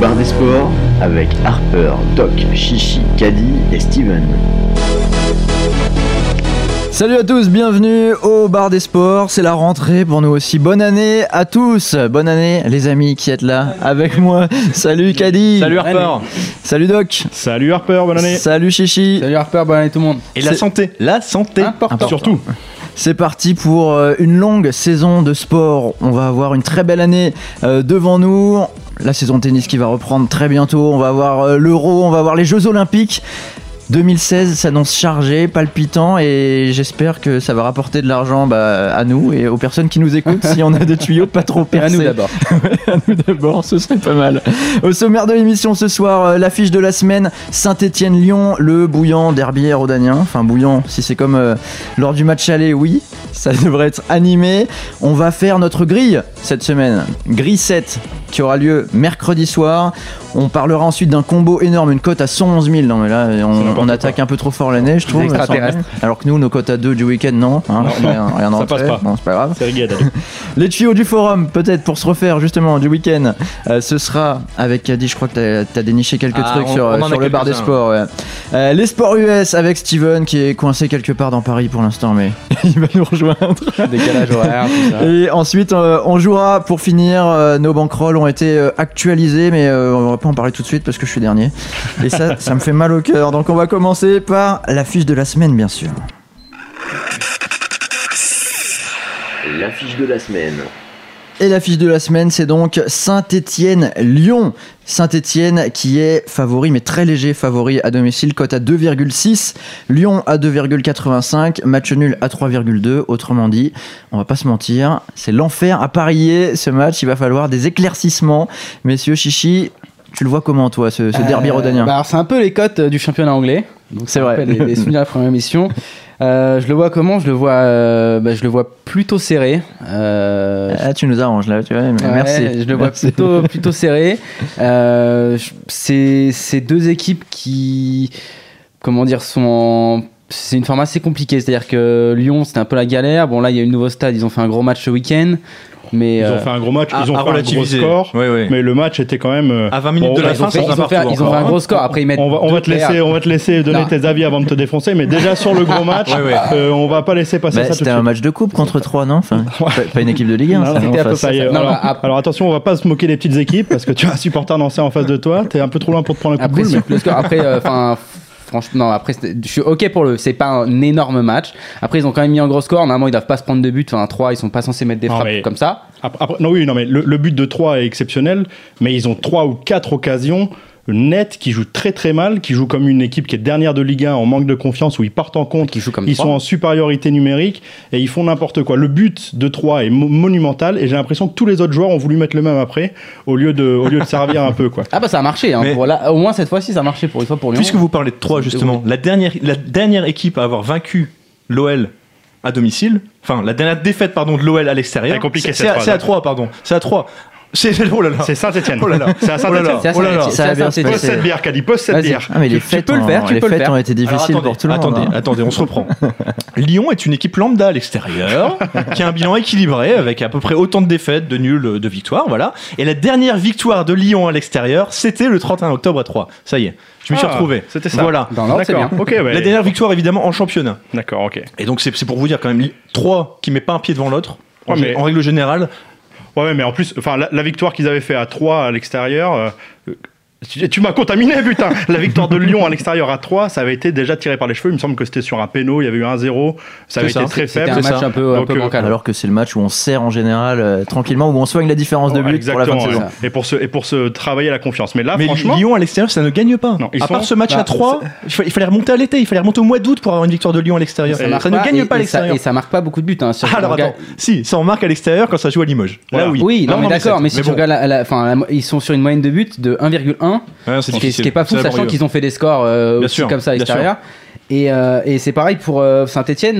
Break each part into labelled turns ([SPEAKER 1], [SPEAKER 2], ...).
[SPEAKER 1] bar des sports avec Harper, Doc, Chichi, Caddy et Steven.
[SPEAKER 2] Salut à tous, bienvenue au Bar des Sports, c'est la rentrée pour nous aussi. Bonne année à tous, bonne année les amis qui êtes là avec moi. Salut Caddy,
[SPEAKER 3] Salut Harper.
[SPEAKER 2] salut Doc,
[SPEAKER 3] Salut Harper, bonne année.
[SPEAKER 2] salut Chichi.
[SPEAKER 4] Salut Harper, bonne année tout le monde.
[SPEAKER 3] Et la
[SPEAKER 2] C'est-
[SPEAKER 3] santé. La santé.
[SPEAKER 4] Important.
[SPEAKER 3] Surtout.
[SPEAKER 2] C'est parti pour euh, une longue saison de sport. On va avoir une très belle année euh, devant nous. La saison de tennis qui va reprendre très bientôt. On va avoir euh, l'Euro, on va avoir les Jeux Olympiques. 2016 s'annonce chargé, palpitant et j'espère que ça va rapporter de l'argent bah, à nous et aux personnes qui nous écoutent si on a des tuyaux pas trop
[SPEAKER 4] À
[SPEAKER 2] percés.
[SPEAKER 4] nous d'abord.
[SPEAKER 2] à nous d'abord, ce serait pas mal. Au sommaire de l'émission ce soir, euh, l'affiche de la semaine Saint-Étienne-Lyon, le bouillant derby rhodanien. Enfin, bouillant, si c'est comme euh, lors du match aller, oui, ça devrait être animé. On va faire notre grille cette semaine, grille 7, qui aura lieu mercredi soir. On parlera ensuite d'un combo énorme, une cote à 111 000. Non, mais là, on, on attaque un peu trop fort l'année, je trouve.
[SPEAKER 4] extraterrestres.
[SPEAKER 2] Alors que nous, nos cotes à 2 du week-end, non. hein, rien- rien
[SPEAKER 3] ça
[SPEAKER 2] en
[SPEAKER 3] passe
[SPEAKER 2] fait.
[SPEAKER 3] pas.
[SPEAKER 2] Non, c'est pas grave.
[SPEAKER 3] C'est rigide.
[SPEAKER 2] Les tuyaux du forum, peut-être pour se refaire justement du week-end, euh, ce sera avec Caddy, je crois que t'as- t'as déniché quelques
[SPEAKER 3] Ah,
[SPEAKER 2] trucs
[SPEAKER 3] on-
[SPEAKER 2] sur,
[SPEAKER 3] on en a
[SPEAKER 2] sur le bar des
[SPEAKER 3] quelques-uns.
[SPEAKER 2] sports. ouais. Euh, les sports US avec Steven qui est coincé quelque part dans Paris pour l'instant, mais il va nous rejoindre.
[SPEAKER 4] Décalage horaire, tout
[SPEAKER 3] Ah.
[SPEAKER 4] ça.
[SPEAKER 2] Et ensuite, euh, on jouera pour finir. euh, nos bankrolls ont été euh, actualisés, mais euh, on va pas en parler tout de suite parce que je suis dernier. Et ça, ça me fait mal au cœur. Donc, on va commencer par l'affiche de la semaine, bien sûr.
[SPEAKER 1] L'affiche de la semaine.
[SPEAKER 2] Et l'affiche de la semaine, c'est donc Saint-Étienne-Lyon. Saint-Étienne qui est favori, mais très léger favori à domicile, cote à 2,6. Lyon à 2,85. Match nul à 3,2. Autrement dit, on va pas se mentir, c'est l'enfer à parier ce match. Il va falloir des éclaircissements. Messieurs, Chichi, tu le vois comment toi, ce, ce derby
[SPEAKER 4] Euh,
[SPEAKER 2] rhodanien
[SPEAKER 4] bah alors, c'est un peu les cotes euh, du championnat anglais. Donc
[SPEAKER 2] C'est
[SPEAKER 4] ça
[SPEAKER 2] vrai.
[SPEAKER 4] rappelle Les, les souvenirs de la première émission. Euh, je le vois comment Je le vois, euh, bah, je le vois plutôt serré. Euh,
[SPEAKER 2] Ah, tu nous arranges là, tu vois, mais
[SPEAKER 4] Ouais,
[SPEAKER 2] merci.
[SPEAKER 4] Je le vois
[SPEAKER 2] Merci.
[SPEAKER 4] plutôt, plutôt serré. Euh, je- c'est c'est deux équipes qui, comment dire, sont en- C'est une forme assez compliquée. C'est-à-dire que Lyon, c'était un peu la galère. Bon, là, il y a eu le nouveau stade. Ils ont fait un gros match ce week-end. Mais
[SPEAKER 5] Ils
[SPEAKER 4] euh,
[SPEAKER 5] ont fait un gros match, ils ont
[SPEAKER 3] Ah,
[SPEAKER 5] relativisé
[SPEAKER 3] relativisé.
[SPEAKER 5] le score,
[SPEAKER 3] Ouais, ouais.
[SPEAKER 5] mais le match était quand même. euh,
[SPEAKER 3] À 20 minutes
[SPEAKER 5] Bon,
[SPEAKER 3] de la
[SPEAKER 5] ils
[SPEAKER 4] ils, ont
[SPEAKER 3] fin,
[SPEAKER 4] fait,
[SPEAKER 3] c'est
[SPEAKER 4] ils,
[SPEAKER 3] un
[SPEAKER 4] ont fait-
[SPEAKER 3] partout
[SPEAKER 4] ils ont fait un
[SPEAKER 3] encore,
[SPEAKER 4] gros score. Après, ils mettent.
[SPEAKER 5] on va, on
[SPEAKER 4] deux
[SPEAKER 5] va te
[SPEAKER 4] clairs.
[SPEAKER 5] laisser, on va te laisser donner
[SPEAKER 4] Non.
[SPEAKER 5] tes avis avant de te défoncer, mais déjà sur le gros match,
[SPEAKER 3] Ouais, ouais.
[SPEAKER 5] euh, on va pas laisser passer
[SPEAKER 2] Bah,
[SPEAKER 5] ça tout
[SPEAKER 2] C'était
[SPEAKER 5] de
[SPEAKER 2] un
[SPEAKER 5] suite.
[SPEAKER 2] match de coupe contre 3, non Enfin, pas, pas une équipe de Ligue 1.
[SPEAKER 5] Non,
[SPEAKER 2] c'était
[SPEAKER 5] non,
[SPEAKER 2] en
[SPEAKER 4] c'était à peu
[SPEAKER 2] face.
[SPEAKER 5] Ça y est,
[SPEAKER 4] Non,
[SPEAKER 5] alors,
[SPEAKER 4] bah, après-
[SPEAKER 5] alors attention, on va pas se moquer des petites équipes parce que tu as un supporter nancy en face de toi, t'es un peu trop loin pour te prendre un coup de
[SPEAKER 4] Après,
[SPEAKER 5] boule.
[SPEAKER 4] sur le score, après, euh, enfin. Franchement, non, après, c'était- je suis ok pour le. C'est pas un énorme match. Après, ils ont quand même mis un gros score. Normalement, ils doivent pas se prendre de but. Enfin, 3, ils sont pas censés mettre des
[SPEAKER 5] Non,
[SPEAKER 4] frappes
[SPEAKER 5] mais-
[SPEAKER 4] comme ça.
[SPEAKER 5] mais- Après- après- non, oui, non, mais le, le but de 3 est exceptionnel, mais ils ont 3 ou 4 occasions nettes qui jouent très très mal, qui jouent comme une équipe qui est dernière de Ligue 1 en manque de confiance, où ils partent en compte,
[SPEAKER 4] Qui jouent comme
[SPEAKER 5] Ils
[SPEAKER 4] trois.
[SPEAKER 5] sont en supériorité numérique et ils font n'importe quoi. Le but de 3 est mo- monumental et j'ai l'impression que tous les autres joueurs ont voulu mettre le même après au lieu de, au lieu de servir un peu. Quoi.
[SPEAKER 4] Ah bah ça a marché, hein.
[SPEAKER 3] Mais-
[SPEAKER 4] Pour la- au moins cette fois-ci ça a marché pour une fois pour Lyon.
[SPEAKER 3] Puisque vous parlez de 3 justement, la dernière, la dernière équipe à avoir vaincu l'OL à domicile, enfin la dernière défaite pardon de l'OL à l'extérieur.
[SPEAKER 5] Elle est compliquée,
[SPEAKER 3] c'est-
[SPEAKER 5] cette
[SPEAKER 3] c'est à-
[SPEAKER 5] phrase.
[SPEAKER 3] C'est à 3 pardon, c'est à 3. C'est oh là là.
[SPEAKER 5] C'est Saint-Etienne.
[SPEAKER 3] Oh là là.
[SPEAKER 5] C'est à
[SPEAKER 3] Oh là
[SPEAKER 5] Saint-Etienne.
[SPEAKER 3] là.
[SPEAKER 4] C'est à
[SPEAKER 3] Oh là là.
[SPEAKER 4] Saint-Étienne.
[SPEAKER 2] Ça a bien se
[SPEAKER 5] Pose
[SPEAKER 2] passer.
[SPEAKER 5] cette bière, Caddy, pose cette
[SPEAKER 4] Vas-y.
[SPEAKER 5] bière.
[SPEAKER 2] Ah mais les
[SPEAKER 4] Tu- tu
[SPEAKER 2] fêtes,
[SPEAKER 4] peux le faire,
[SPEAKER 2] ont-
[SPEAKER 4] tu
[SPEAKER 2] les
[SPEAKER 4] peux le
[SPEAKER 2] fêtes
[SPEAKER 4] faire.
[SPEAKER 2] ont été
[SPEAKER 3] Alors,
[SPEAKER 2] difficiles
[SPEAKER 3] attendez,
[SPEAKER 2] pour tout le monde.
[SPEAKER 3] attendez,
[SPEAKER 2] hein.
[SPEAKER 3] attendez, on se reprend. Lyon est une équipe lambda à l'extérieur, qui a un bilan équilibré avec à peu près autant de défaites, de nuls, de victoires, voilà. Et la dernière victoire de Lyon à l'extérieur, c'était le 31 octobre à 3. Ça y est, je me suis
[SPEAKER 5] Ah,
[SPEAKER 3] retrouvé.
[SPEAKER 5] c'était ça.
[SPEAKER 3] Voilà.
[SPEAKER 4] Dans l'ordre c'est bien.
[SPEAKER 5] D'accord, ok. ouais.
[SPEAKER 3] La dernière victoire évidemment en championnat.
[SPEAKER 5] D'accord, ok.
[SPEAKER 3] Et donc c'est c'est pour vous dire quand même, 3 qui met pas un pied devant l'autre. en
[SPEAKER 5] Ouais,
[SPEAKER 3] gé-
[SPEAKER 5] mais-
[SPEAKER 3] En règle générale,
[SPEAKER 5] Ouais, ouais, mais en plus, enfin, la, la victoire qu'ils avaient fait à 3 à l'extérieur. euh, euh, tu tu m'as contaminé, putain! La victoire de Lyon à l'extérieur à 3, ça avait été déjà tiré par les cheveux. Il me semble que c'était sur un péno, il y avait eu 1-0. Ça avait
[SPEAKER 3] C'est
[SPEAKER 5] été
[SPEAKER 3] ça.
[SPEAKER 5] très
[SPEAKER 4] C'était
[SPEAKER 5] faible.
[SPEAKER 4] un
[SPEAKER 3] c'est
[SPEAKER 4] match
[SPEAKER 3] ça.
[SPEAKER 4] un peu, un
[SPEAKER 5] Donc,
[SPEAKER 4] peu
[SPEAKER 5] euh,
[SPEAKER 4] bancal.
[SPEAKER 2] Alors que c'est le match où on sert en général euh, tranquillement, où on soigne la différence de
[SPEAKER 5] Oh,
[SPEAKER 2] but pour la fin de saison.
[SPEAKER 5] exactement, ouais. Et pour se, et pour se travailler la confiance. Mais là,
[SPEAKER 3] mais
[SPEAKER 5] Ah, franchement.
[SPEAKER 3] Lyon à l'extérieur, ça ne gagne pas.
[SPEAKER 5] Non, ils
[SPEAKER 3] à part
[SPEAKER 5] sont-
[SPEAKER 3] ce match
[SPEAKER 4] bah,
[SPEAKER 3] à 3, il fa- il fallait remonter à l'été, il fallait remonter au mois d'août pour avoir une victoire de Lyon à l'extérieur.
[SPEAKER 5] Ça
[SPEAKER 3] Ça,
[SPEAKER 5] marche
[SPEAKER 3] ne gagne
[SPEAKER 4] et-
[SPEAKER 3] pas à
[SPEAKER 4] et ça,
[SPEAKER 3] l'extérieur.
[SPEAKER 4] et ça marque pas beaucoup de buts. hein, si
[SPEAKER 3] Ah,
[SPEAKER 4] on
[SPEAKER 3] alors
[SPEAKER 4] regarde-
[SPEAKER 3] attends, si, ça en marque à l'extérieur quand ça joue à Limoges.
[SPEAKER 5] Voilà.
[SPEAKER 3] Là oui.
[SPEAKER 4] Oui, non,
[SPEAKER 3] Là, on
[SPEAKER 4] mais
[SPEAKER 3] en met
[SPEAKER 4] d'accord,
[SPEAKER 3] sept.
[SPEAKER 4] mais si tu
[SPEAKER 3] bon.
[SPEAKER 4] regardes, la- la- enfin, la- ils sont sur une moyenne de but de 1,1,
[SPEAKER 3] Ouais,
[SPEAKER 4] ce
[SPEAKER 3] c'est
[SPEAKER 4] qui, est- ce
[SPEAKER 3] difficile.
[SPEAKER 4] qui est pas fou,
[SPEAKER 3] C'est
[SPEAKER 4] sachant
[SPEAKER 3] laborieux.
[SPEAKER 4] qu'ils ont fait des scores euh,
[SPEAKER 3] Bien
[SPEAKER 4] aussi
[SPEAKER 3] sûr,
[SPEAKER 4] comme ça à
[SPEAKER 3] bien sûr.
[SPEAKER 4] l'extérieur. Et, euh, et c'est pareil pour Saint-Etienne,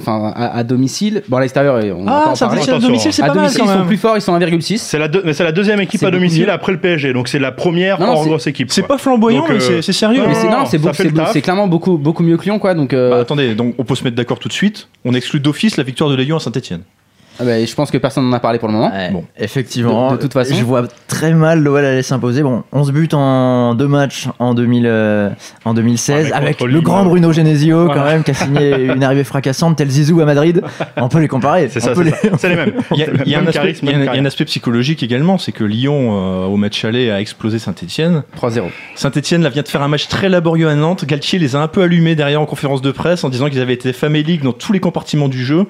[SPEAKER 4] enfin à, à domicile. Bon, à l'extérieur, on va pas
[SPEAKER 3] Ah,
[SPEAKER 4] en
[SPEAKER 3] ça
[SPEAKER 4] parler.
[SPEAKER 3] à domicile, c'est
[SPEAKER 4] À
[SPEAKER 3] pas mal
[SPEAKER 4] domicile,
[SPEAKER 3] quand
[SPEAKER 4] ils sont
[SPEAKER 3] même.
[SPEAKER 4] plus forts, ils sont 1,6.
[SPEAKER 5] C'est la, deux- mais c'est la deuxième équipe
[SPEAKER 4] C'est
[SPEAKER 5] à domicile
[SPEAKER 4] beaucoup mieux.
[SPEAKER 5] après le PSG, donc c'est la première
[SPEAKER 4] Non, non,
[SPEAKER 5] en
[SPEAKER 4] c'est-
[SPEAKER 5] grosse équipe.
[SPEAKER 3] C'est
[SPEAKER 5] quoi.
[SPEAKER 3] pas flamboyant,
[SPEAKER 5] Donc,
[SPEAKER 3] mais
[SPEAKER 5] euh,
[SPEAKER 3] c'est- c'est sérieux. hein.
[SPEAKER 5] non,
[SPEAKER 4] Mais c'est- non,
[SPEAKER 5] non,
[SPEAKER 4] c'est
[SPEAKER 5] ça
[SPEAKER 4] beaucoup-
[SPEAKER 5] fait le
[SPEAKER 4] c'est-
[SPEAKER 5] taf.
[SPEAKER 4] c'est clairement beaucoup, beaucoup mieux que Lyon, quoi. Donc, euh,
[SPEAKER 3] Bah, attendez, donc on peut se mettre d'accord tout de suite. On exclut d'office la victoire de Lyon à Saint-Etienne.
[SPEAKER 4] Ah bah, je pense que personne n'en a parlé pour le moment.
[SPEAKER 2] Ouais,
[SPEAKER 3] Bon.
[SPEAKER 2] Effectivement,
[SPEAKER 4] De- de toute façon.
[SPEAKER 2] je vois très mal l'OL aller s'imposer. Bon, on se bute en deux matchs en, 2000, euh, en 2016
[SPEAKER 5] Ouais, mais
[SPEAKER 2] avec
[SPEAKER 5] contre
[SPEAKER 2] le
[SPEAKER 5] Lille,
[SPEAKER 2] grand
[SPEAKER 5] ouais.
[SPEAKER 2] Bruno Genesio quand
[SPEAKER 5] Voilà.
[SPEAKER 2] même qui a signé une arrivée fracassante tel Zizou à Madrid. On peut les comparer.
[SPEAKER 5] C'est
[SPEAKER 2] on
[SPEAKER 5] ça,
[SPEAKER 2] peut
[SPEAKER 5] c'est
[SPEAKER 2] les-
[SPEAKER 5] ça. C'est les mêmes.
[SPEAKER 3] Il y a,
[SPEAKER 5] C'est le
[SPEAKER 3] il y a un
[SPEAKER 5] même
[SPEAKER 3] aspect-
[SPEAKER 5] charisme,
[SPEAKER 3] il y a
[SPEAKER 5] même
[SPEAKER 3] un- il y a un
[SPEAKER 5] charisme.
[SPEAKER 3] aspect psychologique également, c'est que Lyon, euh, au match aller, a explosé Saint-Etienne.
[SPEAKER 4] 3-0.
[SPEAKER 2] Euh,
[SPEAKER 3] Saint-Etienne là, vient de faire un match très laborieux à Nantes. Galtier les a un peu allumés derrière en conférence de presse en disant qu'ils avaient été faméliques dans tous les compartiments du jeu.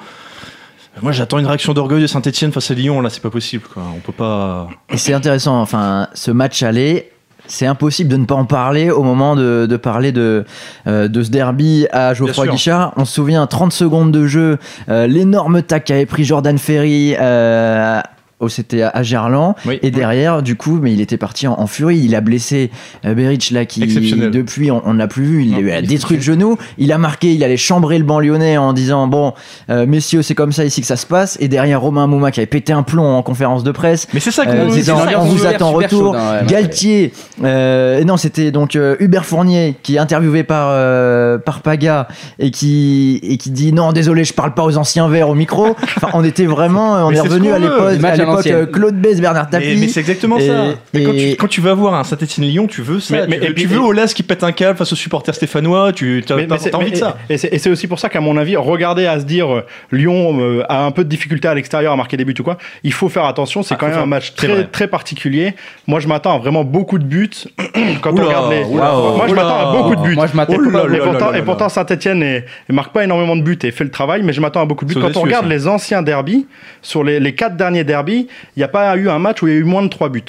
[SPEAKER 3] Moi, j'attends une réaction d'orgueil de Saint-Etienne face à Lyon. Là, c'est pas possible. Quoi. On peut pas.
[SPEAKER 2] Et c'est intéressant, enfin, ce match aller, c'est impossible de ne pas en parler au moment de, de parler de, euh, de ce derby à Geoffroy
[SPEAKER 3] Bien sûr.
[SPEAKER 2] Guichard. On se souvient, 30 secondes de jeu, euh, l'énorme tac qu'avait pris Jordan Ferry. Euh, au- c'était à- à Gerland
[SPEAKER 3] Oui.
[SPEAKER 2] et derrière du coup mais il était parti en, en furie il a blessé euh, Beric là qui
[SPEAKER 3] Exceptionnel.
[SPEAKER 2] depuis on, on ne l'a plus vu il
[SPEAKER 3] Non,
[SPEAKER 2] lui a
[SPEAKER 3] il est
[SPEAKER 2] détruit le genou il a marqué il allait chambrer le banc lyonnais en disant bon euh, messieurs c'est comme ça ici que ça se passe et derrière Romain Mouma qui avait pété un plomb en conférence de presse
[SPEAKER 3] Mais c'est ça qu'on
[SPEAKER 2] euh,
[SPEAKER 4] Oui,
[SPEAKER 3] nous
[SPEAKER 4] c'est
[SPEAKER 2] disant,
[SPEAKER 4] ça,
[SPEAKER 2] on
[SPEAKER 4] on
[SPEAKER 2] vous
[SPEAKER 4] veut l'air
[SPEAKER 2] attend en
[SPEAKER 4] super
[SPEAKER 2] retour.
[SPEAKER 4] chaud, hein, ouais, ouais.
[SPEAKER 2] Galtier, euh, non, c'était donc euh, Hubert Fournier qui est interviewé par, euh, par Paga et qui, et qui dit non, désolé, je parle pas aux anciens verts au micro. Enfin, on était vraiment, euh, on
[SPEAKER 3] Mais
[SPEAKER 2] est
[SPEAKER 3] c'est ce
[SPEAKER 2] revenu
[SPEAKER 3] qu'on
[SPEAKER 2] à
[SPEAKER 3] veut,
[SPEAKER 2] l'époque,
[SPEAKER 4] des matchs
[SPEAKER 2] à
[SPEAKER 4] à
[SPEAKER 2] l'époque
[SPEAKER 4] l'ancienne.
[SPEAKER 2] euh, Claude Bess, Bernard
[SPEAKER 3] Mais,
[SPEAKER 2] Tapie.
[SPEAKER 3] mais c'est exactement ça.
[SPEAKER 2] Et-
[SPEAKER 3] Mais quand,
[SPEAKER 2] et-
[SPEAKER 3] tu, quand tu vas voir un Saint-Etienne-Lyon, tu veux ça.
[SPEAKER 5] Mais- mais-
[SPEAKER 3] tu,
[SPEAKER 5] et puis-
[SPEAKER 3] tu veux Olas qui pète un câble face aux supporters stéphanois. Tu as,
[SPEAKER 5] Mais- mais c'est-
[SPEAKER 3] Euh, envie
[SPEAKER 5] mais-
[SPEAKER 3] de ça.
[SPEAKER 5] Et, et c'est- et c'est aussi pour ça qu'à mon avis, regarder à se dire euh, Lyon euh, a un peu de difficulté à l'extérieur à marquer des buts ou quoi, il faut faire attention. C'est
[SPEAKER 3] Ah,
[SPEAKER 5] quand
[SPEAKER 3] faut
[SPEAKER 5] même
[SPEAKER 3] faire-
[SPEAKER 5] un match
[SPEAKER 3] c'est
[SPEAKER 5] très
[SPEAKER 3] vrai.
[SPEAKER 5] très particulier. Moi, je m'attends à vraiment beaucoup de buts quand
[SPEAKER 3] Oula,
[SPEAKER 5] on regarde les.
[SPEAKER 3] oula,
[SPEAKER 5] Moi, je
[SPEAKER 3] oula.
[SPEAKER 5] m'attends à beaucoup de buts.
[SPEAKER 4] Moi, je m'attends
[SPEAKER 5] Et pourtant-
[SPEAKER 3] là là
[SPEAKER 5] et
[SPEAKER 3] là
[SPEAKER 5] pourtant,
[SPEAKER 3] là là
[SPEAKER 5] et pourtant, Saint-Etienne est- et marque pas énormément de buts et fait le travail, mais je m'attends à beaucoup de buts.
[SPEAKER 3] C'est
[SPEAKER 5] Quand on
[SPEAKER 3] audacieux,
[SPEAKER 5] regarde
[SPEAKER 3] ça.
[SPEAKER 5] les anciens derbys, sur les, les quatre derniers derbys, il n'y a pas eu un match où il y a eu moins de trois buts.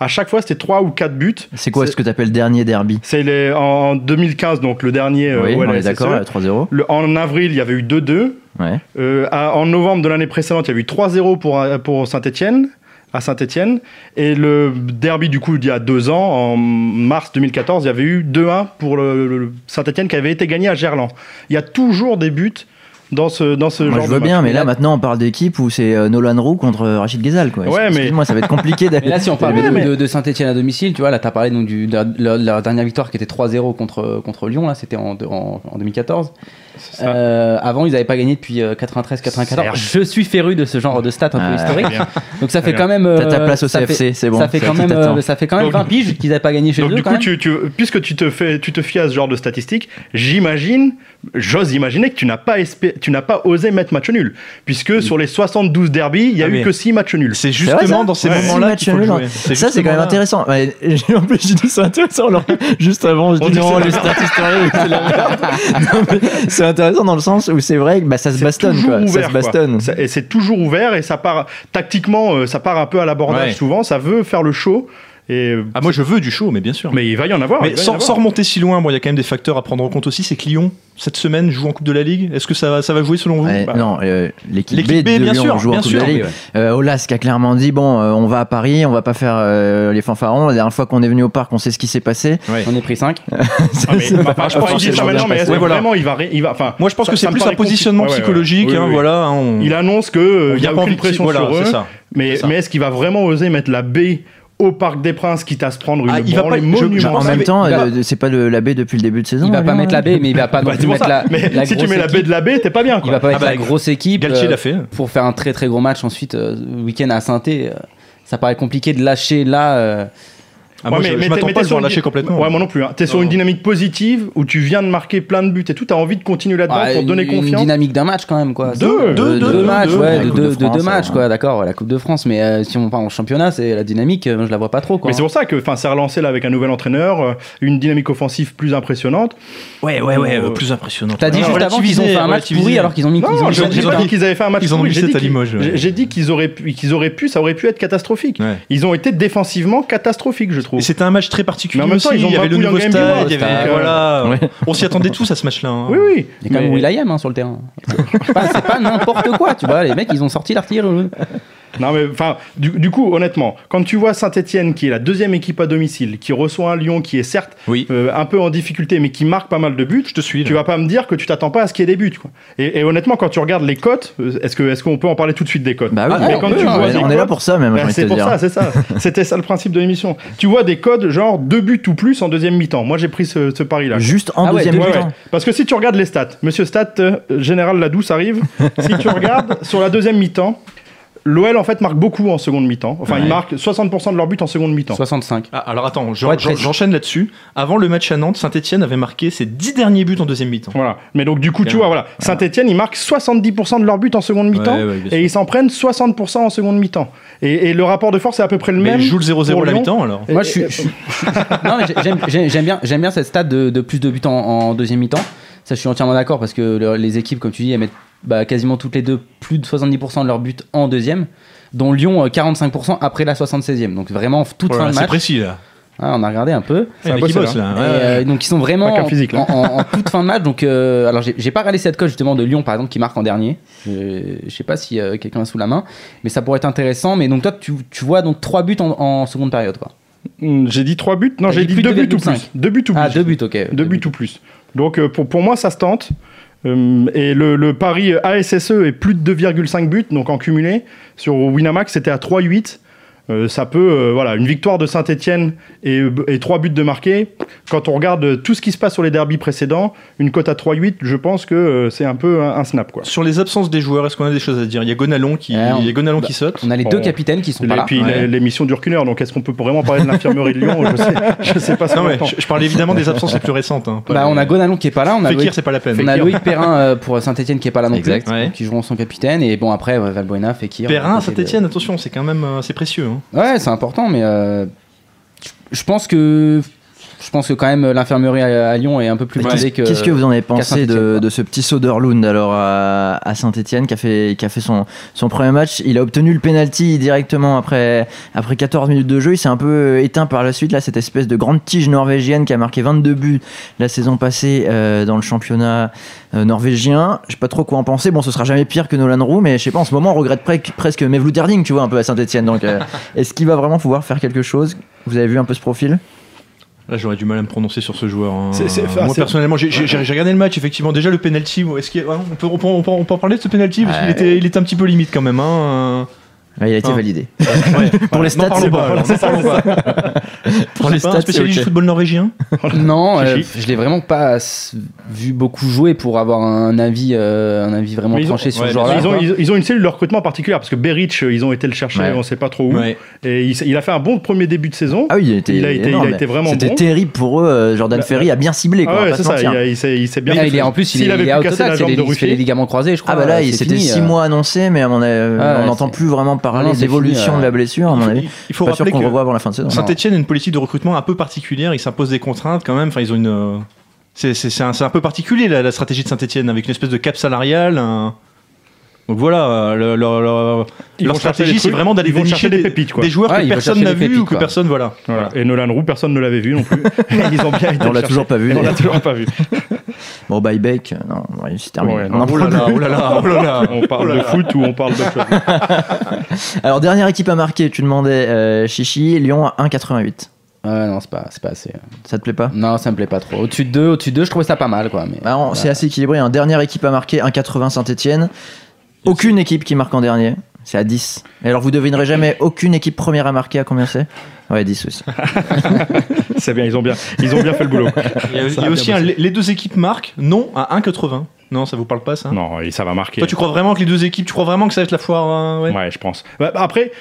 [SPEAKER 5] À chaque fois, c'était trois ou quatre buts.
[SPEAKER 2] C'est quoi ce que t'appelles dernier derby
[SPEAKER 5] C'est les- en 2015, donc le dernier. euh,
[SPEAKER 2] Oui, on est
[SPEAKER 5] OLSSE.
[SPEAKER 2] d'accord, euh, 3-0.
[SPEAKER 5] Le- en avril, il y avait eu 2-2.
[SPEAKER 2] Ouais.
[SPEAKER 5] Euh, à- en novembre de l'année précédente, il y a eu 3-0 pour, euh, pour Saint-Etienne, à Saint-Etienne. Et le derby, du coup, d'il y a deux ans, en mars 2014, il y avait eu 2-1 pour le, le Saint-Etienne qui avait été gagné à Gerland. Il y a toujours des buts dans ce, dans ce
[SPEAKER 2] Moi,
[SPEAKER 5] genre
[SPEAKER 2] je
[SPEAKER 5] de
[SPEAKER 2] veux
[SPEAKER 5] match.
[SPEAKER 2] bien, mais
[SPEAKER 4] Mais
[SPEAKER 2] là,
[SPEAKER 4] là-
[SPEAKER 2] maintenant, on parle d'équipe où c'est euh, Nolan Roux contre euh, Rachid Ghezal, quoi.
[SPEAKER 5] Ouais, mais-
[SPEAKER 2] Excuse-moi, ça va être compliqué d'aller.
[SPEAKER 4] Mais là, si on parle
[SPEAKER 5] Ouais,
[SPEAKER 4] de,
[SPEAKER 5] mais-
[SPEAKER 4] de- de Saint-Etienne à domicile, tu vois, là, t'as parlé donc du, de, la- de leur dernière victoire qui était 3-0 contre, contre Lyon, là, c'était en, de- en, en 2014. Euh, avant, ils n'avaient pas gagné depuis 93-94.
[SPEAKER 5] Certes.
[SPEAKER 4] Je suis féru de ce genre de stats un
[SPEAKER 2] Ah,
[SPEAKER 4] peu historiques.
[SPEAKER 5] bien.
[SPEAKER 4] Donc ça fait
[SPEAKER 5] bien.
[SPEAKER 4] quand même.
[SPEAKER 2] T'as ta
[SPEAKER 4] euh,
[SPEAKER 2] place au
[SPEAKER 4] ça fait-
[SPEAKER 2] CFC, c'est bon.
[SPEAKER 4] Ça fait, quand
[SPEAKER 2] tu
[SPEAKER 4] même,
[SPEAKER 2] t'attends.
[SPEAKER 4] euh, ça fait quand même
[SPEAKER 5] Donc-
[SPEAKER 4] 20 piges qu'ils n'avaient pas gagné chez
[SPEAKER 5] Donc
[SPEAKER 4] eux.
[SPEAKER 5] du
[SPEAKER 4] quand
[SPEAKER 5] coup,
[SPEAKER 4] même.
[SPEAKER 5] tu, tu- puisque tu te, fais, tu te fies à ce genre de statistiques, j'imagine, j'ose imaginer que tu n'as pas, espé- tu n'as pas osé mettre match nul. Puisque sur les 72 derbys, il n'y a
[SPEAKER 3] Ah,
[SPEAKER 5] eu
[SPEAKER 3] mais-
[SPEAKER 5] que 6 matchs nuls.
[SPEAKER 3] C'est
[SPEAKER 2] C'est vrai,
[SPEAKER 3] justement
[SPEAKER 2] ça
[SPEAKER 3] dans ces
[SPEAKER 2] Ouais.
[SPEAKER 3] moments-là
[SPEAKER 2] Six
[SPEAKER 3] qu'il faut
[SPEAKER 2] matchs
[SPEAKER 3] le
[SPEAKER 2] nuls,
[SPEAKER 3] jouer.
[SPEAKER 2] hein.
[SPEAKER 3] C'est
[SPEAKER 2] Ça, c'est quand même
[SPEAKER 3] justement là.
[SPEAKER 2] intéressant. Ouais, et en plus, j'ai dit c'est intéressant. alors que juste avant, je
[SPEAKER 5] On
[SPEAKER 2] dis
[SPEAKER 5] dit
[SPEAKER 2] non,
[SPEAKER 5] que
[SPEAKER 2] les statistiques, c'est la merde. Non, mais C'est intéressant dans le sens où c'est vrai que bah, ça se
[SPEAKER 5] C'est
[SPEAKER 2] bastonne.
[SPEAKER 5] toujours
[SPEAKER 2] Quoi.
[SPEAKER 5] ouvert,
[SPEAKER 2] Ça se bastonne.
[SPEAKER 5] quoi. Ça- et c'est toujours ouvert et ça part tactiquement, euh, ça part un peu à l'abordage
[SPEAKER 3] Ouais.
[SPEAKER 5] souvent. Ça veut faire le show. Et, euh,
[SPEAKER 3] Ah, moi, je veux du show, mais bien sûr.
[SPEAKER 5] mais il va y en avoir. il
[SPEAKER 3] Mais
[SPEAKER 5] va y en
[SPEAKER 3] sans,
[SPEAKER 5] avoir.
[SPEAKER 3] sans remonter si loin, bon, il y a quand même des facteurs à prendre en compte aussi. C'est que Lyon, cette semaine, joue en Coupe de la Ligue. Est-ce que ça, va- ça va jouer selon vous
[SPEAKER 2] Ouais,
[SPEAKER 3] Bah,
[SPEAKER 2] non, euh, l'équipe B,
[SPEAKER 3] l'équipe B,
[SPEAKER 2] de
[SPEAKER 3] bien
[SPEAKER 2] Lyon
[SPEAKER 3] sûr,
[SPEAKER 2] joue en
[SPEAKER 3] bien
[SPEAKER 2] Coupe de
[SPEAKER 3] sûr.
[SPEAKER 2] Ligue. Euh, Olas qui a clairement dit bon, euh, on va à Paris, on va pas faire euh, les fanfarons. La dernière fois qu'on est venu au parc, on sait ce qui s'est passé.
[SPEAKER 4] On est pris 5.
[SPEAKER 5] Ah, mais- bah, bah, je pense
[SPEAKER 2] forcément
[SPEAKER 5] qu'il dit ça
[SPEAKER 2] bien
[SPEAKER 5] maintenant, mais
[SPEAKER 2] passé.
[SPEAKER 5] est-ce que
[SPEAKER 3] Ouais, voilà.
[SPEAKER 5] vraiment il va, ré- il va, enfin,
[SPEAKER 3] Moi, je pense
[SPEAKER 5] ça-
[SPEAKER 3] que
[SPEAKER 5] ça
[SPEAKER 3] c'est
[SPEAKER 5] me
[SPEAKER 3] plus
[SPEAKER 5] paraît
[SPEAKER 3] un positionnement
[SPEAKER 5] compliqué. Ouais, ouais, ouais.
[SPEAKER 3] psychologique.
[SPEAKER 5] Oui,
[SPEAKER 3] hein,
[SPEAKER 5] oui, oui.
[SPEAKER 3] Voilà, hein, on-
[SPEAKER 5] Il annonce que
[SPEAKER 3] on
[SPEAKER 5] euh, il n'y
[SPEAKER 3] vient
[SPEAKER 5] a
[SPEAKER 3] pas en
[SPEAKER 5] aucune
[SPEAKER 3] victime,
[SPEAKER 5] pression
[SPEAKER 3] voilà,
[SPEAKER 5] sur eux.
[SPEAKER 3] c'est ça.
[SPEAKER 5] Mais,
[SPEAKER 3] C'est ça.
[SPEAKER 5] mais est-ce qu'il va vraiment oser mettre la baie au Parc des Princes, quitte à se prendre une
[SPEAKER 3] Ah, il va
[SPEAKER 5] branlée
[SPEAKER 3] pas- je- je
[SPEAKER 5] monumentale
[SPEAKER 2] En
[SPEAKER 3] pense
[SPEAKER 2] même
[SPEAKER 3] qu'il
[SPEAKER 2] temps,
[SPEAKER 4] va-
[SPEAKER 2] euh, c'est pas le, la baie depuis le début de saison.
[SPEAKER 4] Il va pas
[SPEAKER 2] Lyon,
[SPEAKER 4] mettre
[SPEAKER 2] hein.
[SPEAKER 4] la baie, mais il va pas non
[SPEAKER 5] Bah, c'est
[SPEAKER 4] plus
[SPEAKER 5] pour
[SPEAKER 4] mettre la.
[SPEAKER 5] ça. Mais
[SPEAKER 4] la
[SPEAKER 5] si tu
[SPEAKER 4] grosse
[SPEAKER 5] mets la baie
[SPEAKER 4] équipe.
[SPEAKER 5] de la baie, t'es pas bien.
[SPEAKER 4] Il
[SPEAKER 5] quoi.
[SPEAKER 4] va pas
[SPEAKER 3] Ah
[SPEAKER 4] mettre
[SPEAKER 3] bah,
[SPEAKER 4] la grosse équipe.
[SPEAKER 3] Galtier
[SPEAKER 4] euh,
[SPEAKER 3] l'a fait.
[SPEAKER 4] pour faire un très très gros match ensuite euh, week-end à saint euh, ça paraît compliqué de lâcher là euh,
[SPEAKER 3] Ah, moi,
[SPEAKER 5] Ouais,
[SPEAKER 3] je- je
[SPEAKER 5] t'es-
[SPEAKER 3] m'attends
[SPEAKER 5] t'es
[SPEAKER 3] pas à le
[SPEAKER 5] sur
[SPEAKER 3] voir
[SPEAKER 5] une
[SPEAKER 3] lâcher
[SPEAKER 5] di-
[SPEAKER 3] complètement.
[SPEAKER 5] Ouais, moi non plus. hein. T'es sur
[SPEAKER 3] Non.
[SPEAKER 5] une dynamique positive où tu viens de marquer plein de buts et tout. T'as envie de continuer là-dedans
[SPEAKER 4] à
[SPEAKER 5] pour
[SPEAKER 4] Bah, une-
[SPEAKER 5] donner
[SPEAKER 4] une
[SPEAKER 5] confiance.
[SPEAKER 4] dynamique d'un match quand même quoi
[SPEAKER 5] Deux,
[SPEAKER 3] deux,
[SPEAKER 4] de,
[SPEAKER 3] deux,
[SPEAKER 4] deux
[SPEAKER 3] deux,
[SPEAKER 4] matchs
[SPEAKER 3] deux.
[SPEAKER 4] ouais,
[SPEAKER 2] La
[SPEAKER 4] de,
[SPEAKER 2] Coupe de
[SPEAKER 4] deux- de
[SPEAKER 2] France,
[SPEAKER 4] deux matchs
[SPEAKER 2] ouais.
[SPEAKER 4] quoi d'accord ouais, la Coupe de France mais euh, si on part en championnat c'est la dynamique euh, je la vois pas trop quoi
[SPEAKER 5] Mais c'est pour ça que enfin, c'est relancé là avec un nouvel entraîneur, euh, une dynamique offensive plus impressionnante.
[SPEAKER 3] Ouais, ouais, ouais, euh, plus impressionnant.
[SPEAKER 4] t'as dit
[SPEAKER 3] Ouais,
[SPEAKER 4] juste avant qu'ils ont fait un match
[SPEAKER 3] relativiser,
[SPEAKER 4] pourri alors qu'ils ont mis
[SPEAKER 5] Non,
[SPEAKER 4] ils ont mis
[SPEAKER 5] je
[SPEAKER 4] plein de
[SPEAKER 5] j'ai
[SPEAKER 4] buts,
[SPEAKER 5] pas
[SPEAKER 4] hein.
[SPEAKER 5] dit qu'ils avaient fait un match
[SPEAKER 3] Ils ont
[SPEAKER 5] pourri,
[SPEAKER 3] mis
[SPEAKER 5] j'ai
[SPEAKER 3] sept
[SPEAKER 5] dit
[SPEAKER 3] à
[SPEAKER 5] qu'ils-
[SPEAKER 3] Limoges, ouais.
[SPEAKER 5] j'ai- J'ai dit qu'ils auraient pu, qu'ils auraient pu, ça aurait pu être catastrophique.
[SPEAKER 3] Ouais.
[SPEAKER 5] Ils ont été défensivement catastrophiques, je
[SPEAKER 3] Et
[SPEAKER 5] trouve.
[SPEAKER 3] c'était un match très particulier
[SPEAKER 5] Mais en même temps,
[SPEAKER 3] aussi,
[SPEAKER 5] ils ont
[SPEAKER 3] il y avait le
[SPEAKER 5] Bakou
[SPEAKER 3] nouveau
[SPEAKER 5] Yangambi,
[SPEAKER 3] stade,
[SPEAKER 5] ouais,
[SPEAKER 3] il y avait,
[SPEAKER 5] c'était-
[SPEAKER 3] voilà,
[SPEAKER 2] Ouais.
[SPEAKER 3] on s'y attendait tous à ce match-là. hein.
[SPEAKER 5] Oui, oui.
[SPEAKER 4] il y a quand même
[SPEAKER 5] Mais-
[SPEAKER 4] Will.i.am hein, sur le terrain. C'est pas- c'est pas n'importe quoi, tu vois. Les mecs, ils ont sorti l'artillerie.
[SPEAKER 5] Non, mais enfin, du, du coup, honnêtement, quand tu vois Saint-Etienne, qui est la deuxième équipe à domicile, qui reçoit un Lyon qui est certes
[SPEAKER 3] Oui.
[SPEAKER 5] euh, un peu en difficulté, mais qui marque pas mal de buts,
[SPEAKER 3] Je te suis. là.
[SPEAKER 5] tu vas pas me dire que tu t'attends pas à ce qu'il y ait des buts. quoi. Et, et honnêtement, quand tu regardes les cotes, euh, est-ce que est-ce qu'on peut en parler tout de suite des cotes
[SPEAKER 2] Bah oui,
[SPEAKER 4] Ah,
[SPEAKER 2] mais
[SPEAKER 4] mais quand
[SPEAKER 2] on,
[SPEAKER 4] tu
[SPEAKER 2] on
[SPEAKER 4] vois
[SPEAKER 2] est-
[SPEAKER 5] des
[SPEAKER 2] on est là
[SPEAKER 5] codes-
[SPEAKER 2] pour ça même. j'ai
[SPEAKER 5] Bah,
[SPEAKER 2] envie de
[SPEAKER 5] c'est
[SPEAKER 2] te
[SPEAKER 5] pour
[SPEAKER 2] dire.
[SPEAKER 5] ça, c'est ça. C'était ça le principe de l'émission. Tu vois des codes genre deux buts ou plus en deuxième mi-temps. Moi j'ai pris ce, ce pari-là.
[SPEAKER 2] Juste en
[SPEAKER 4] Ah ouais,
[SPEAKER 2] deuxième
[SPEAKER 5] Ouais,
[SPEAKER 2] mi-temps.
[SPEAKER 5] ouais. Parce que si tu regardes les stats, Monsieur Stat, euh, Général Ladouce arrive. si tu regardes sur la deuxième mi-temps, l'OL en fait marque beaucoup en seconde mi-temps. Enfin, ils marquent 60% de leurs buts en seconde mi-temps.
[SPEAKER 4] 65.
[SPEAKER 3] Ah, alors attends, j'en-
[SPEAKER 4] Ouais, très-
[SPEAKER 3] j'en- j'enchaîne là-dessus. Avant le match à Nantes, Saint-Etienne avait marqué ses 10 derniers buts en deuxième mi-temps.
[SPEAKER 5] Voilà. Mais donc du coup, tu
[SPEAKER 3] Bien.
[SPEAKER 5] vois, voilà, Saint-Etienne, ils marquent 70% de leurs buts en seconde mi-temps
[SPEAKER 3] Ouais, ouais, bien sûr.
[SPEAKER 5] et ils s'en prennent 60% en seconde mi-temps. Et, et le rapport de force est à peu près le
[SPEAKER 3] Mais
[SPEAKER 5] même.
[SPEAKER 3] ils jouent le 0-0 à
[SPEAKER 5] pour
[SPEAKER 3] la
[SPEAKER 5] Lyon.
[SPEAKER 3] mi-temps alors.
[SPEAKER 4] Moi, je suis. je suis- non, mais j'ai- j'aime- j'ai- j'aime bien, j'aime bien cette stat de, de plus de buts en, en deuxième mi-temps. Ça, je suis entièrement d'accord parce que le- les équipes, comme tu dis, elles mettent bah, quasiment toutes les deux plus de 70% de leurs buts en deuxième, dont Lyon euh, 45% après la 76e. Donc vraiment toute
[SPEAKER 3] Voilà,
[SPEAKER 4] fin de
[SPEAKER 3] c'est
[SPEAKER 4] match.
[SPEAKER 3] précis là.
[SPEAKER 4] Ah, on a regardé un peu.
[SPEAKER 3] Il y en a
[SPEAKER 5] un
[SPEAKER 3] qui
[SPEAKER 5] bosseur,
[SPEAKER 3] bossent là.
[SPEAKER 4] Et,
[SPEAKER 3] Ouais, ouais.
[SPEAKER 4] euh, donc ils sont vraiment
[SPEAKER 5] Pas qu'un physique, là.
[SPEAKER 4] en, en- en toute fin de match. Donc euh, alors j'ai j'ai pas regardé cette cote justement de Lyon par exemple qui marque en dernier. Je, je sais pas si euh, quelqu'un a sous la main, mais ça pourrait être intéressant. Mais donc toi tu, tu vois donc trois buts en, en seconde période quoi.
[SPEAKER 5] Hmm, J'ai dit 3 buts. Non,
[SPEAKER 4] T'as
[SPEAKER 5] j'ai
[SPEAKER 4] dit
[SPEAKER 5] dit
[SPEAKER 4] plus
[SPEAKER 5] 2 buts ou
[SPEAKER 4] 2,5.
[SPEAKER 5] plus. 2 buts ou plus.
[SPEAKER 4] Ah deux buts ok.
[SPEAKER 5] Deux buts ou plus. Donc euh, pour, pour moi, ça se tente. Euh, et le, le pari ASSE E est plus de 2,5 buts, donc en cumulé. Sur Winamax, c'était à 3,8. Euh, ça peut, euh, voilà, une victoire de Saint-Etienne et, et 3 buts de marqué. Quand on regarde tout ce qui se passe sur les derbys précédents, une cote à 3,8, je pense que euh, c'est un peu un, un snap, quoi.
[SPEAKER 3] Sur les absences des joueurs, est-ce qu'on a des choses à dire Il y a Gonalon qui,
[SPEAKER 4] Ouais, on-
[SPEAKER 3] il y a Gonalon
[SPEAKER 4] bah,
[SPEAKER 3] qui saute.
[SPEAKER 4] On a les
[SPEAKER 5] Bon.
[SPEAKER 4] deux capitaines qui sont
[SPEAKER 5] Et
[SPEAKER 4] pas là.
[SPEAKER 5] puis
[SPEAKER 3] ouais.
[SPEAKER 5] l'é- l'émission dure qu'une heure, donc est-ce qu'on peut vraiment parler de l'infirmerie de Lyon Je sais, je sais pas ce
[SPEAKER 3] Non
[SPEAKER 5] qu'on
[SPEAKER 3] mais
[SPEAKER 5] attend.
[SPEAKER 3] je, je parle évidemment des absences les plus récentes. hein, pas
[SPEAKER 4] Bah,
[SPEAKER 3] les-
[SPEAKER 4] on a Gonalon qui est pas là. On a
[SPEAKER 3] Fekir,
[SPEAKER 4] Loïc,
[SPEAKER 3] c'est pas la
[SPEAKER 4] on
[SPEAKER 3] peine.
[SPEAKER 4] a Loïc Perrin euh, pour Saint-Etienne qui est pas là non
[SPEAKER 2] Exact.
[SPEAKER 4] plus.
[SPEAKER 3] Ouais.
[SPEAKER 4] Donc, Qui joueront son capitaine et bon après ouais, Valbuena, Fekir.
[SPEAKER 3] Perrin,
[SPEAKER 4] à
[SPEAKER 3] à Saint-Etienne, attention, c'est quand même euh, c'est précieux. hein.
[SPEAKER 4] Ouais, c'est important, mais euh, je- je pense que je pense que quand même l'infirmerie à, à Lyon est un peu plus
[SPEAKER 2] Mais
[SPEAKER 4] prisée
[SPEAKER 2] Qu'est-ce
[SPEAKER 4] que.
[SPEAKER 2] qu'est-ce que vous en avez pensé
[SPEAKER 4] Saint-Étienne,
[SPEAKER 2] de,
[SPEAKER 4] quoi.
[SPEAKER 2] de ce petit Soderlund alors à, à Saint-Etienne qui a fait, qui a fait son, son premier match Il a obtenu le penalty directement après, après 14 minutes de jeu. Il s'est un peu éteint par la suite. Là, cette espèce de grande tige norvégienne qui a marqué 22 buts la saison passée euh, dans le championnat euh, norvégien. Je sais pas trop quoi en penser. Bon, ce sera jamais pire que Nolan Roux, mais je sais pas, en ce moment, on regrette pre- presque Mevlut Erding, tu vois, un peu à Saint-Etienne. Donc, euh, est-ce qu'il va vraiment pouvoir faire quelque chose Vous avez vu un peu ce profil
[SPEAKER 3] Là, j'aurais du mal à me prononcer sur ce joueur. hein.
[SPEAKER 5] C'est- c'est-
[SPEAKER 3] Moi,
[SPEAKER 5] c'est-
[SPEAKER 3] personnellement, j'ai j'ai- j'ai regardé le match, effectivement. Déjà, le penalty, bon, est-ce qu'il y a- ouais, on, peut, on, peut, on peut- on peut en parler de ce penalty Parce qu'il était, il était un petit peu limite quand même. hein.
[SPEAKER 2] Ouais, Il a été
[SPEAKER 3] Ah.
[SPEAKER 2] validé.
[SPEAKER 3] Voilà,
[SPEAKER 2] les
[SPEAKER 3] n'en
[SPEAKER 2] stats,
[SPEAKER 3] parlons
[SPEAKER 2] c'est
[SPEAKER 3] pas,
[SPEAKER 2] bon,
[SPEAKER 3] alors, n'en parlons pas.
[SPEAKER 2] Pour
[SPEAKER 3] C'est
[SPEAKER 2] les
[SPEAKER 3] pas
[SPEAKER 2] stats,
[SPEAKER 3] un
[SPEAKER 2] c'est ok.
[SPEAKER 3] spécialiste du football norvégien
[SPEAKER 4] Non, euh,
[SPEAKER 5] Chichi.
[SPEAKER 4] je l'ai vraiment pas s- vu beaucoup jouer pour avoir un avis, euh, un avis vraiment
[SPEAKER 5] Mais ils
[SPEAKER 4] tranché
[SPEAKER 5] ont-
[SPEAKER 4] sur
[SPEAKER 3] ouais,
[SPEAKER 4] ce
[SPEAKER 3] mais
[SPEAKER 4] genre-là.
[SPEAKER 5] ils, ont,
[SPEAKER 4] quoi.
[SPEAKER 5] ils ont- ils ont une cellule de recrutement particulière parce que Berich, euh, ils ont été le chercher,
[SPEAKER 2] Ouais.
[SPEAKER 5] on sait pas trop où.
[SPEAKER 3] Ouais.
[SPEAKER 5] Et il, s- il a fait un bon premier début de saison.
[SPEAKER 2] Ah oui, il a été,
[SPEAKER 5] Il a été-
[SPEAKER 2] énorme.
[SPEAKER 5] il a été vraiment
[SPEAKER 2] C'était
[SPEAKER 5] bon.
[SPEAKER 2] terrible pour eux. euh, Jordan
[SPEAKER 5] La-
[SPEAKER 2] Ferry a bien ciblé. Quoi,
[SPEAKER 5] Ah
[SPEAKER 2] on va
[SPEAKER 5] ouais,
[SPEAKER 2] pas
[SPEAKER 5] c'est
[SPEAKER 2] se
[SPEAKER 5] ça, il,
[SPEAKER 2] mentir.
[SPEAKER 5] a- il s'est, il s'est bien
[SPEAKER 4] Ah, il est en plus,
[SPEAKER 5] S'il
[SPEAKER 4] il, est-
[SPEAKER 5] avait
[SPEAKER 4] il est
[SPEAKER 5] pu
[SPEAKER 4] out
[SPEAKER 5] casser
[SPEAKER 4] total,
[SPEAKER 5] la
[SPEAKER 4] c'est
[SPEAKER 5] jambe
[SPEAKER 4] les,
[SPEAKER 5] de
[SPEAKER 4] il se fait
[SPEAKER 5] Ruffier.
[SPEAKER 4] les ligaments croisés, je crois.
[SPEAKER 2] Ah bah là,
[SPEAKER 4] euh,
[SPEAKER 2] il-
[SPEAKER 4] c'est
[SPEAKER 2] c'était
[SPEAKER 4] fini,
[SPEAKER 2] 6
[SPEAKER 4] euh.
[SPEAKER 2] mois annoncé, mais à mon avis,
[SPEAKER 4] Ah
[SPEAKER 2] on
[SPEAKER 4] ouais,
[SPEAKER 2] n'entend
[SPEAKER 4] c'est-
[SPEAKER 2] plus vraiment
[SPEAKER 4] Ah
[SPEAKER 2] parler
[SPEAKER 4] non, c'est
[SPEAKER 2] d'évolution
[SPEAKER 4] fini,
[SPEAKER 2] de
[SPEAKER 4] euh.
[SPEAKER 2] la blessure. À mon avis,
[SPEAKER 3] Il- Il faut
[SPEAKER 2] pas sûr
[SPEAKER 3] rappeler
[SPEAKER 2] qu'on
[SPEAKER 3] que
[SPEAKER 2] revoit avant la fin de saison.
[SPEAKER 3] Saint-Etienne a une politique de recrutement un peu particulière. Ils s'imposent des contraintes quand même. Enfin, ils ont une. euh, C'est c'est- c'est un, c'est un peu particulier la, la stratégie de Saint-Etienne avec une espèce de cap salarial. un- Donc voilà, euh, le- leur, leur-
[SPEAKER 5] Ils
[SPEAKER 3] leur
[SPEAKER 5] vont chercher
[SPEAKER 3] stratégie
[SPEAKER 5] des
[SPEAKER 3] c'est
[SPEAKER 5] trucs,
[SPEAKER 3] vraiment d'aller
[SPEAKER 5] ils vont
[SPEAKER 3] dénicher
[SPEAKER 5] chercher des pépites, quoi.
[SPEAKER 3] Des joueurs
[SPEAKER 4] Ouais,
[SPEAKER 3] que
[SPEAKER 4] ils vont
[SPEAKER 3] personne
[SPEAKER 4] chercher
[SPEAKER 3] n'a
[SPEAKER 4] des
[SPEAKER 3] vu
[SPEAKER 4] pépites,
[SPEAKER 3] ou que
[SPEAKER 4] quoi.
[SPEAKER 3] personne. Voilà.
[SPEAKER 5] Voilà. Et Nolan Roux, personne ne l'avait vu non plus. Ils ont bien été
[SPEAKER 2] On l'a
[SPEAKER 5] le
[SPEAKER 2] toujours
[SPEAKER 5] chercher.
[SPEAKER 2] pas vu,
[SPEAKER 5] On l'a
[SPEAKER 2] d'ailleurs.
[SPEAKER 5] toujours pas vu.
[SPEAKER 2] Bon, bye Beck, non, ouais, c'est terminé.
[SPEAKER 5] Ouais,
[SPEAKER 2] On en
[SPEAKER 5] non.
[SPEAKER 3] Oh
[SPEAKER 2] parle
[SPEAKER 3] là là, oh là là, oh là là.
[SPEAKER 5] On parle de foot ou on parle d'autre chose.
[SPEAKER 2] plus. Alors, dernière équipe à marquer, tu demandais euh, Chichi, Lyon à 1,88.
[SPEAKER 4] Ouais, non, c'est pas, c'est pas assez.
[SPEAKER 2] Ça te plaît pas
[SPEAKER 4] Non, ça me plaît pas trop. Au-dessus de 2, au-dessus de 2, je trouvais ça pas mal, quoi. Mais
[SPEAKER 2] Bah, on- C'est assez équilibré. hein. Dernière équipe à marquer, 1,80 Saint-Etienne. Aucune équipe qui marque en dernier. C'est à 10. Et alors, vous devinerez jamais aucune équipe première à marquer à combien c'est Ouais, 10 aussi.
[SPEAKER 5] C'est bien, ils ont bien, ils ont bien fait le boulot.
[SPEAKER 3] Il y a, il y a
[SPEAKER 5] bien
[SPEAKER 3] aussi un-
[SPEAKER 5] bossé.
[SPEAKER 3] les deux équipes marquent non à 1,80. Non, ça vous parle pas ça
[SPEAKER 5] Non, et ça va marquer.
[SPEAKER 3] Toi, tu crois vraiment que les deux équipes, tu crois vraiment que ça va être la foire euh, ouais.
[SPEAKER 5] Ouais, je pense. Bah, bah, Après,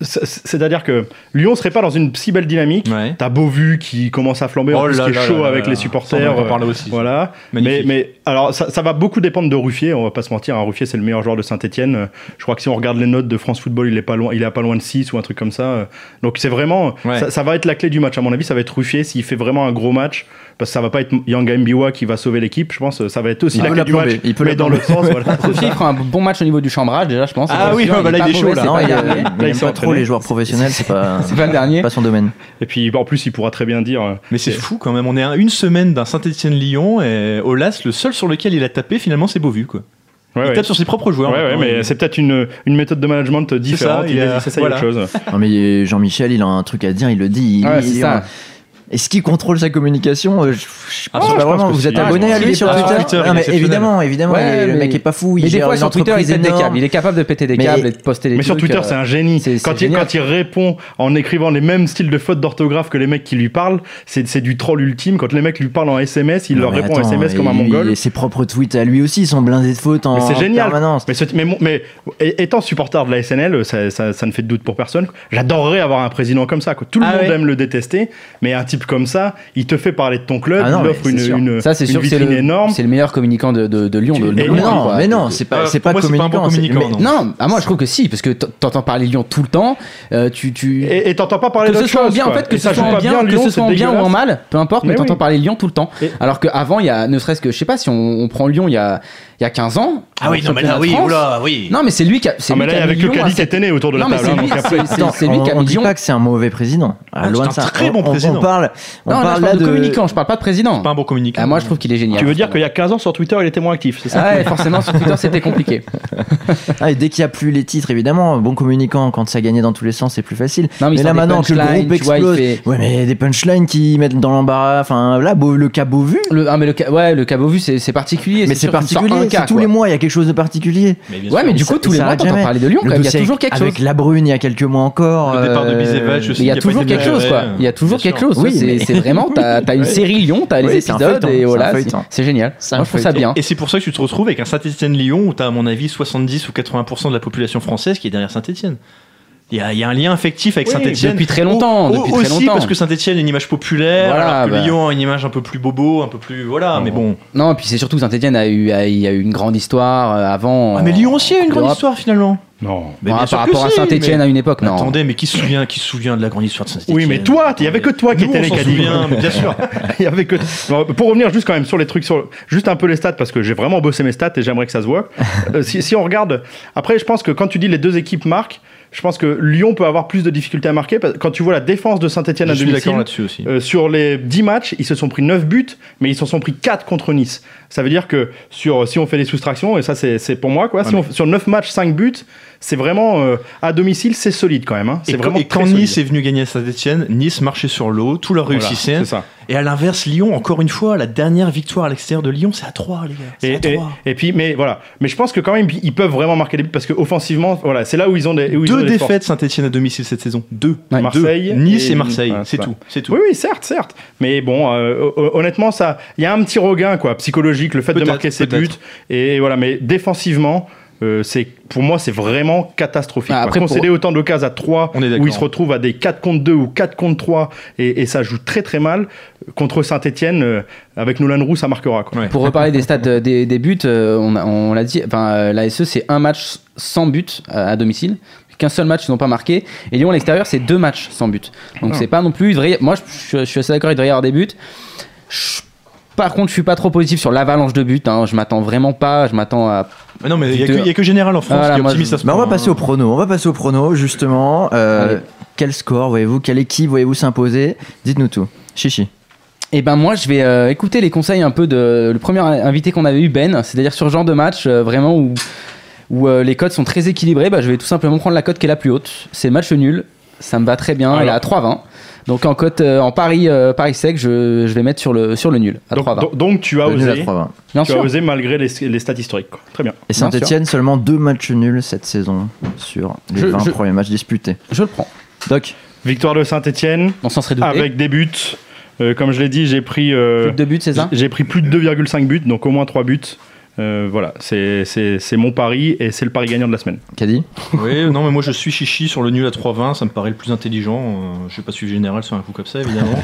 [SPEAKER 5] c'est- c'est-à-dire que Lyon serait pas dans une si belle dynamique.
[SPEAKER 3] Ouais.
[SPEAKER 5] T'as Beauvu qui commence à flamber, en
[SPEAKER 3] Oh
[SPEAKER 5] plus,
[SPEAKER 3] là
[SPEAKER 5] qui est
[SPEAKER 3] là
[SPEAKER 5] chaud
[SPEAKER 3] là
[SPEAKER 5] avec
[SPEAKER 3] là
[SPEAKER 5] les
[SPEAKER 3] là. Ça,
[SPEAKER 5] supporters. euh,
[SPEAKER 3] on va en parler aussi.
[SPEAKER 5] Voilà. Mais,
[SPEAKER 3] euh, Magnifique.
[SPEAKER 5] mais alors, ça, ça va beaucoup dépendre de Ruffier. On va pas se mentir. hein, Ruffier, c'est le meilleur joueur de Saint-Etienne. je crois que si on regarde les notes de France Football, il est pas loin, il est à pas loin de 6 ou un truc comme ça. euh. Donc, c'est vraiment.
[SPEAKER 3] Ouais.
[SPEAKER 5] Ça, ça va être la clé du match. À mon avis, ça va être Ruffier s'il fait vraiment un gros match. Parce que ça va pas être Yang Mbiwa qui va sauver l'équipe. Je pense euh, ça va être aussi
[SPEAKER 2] Il
[SPEAKER 5] la
[SPEAKER 2] peut
[SPEAKER 5] clé
[SPEAKER 2] la
[SPEAKER 5] du
[SPEAKER 2] plomber,
[SPEAKER 5] match.
[SPEAKER 2] il peut la
[SPEAKER 5] mais dans le sens, voilà.
[SPEAKER 4] Sophie, il prend un bon match au niveau du chambrage, déjà, je pense.
[SPEAKER 3] Ah oui,
[SPEAKER 4] Attention,
[SPEAKER 3] bah là,
[SPEAKER 4] pas
[SPEAKER 3] il est chaud,
[SPEAKER 4] mauvais,
[SPEAKER 3] là.
[SPEAKER 4] c'est
[SPEAKER 2] Non,
[SPEAKER 4] pas
[SPEAKER 2] il,
[SPEAKER 4] le
[SPEAKER 2] a-
[SPEAKER 4] dernier.
[SPEAKER 2] il aime
[SPEAKER 5] s'est
[SPEAKER 2] pas
[SPEAKER 5] entraîné.
[SPEAKER 2] trop les joueurs professionnels, c'est pas,
[SPEAKER 4] C'est pas le dernier.
[SPEAKER 2] pas son domaine.
[SPEAKER 5] Et puis, en plus, il pourra très bien dire. euh,
[SPEAKER 3] Mais c'est fou quand même, on est à une semaine d'un Saint-Etienne-Lyon et Olas, le seul sur lequel il a tapé finalement c'est Beauvu quoi.
[SPEAKER 5] Ouais,
[SPEAKER 3] il
[SPEAKER 5] ouais.
[SPEAKER 3] tape sur ses propres joueurs.
[SPEAKER 5] Ouais, ouais,
[SPEAKER 3] maintenant,
[SPEAKER 5] mais
[SPEAKER 3] et-
[SPEAKER 5] c'est peut-être une, une méthode de management différente.
[SPEAKER 3] ça,
[SPEAKER 5] il
[SPEAKER 3] il a-
[SPEAKER 5] essaie autre
[SPEAKER 3] voilà.
[SPEAKER 5] chose.
[SPEAKER 2] Non mais Jean-Michel, il a un truc à dire, il le dit. Il-
[SPEAKER 4] Ouais,
[SPEAKER 2] il-
[SPEAKER 4] c'est ça.
[SPEAKER 2] Est-ce qu'il contrôle sa communication Euh, je, je
[SPEAKER 3] Ah,
[SPEAKER 2] pense
[SPEAKER 3] je
[SPEAKER 2] pas
[SPEAKER 3] pense
[SPEAKER 2] vraiment.
[SPEAKER 3] que
[SPEAKER 2] Vous
[SPEAKER 3] si.
[SPEAKER 2] êtes
[SPEAKER 3] Ah,
[SPEAKER 2] abonné
[SPEAKER 4] je
[SPEAKER 2] à
[SPEAKER 4] pense
[SPEAKER 2] lui
[SPEAKER 4] qu'il
[SPEAKER 2] sur
[SPEAKER 4] est pas-
[SPEAKER 2] Twitter,
[SPEAKER 3] Twitter, il est
[SPEAKER 2] Non, mais
[SPEAKER 3] exceptionnel.
[SPEAKER 2] Évidemment, évidemment,
[SPEAKER 4] Ouais,
[SPEAKER 2] il- le
[SPEAKER 4] mais-
[SPEAKER 2] mec est pas fou. Il
[SPEAKER 4] Mais des
[SPEAKER 2] gère
[SPEAKER 4] fois
[SPEAKER 2] une
[SPEAKER 4] sur Twitter, il
[SPEAKER 2] entreprise
[SPEAKER 4] pète des
[SPEAKER 2] énorme.
[SPEAKER 4] câbles. Il est capable de péter des
[SPEAKER 2] Mais-
[SPEAKER 4] câbles et de poster des
[SPEAKER 5] Mais sur
[SPEAKER 4] trucs,
[SPEAKER 5] Twitter,
[SPEAKER 4] euh,
[SPEAKER 5] c'est un génie.
[SPEAKER 4] c'est- c'est
[SPEAKER 5] quand, il,
[SPEAKER 4] génial.
[SPEAKER 5] quand il répond en écrivant les mêmes styles de fautes d'orthographe que les mecs qui lui parlent, c'est c'est du troll ultime. Quand les mecs lui parlent en SMS, il
[SPEAKER 2] Non,
[SPEAKER 5] leur
[SPEAKER 2] mais
[SPEAKER 5] répond en
[SPEAKER 2] attends,
[SPEAKER 5] SMS comme un
[SPEAKER 2] il-
[SPEAKER 5] mongol.
[SPEAKER 2] il- Ses propres tweets à lui aussi, ils sont blindés de fautes en,
[SPEAKER 5] Mais c'est
[SPEAKER 2] en
[SPEAKER 5] génial.
[SPEAKER 2] permanence.
[SPEAKER 5] Mais, ce- mais, mon- mais é- étant supporter de la SNL, ça, ça- ça ne fait de doute pour personne. J'adorerais avoir un président comme ça. Quoi. Tout le
[SPEAKER 3] Ah
[SPEAKER 5] monde
[SPEAKER 3] ouais.
[SPEAKER 5] aime le détester, mais un type comme ça, il te fait parler de ton club,
[SPEAKER 2] Ah non,
[SPEAKER 5] il
[SPEAKER 2] mais
[SPEAKER 5] offre
[SPEAKER 2] c'est
[SPEAKER 5] une,
[SPEAKER 2] sûr.
[SPEAKER 5] une-
[SPEAKER 4] Ça, c'est
[SPEAKER 5] euh, une
[SPEAKER 4] sûr que c'est
[SPEAKER 5] vitrine
[SPEAKER 4] le,
[SPEAKER 5] énorme.
[SPEAKER 4] c'est le meilleur communicant de, de, de Lyon. de- de
[SPEAKER 2] Mais
[SPEAKER 4] loin,
[SPEAKER 2] non,
[SPEAKER 4] quoi.
[SPEAKER 2] mais non, c'est pas,
[SPEAKER 3] Euh,
[SPEAKER 2] c'est
[SPEAKER 3] pour
[SPEAKER 2] pas
[SPEAKER 3] moi, c'est pas un bon
[SPEAKER 2] communicant. c'est-
[SPEAKER 3] communicant,
[SPEAKER 2] mais-
[SPEAKER 3] non.
[SPEAKER 4] Non, à moi je trouve que si, parce que t- t'entends parler Lyon tout le temps, euh, tu, tu...
[SPEAKER 5] Et et t'entends pas parler
[SPEAKER 4] que ce
[SPEAKER 5] d'autre
[SPEAKER 4] soit en
[SPEAKER 5] chose.
[SPEAKER 4] bien en
[SPEAKER 5] quoi.
[SPEAKER 4] fait que
[SPEAKER 5] Et
[SPEAKER 4] ce
[SPEAKER 5] ça
[SPEAKER 4] soit
[SPEAKER 5] joue
[SPEAKER 4] en
[SPEAKER 5] pas
[SPEAKER 4] bien, que
[SPEAKER 5] Lyon,
[SPEAKER 4] ce
[SPEAKER 5] c'est
[SPEAKER 4] soit en bien ou en
[SPEAKER 5] dégueulasse.
[SPEAKER 4] mal peu importe mais,
[SPEAKER 5] Mais
[SPEAKER 4] t'entends
[SPEAKER 5] oui.
[SPEAKER 4] parler Lyon tout le temps
[SPEAKER 5] Et-
[SPEAKER 4] alors qu'avant il y a ne serait-ce que je sais pas si on, on prend Lyon il y a il y a 15 ans
[SPEAKER 3] Ah oui,
[SPEAKER 4] en
[SPEAKER 3] non, mais là,
[SPEAKER 4] championnat de
[SPEAKER 3] oui,
[SPEAKER 4] France.
[SPEAKER 3] oula, oui.
[SPEAKER 4] non mais c'est lui qui a c'est
[SPEAKER 5] Ah,
[SPEAKER 4] lui
[SPEAKER 5] mais là,
[SPEAKER 4] qui a mis
[SPEAKER 5] avec le
[SPEAKER 4] Lyon à
[SPEAKER 5] Cali qui
[SPEAKER 4] cette-
[SPEAKER 5] était né autour de la
[SPEAKER 4] non mais
[SPEAKER 5] table.
[SPEAKER 4] c'est
[SPEAKER 5] hein,
[SPEAKER 4] lui,
[SPEAKER 5] donc après-
[SPEAKER 4] c'est- c'est- c'est lui
[SPEAKER 2] on,
[SPEAKER 4] qui a
[SPEAKER 2] on
[SPEAKER 4] mis
[SPEAKER 2] dit
[SPEAKER 4] Lyon
[SPEAKER 2] pas que c'est un mauvais président. Ah,
[SPEAKER 3] Non,
[SPEAKER 2] loin
[SPEAKER 3] c'est
[SPEAKER 2] de
[SPEAKER 3] un
[SPEAKER 2] ça.
[SPEAKER 3] très
[SPEAKER 2] On-
[SPEAKER 3] bon
[SPEAKER 2] on-
[SPEAKER 3] président.
[SPEAKER 2] On parle, on
[SPEAKER 4] non là,
[SPEAKER 2] parle
[SPEAKER 4] je parle de
[SPEAKER 2] là
[SPEAKER 4] communicant je parle pas de président
[SPEAKER 3] Pas un bon communicant.
[SPEAKER 4] Ah, moi je trouve qu'il est génial
[SPEAKER 5] Tu veux dire qu'il y a 15 ans sur Twitter, il était moins actif, c'est ça
[SPEAKER 4] ah ouais, forcément sur Twitter c'était compliqué
[SPEAKER 2] Ah, et dès qu'il n'y a plus les titres, évidemment, bon communicant, quand ça gagnait dans tous les sens, c'est plus facile.
[SPEAKER 4] Non,
[SPEAKER 2] mais
[SPEAKER 4] mais il sort
[SPEAKER 2] là
[SPEAKER 4] des
[SPEAKER 2] maintenant que le
[SPEAKER 4] punchlines,
[SPEAKER 2] groupe
[SPEAKER 4] tu vois, il
[SPEAKER 2] explose,
[SPEAKER 4] fait-
[SPEAKER 2] ouais, mais des punchlines qui mettent dans l'embarras. Enfin, là, beau- le cas Beauvu.
[SPEAKER 4] le ah mais le ca- ouais le Cabo Vu c'est c'est particulier
[SPEAKER 2] Mais c'est
[SPEAKER 4] sûr que tu sors un
[SPEAKER 2] particulier,
[SPEAKER 4] cas,
[SPEAKER 2] c'est tous
[SPEAKER 4] quoi.
[SPEAKER 2] les mois, il y a quelque chose de particulier.
[SPEAKER 3] Mais bien
[SPEAKER 4] ouais
[SPEAKER 3] sûr.
[SPEAKER 4] mais du
[SPEAKER 2] Il
[SPEAKER 4] coup
[SPEAKER 2] s-
[SPEAKER 4] tous
[SPEAKER 2] il
[SPEAKER 4] les mois
[SPEAKER 2] s'arrête
[SPEAKER 4] t'entends
[SPEAKER 2] jamais.
[SPEAKER 4] parler de Lyon
[SPEAKER 2] Le
[SPEAKER 4] quand même il y a
[SPEAKER 2] dossier
[SPEAKER 4] toujours
[SPEAKER 2] avec-
[SPEAKER 4] quelque chose
[SPEAKER 2] Avec la brune, il y a quelques mois encore. euh,
[SPEAKER 3] Le départ de Bisevac aussi.
[SPEAKER 4] il y a
[SPEAKER 3] pas
[SPEAKER 4] toujours
[SPEAKER 3] été
[SPEAKER 4] quelque chose
[SPEAKER 3] géré.
[SPEAKER 4] quoi. Il y a toujours
[SPEAKER 3] Bien
[SPEAKER 4] quelque
[SPEAKER 3] sûr.
[SPEAKER 4] chose.
[SPEAKER 2] Oui,
[SPEAKER 4] c'est,
[SPEAKER 2] mais-
[SPEAKER 4] c'est vraiment t'as, t'as une série Lyon, t'as les
[SPEAKER 2] Oui, c'est un
[SPEAKER 4] épisodes
[SPEAKER 2] feuilleton,
[SPEAKER 4] et
[SPEAKER 2] c'est un
[SPEAKER 4] voilà, c'est,
[SPEAKER 2] feuilleton.
[SPEAKER 4] c'est génial.
[SPEAKER 2] C'est un hein.
[SPEAKER 4] Moi je trouve ça
[SPEAKER 2] feuilleton.
[SPEAKER 4] bien.
[SPEAKER 3] Et c'est pour ça que tu te retrouves avec un Saint-Etienne-Lyon où tu as, à mon avis, 70 ou 80% de la population française qui est derrière Saint-Etienne. Il y, a, il y a un lien affectif avec
[SPEAKER 4] Oui,
[SPEAKER 3] Saint-Etienne.
[SPEAKER 4] depuis très longtemps, depuis très
[SPEAKER 3] aussi
[SPEAKER 4] longtemps.
[SPEAKER 3] parce que Saint-Etienne a une image populaire,
[SPEAKER 4] Voilà,
[SPEAKER 3] alors que
[SPEAKER 4] bah. Oh.
[SPEAKER 3] Lyon a une image un peu plus bobo, un peu plus. Voilà, mais bon.
[SPEAKER 4] Non, et puis c'est surtout que Saint-Etienne a eu, a, il y a eu une grande histoire euh, avant.
[SPEAKER 3] Ah, mais Lyon aussi a une grande
[SPEAKER 4] Europe.
[SPEAKER 3] histoire finalement.
[SPEAKER 5] Non.
[SPEAKER 3] Mais
[SPEAKER 4] Oh. Bon,
[SPEAKER 3] bien
[SPEAKER 4] ah,
[SPEAKER 3] sûr
[SPEAKER 4] par
[SPEAKER 3] que
[SPEAKER 4] rapport à
[SPEAKER 3] si,
[SPEAKER 4] Saint-Etienne
[SPEAKER 3] mais-
[SPEAKER 4] à une époque, non.
[SPEAKER 3] Attendez, mais qui se souvient, qui se souvient de la grande histoire de Saint-Etienne
[SPEAKER 5] Oui, mais toi, il y avait que toi qui
[SPEAKER 3] Nous,
[SPEAKER 5] étais
[SPEAKER 3] on
[SPEAKER 5] né
[SPEAKER 3] s'en
[SPEAKER 5] Caddy.
[SPEAKER 3] souvient, mais bien sûr.
[SPEAKER 5] Il y avait que- Bon, Pour revenir juste quand même sur les trucs, sur juste un peu les stats, parce que j'ai vraiment bossé mes stats et j'aimerais que ça se voit. Euh, si, si on regarde, après, je pense que quand tu dis les deux équipes marquent, je pense que Lyon peut avoir plus de difficultés à marquer. parce- Quand tu vois la défense de Saint-Etienne
[SPEAKER 3] Je
[SPEAKER 5] à
[SPEAKER 3] suis
[SPEAKER 5] domicile,
[SPEAKER 3] d'accord là-dessus aussi.
[SPEAKER 5] euh, sur les 10 matchs, ils se sont pris 9 buts, mais ils s'en sont pris 4 contre Nice. Ça veut dire que sur, si on fait les soustractions, et ça c'est c'est pour moi, quoi, si on- sur 9 matchs, 5 buts, c'est vraiment euh, à domicile, c'est solide quand même. hein.
[SPEAKER 3] Et
[SPEAKER 5] C'est vraiment
[SPEAKER 3] quand, et quand
[SPEAKER 5] très
[SPEAKER 3] Nice
[SPEAKER 5] solide.
[SPEAKER 3] est venu gagner à Saint-Etienne, Nice marchait sur l'eau, tout leur
[SPEAKER 5] Voilà,
[SPEAKER 3] réussissait.
[SPEAKER 5] c'est ça.
[SPEAKER 3] Et à l'inverse, Lyon, encore une fois, la dernière victoire à l'extérieur de Lyon, c'est à 3, les gars. C'est
[SPEAKER 5] Et,
[SPEAKER 3] à 3.
[SPEAKER 5] et- et puis, mais voilà. Mais je pense que quand même, ils peuvent vraiment marquer des buts parce que offensivement, voilà, c'est là où ils ont des. où ils ont
[SPEAKER 3] Deux
[SPEAKER 5] des forces.
[SPEAKER 3] défaites Saint-Etienne à domicile cette saison. Deux.
[SPEAKER 5] Ouais.
[SPEAKER 3] Deux.
[SPEAKER 5] Marseille
[SPEAKER 3] Nice
[SPEAKER 5] et-
[SPEAKER 3] et Marseille.
[SPEAKER 5] Ouais,
[SPEAKER 3] c'est
[SPEAKER 5] ça.
[SPEAKER 3] tout. C'est tout.
[SPEAKER 5] Oui, oui, certes, certes. Mais bon, euh, hon- honnêtement, ça, il y a un petit regain, quoi, psychologique, le fait de
[SPEAKER 3] Peut-être,
[SPEAKER 5] marquer ses buts.
[SPEAKER 3] peut-être.
[SPEAKER 5] Et voilà, mais défensivement. euh, c'est pour moi c'est vraiment catastrophique quoi.
[SPEAKER 4] Ah, après, pour-
[SPEAKER 5] concéder autant d'occasions à 3
[SPEAKER 3] On est d'accord.
[SPEAKER 5] où ils se retrouvent à des 4 contre 2 ou 4 contre 3 et, et ça joue très très mal euh, contre Saint-Etienne avec Nolan Roux ça marquera quoi.
[SPEAKER 3] Ouais.
[SPEAKER 4] Pour reparler des stats euh, des, des buts, euh, on, a- on l'a dit, enfin, euh, la SE c'est un match sans but euh, à domicile. Qu'un seul match ils n'ont pas marqué. Et Lyon à l'extérieur c'est deux matchs sans but. Donc c'est pas non plus. il devrait y- moi je, je- je suis assez d'accord, il devrait y avoir des buts. Je- par contre je suis pas trop positif sur l'avalanche de buts. hein. Je m'attends vraiment pas. Je m'attends à.
[SPEAKER 3] Mais non, mais il
[SPEAKER 4] Deux.
[SPEAKER 3] n'y a, que Général en France
[SPEAKER 4] Voilà,
[SPEAKER 3] qui est
[SPEAKER 4] moi,
[SPEAKER 3] optimiste
[SPEAKER 4] je-
[SPEAKER 3] à ce
[SPEAKER 2] Bah, on va
[SPEAKER 3] point,
[SPEAKER 2] passer
[SPEAKER 3] hein.
[SPEAKER 2] au prono, on va passer au prono justement. Euh,
[SPEAKER 4] Allez.
[SPEAKER 2] quel score voyez-vous Quelle équipe voyez-vous s'imposer Dites-nous tout. Chichi.
[SPEAKER 4] Et ben moi je vais euh, écouter les conseils un peu de le premier invité qu'on avait eu Ben. C'est-à-dire sur ce genre de match euh, vraiment où où euh, les codes sont très équilibrés. Bah, je vais tout simplement prendre la cote qui est la plus haute. C'est match nul. Ça me va très bien. Elle est à 3,20. Donc en cote euh, en Paris Paris sec, je, je vais mettre sur le sur le nul à
[SPEAKER 5] Donc,
[SPEAKER 4] 3,20.
[SPEAKER 5] donc- donc tu as
[SPEAKER 3] Ah,
[SPEAKER 2] Le nul à
[SPEAKER 5] osé
[SPEAKER 2] 3-20.
[SPEAKER 4] Bien
[SPEAKER 5] tu as
[SPEAKER 4] sûr.
[SPEAKER 5] osé malgré les, les stats historiques quoi. Très bien.
[SPEAKER 2] Et
[SPEAKER 4] Bien
[SPEAKER 2] Saint-Etienne, seulement deux matchs nuls cette saison sur les
[SPEAKER 4] Je-
[SPEAKER 2] 20
[SPEAKER 4] je-
[SPEAKER 2] premiers matchs disputés.
[SPEAKER 4] Je le prends.
[SPEAKER 2] Doc,
[SPEAKER 5] Victoire de Saint-Etienne
[SPEAKER 4] On s'en serait douté.
[SPEAKER 5] avec des buts. Euh, comme je l'ai dit, j'ai pris, euh,
[SPEAKER 4] Plus de deux buts, c'est ça
[SPEAKER 5] j'ai pris plus de 2,5 buts, donc au moins 3 buts. Euh, voilà, c'est- c'est c'est mon pari et c'est le pari gagnant de la semaine.
[SPEAKER 2] Caddy
[SPEAKER 3] Oui, non, mais moi je suis chichi sur le nul à 3-20, ça me paraît le plus intelligent. Euh, Je je vais pas suivre Général sur un coup comme ça, évidemment.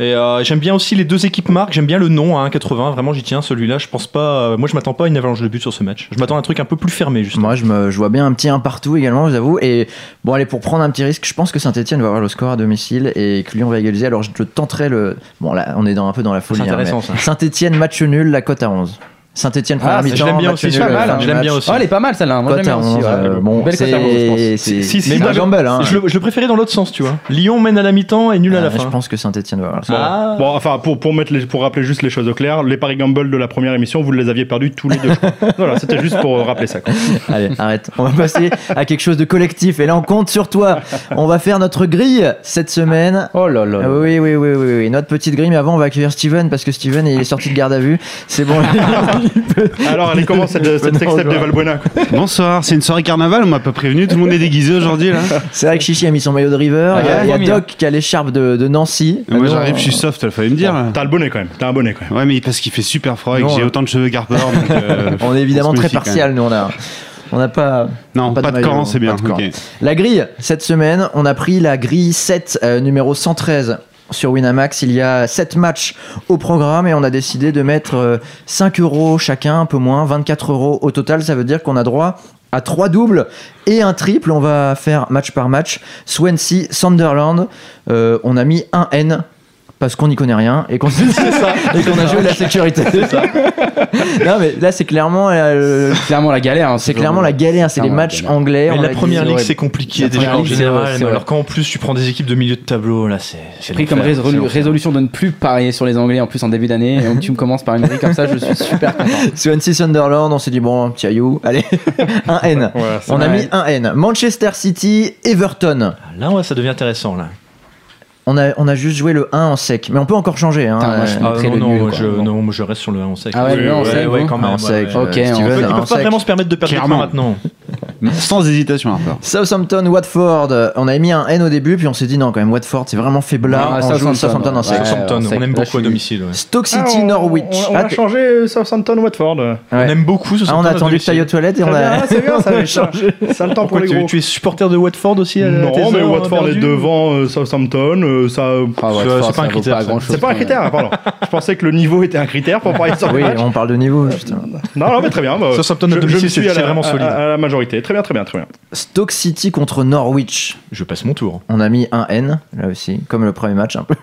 [SPEAKER 3] Et euh, j'aime bien aussi les deux équipes marques, j'aime bien le nom à 1,80, vraiment j'y tiens celui-là. Je pense pas. euh, moi je m'attends pas à une avalanche de buts sur ce match. Je m'attends à un truc un peu plus fermé, justement.
[SPEAKER 2] Moi, je, me, je vois bien un petit un partout également, j'avoue. Et bon, allez, pour prendre un petit risque, je pense que Saint-Etienne va avoir le score à domicile et que Lyon va égaliser. Alors, je tenterai le. Bon, là, on est dans, un peu dans la folie. hein,
[SPEAKER 3] C'est intéressant, ça.
[SPEAKER 2] Saint-Etienne, match nul, la cote à 11. Saint-Etienne,
[SPEAKER 4] Ah,
[SPEAKER 2] première
[SPEAKER 4] c'est-
[SPEAKER 2] mi-temps.
[SPEAKER 3] je l'aime bien
[SPEAKER 2] match
[SPEAKER 3] aussi,
[SPEAKER 2] nul, euh,
[SPEAKER 3] pas mal,
[SPEAKER 2] fin du
[SPEAKER 3] je l'aime
[SPEAKER 2] match.
[SPEAKER 3] bien aussi.
[SPEAKER 4] Oh, elle est pas mal celle-là. Moi,
[SPEAKER 2] Cote
[SPEAKER 4] j'aime bien
[SPEAKER 2] à
[SPEAKER 4] aussi.
[SPEAKER 2] 11,
[SPEAKER 4] ouais.
[SPEAKER 2] euh, bon,
[SPEAKER 4] Belle cote à 11, je
[SPEAKER 2] c'est-
[SPEAKER 4] pense.
[SPEAKER 2] c'est
[SPEAKER 5] Si, si,
[SPEAKER 2] c'est
[SPEAKER 5] moi,
[SPEAKER 2] un
[SPEAKER 5] je-
[SPEAKER 2] gamble. Hein.
[SPEAKER 3] Je le, je le préférais dans l'autre sens, tu vois. Lyon mène à la mi-temps et nul à la
[SPEAKER 2] Euh,
[SPEAKER 3] fin.
[SPEAKER 2] je pense que Saint-Etienne va avoir ça.
[SPEAKER 3] Ah.
[SPEAKER 5] Bon, enfin, pour, pour, mettre les- pour rappeler juste les choses au clair, les paris gamble de la première émission, vous les aviez perdus tous les deux. je crois. voilà, c'était juste pour euh, rappeler ça. quoi.
[SPEAKER 2] Allez, arrête. On va passer à quelque chose de collectif. Et là, on compte sur toi. On va faire notre grille cette semaine.
[SPEAKER 4] Oh là là.
[SPEAKER 2] Ah oui, oui, oui, oui, oui. Notre petite grille, mais avant, on va accueillir Steven parce que Steven il est sorti de garde à vue. C'est bon.
[SPEAKER 5] Alors, allez, comment cette, cette sextape de Valbuena quoi
[SPEAKER 6] Bonsoir, c'est une soirée carnaval, on m'a pas prévenu, tout le monde est déguisé aujourd'hui là.
[SPEAKER 2] C'est vrai que Chichi a mis son maillot de
[SPEAKER 6] Ah,
[SPEAKER 2] river. Il y a- il y a, Doc qui a l'écharpe de, de Nancy.
[SPEAKER 6] Mais moi
[SPEAKER 2] Nous,
[SPEAKER 6] j'arrive,
[SPEAKER 2] on-
[SPEAKER 6] je suis soft, il fallait me dire. là.
[SPEAKER 5] T'as le bonnet quand même, t'as un bonnet quand même.
[SPEAKER 6] Ouais, mais parce qu'il fait super froid et que
[SPEAKER 2] Non,
[SPEAKER 6] j'ai
[SPEAKER 2] hein.
[SPEAKER 6] autant de cheveux Garber. donc, euh,
[SPEAKER 2] On est évidemment
[SPEAKER 6] on se
[SPEAKER 2] très
[SPEAKER 6] méfie quand
[SPEAKER 2] partial, nous on a. On n'a pas.
[SPEAKER 6] même. Non,
[SPEAKER 2] pas
[SPEAKER 6] pas,
[SPEAKER 2] de
[SPEAKER 6] de, camp,
[SPEAKER 2] maillot, hein,
[SPEAKER 6] c'est bien.
[SPEAKER 2] pas de camp.
[SPEAKER 6] ok.
[SPEAKER 2] La grille, cette semaine, on a pris la grille 7, euh, numéro 113 sur Winamax. Il y a 7 matchs au programme et on a décidé de mettre euh, 5 euros chacun, un peu moins, 24 euros au total. Ça veut dire qu'on a droit à 3 doubles et un triple. On va faire match par match. Swansea, Sunderland. Euh, on a mis un N. Parce qu'on n'y connaît rien et qu'on et qu'on a joué la sécurité. non mais là c'est clairement euh,
[SPEAKER 4] C'est clairement la galère. hein,
[SPEAKER 2] c'est
[SPEAKER 4] toujours.
[SPEAKER 2] clairement la galère, c'est les
[SPEAKER 4] Clairement la
[SPEAKER 2] matchs
[SPEAKER 4] galère.
[SPEAKER 2] anglais.
[SPEAKER 3] Mais
[SPEAKER 2] on
[SPEAKER 3] la
[SPEAKER 2] dit,
[SPEAKER 3] première
[SPEAKER 2] c'est
[SPEAKER 3] ligue,
[SPEAKER 2] horrible.
[SPEAKER 3] c'est compliqué
[SPEAKER 4] La
[SPEAKER 3] déjà
[SPEAKER 4] première
[SPEAKER 3] en
[SPEAKER 4] ligue, c'est-
[SPEAKER 3] général.
[SPEAKER 4] c'est
[SPEAKER 3] alors qu'en plus, tu prends des équipes de milieu de tableau, là, c'est. c'est
[SPEAKER 4] pris comme
[SPEAKER 3] l'enfer,
[SPEAKER 4] résolu-
[SPEAKER 3] c'est l'enfer.
[SPEAKER 4] résolution de ne plus parier sur les Anglais en plus en début d'année. Et donc tu me commences par une grille comme ça, je suis super content.
[SPEAKER 2] Swansea Sunderland, on s'est dit bon, petit aïou, allez, un N.
[SPEAKER 5] Voilà,
[SPEAKER 2] on a
[SPEAKER 4] ouais.
[SPEAKER 2] mis un N. Manchester City, Everton.
[SPEAKER 3] Là, ouais, ça devient intéressant, là.
[SPEAKER 2] On a, on a juste joué le 1 en sec, mais on peut encore changer. Hein.
[SPEAKER 4] Putain, moi, je-
[SPEAKER 2] Euh,
[SPEAKER 4] Ah, Après,
[SPEAKER 3] non,
[SPEAKER 4] le
[SPEAKER 3] non,
[SPEAKER 4] nul,
[SPEAKER 3] moi,
[SPEAKER 4] quoi.
[SPEAKER 3] je,
[SPEAKER 4] Bon.
[SPEAKER 3] non, moi, je reste sur le 11 sec.
[SPEAKER 4] Ah ouais,
[SPEAKER 3] Oui,
[SPEAKER 4] le 1 en
[SPEAKER 3] ouais,
[SPEAKER 4] sec,
[SPEAKER 3] ouais,
[SPEAKER 4] bon.
[SPEAKER 3] quand
[SPEAKER 2] un en
[SPEAKER 3] même. ouais,
[SPEAKER 2] sec.
[SPEAKER 3] ouais.
[SPEAKER 2] euh,
[SPEAKER 4] Ok, on-
[SPEAKER 3] Ils
[SPEAKER 2] Steven,
[SPEAKER 3] peuvent- ils
[SPEAKER 2] un
[SPEAKER 3] peuvent pas
[SPEAKER 2] sec.
[SPEAKER 3] vraiment se permettre de perdre
[SPEAKER 6] Clairement.
[SPEAKER 3] maintenant. maintenant.
[SPEAKER 6] Sans hésitation, Harper.
[SPEAKER 2] Southampton, Watford. euh, On avait mis un N au début, puis on s'est dit non, quand même, Watford, c'est vraiment faiblard.
[SPEAKER 4] Ah,
[SPEAKER 2] on
[SPEAKER 4] Southampton,
[SPEAKER 2] joue Southampton en sec.
[SPEAKER 4] ouais.
[SPEAKER 3] Southampton,
[SPEAKER 4] en sec.
[SPEAKER 3] on aime
[SPEAKER 4] Là, je
[SPEAKER 3] beaucoup à
[SPEAKER 4] suis-
[SPEAKER 3] domicile. ouais.
[SPEAKER 2] Stoke
[SPEAKER 5] Ah,
[SPEAKER 2] City,
[SPEAKER 5] on-
[SPEAKER 2] Norwich.
[SPEAKER 5] On, on
[SPEAKER 2] Ah,
[SPEAKER 5] a
[SPEAKER 2] t'es-
[SPEAKER 5] changé euh, Southampton Watford.
[SPEAKER 2] Ouais.
[SPEAKER 3] On aime beaucoup
[SPEAKER 2] Ah, on
[SPEAKER 3] ce
[SPEAKER 2] a
[SPEAKER 3] Southampton à
[SPEAKER 2] attendu que
[SPEAKER 3] domicile.
[SPEAKER 2] t'ailles aux toilettes et on a.
[SPEAKER 5] c'est bien, ça va changer. Ça a le temps pour
[SPEAKER 3] Pourquoi
[SPEAKER 5] les
[SPEAKER 3] tu,
[SPEAKER 5] gros. Euh,
[SPEAKER 3] tu es supporter de Watford aussi à tes
[SPEAKER 5] Non, mais
[SPEAKER 3] heures
[SPEAKER 5] Watford est
[SPEAKER 3] perdues
[SPEAKER 5] devant euh, Southampton. euh, ça, euh,
[SPEAKER 4] Ah, Watford,
[SPEAKER 3] C'est- c'est pas
[SPEAKER 4] ça
[SPEAKER 3] un
[SPEAKER 4] vaut
[SPEAKER 3] critère, ça.
[SPEAKER 4] grand chose.
[SPEAKER 5] c'est pas un critère, pardon. Je pensais que le niveau était un critère pour parler sur le
[SPEAKER 2] Oui,
[SPEAKER 5] match.
[SPEAKER 2] on parle de niveau. putain.
[SPEAKER 5] Non, non, mais très bien. bah,
[SPEAKER 3] Southampton à
[SPEAKER 5] je- je me
[SPEAKER 3] domicile,
[SPEAKER 5] suis
[SPEAKER 3] c'est-
[SPEAKER 5] à la-
[SPEAKER 3] c'est vraiment
[SPEAKER 5] à-
[SPEAKER 3] solide.
[SPEAKER 5] À, la majorité. Très bien, très bien, très bien.
[SPEAKER 2] Stoke City contre Norwich.
[SPEAKER 3] Je passe mon tour.
[SPEAKER 2] On a mis un N là aussi, comme le premier match un peu.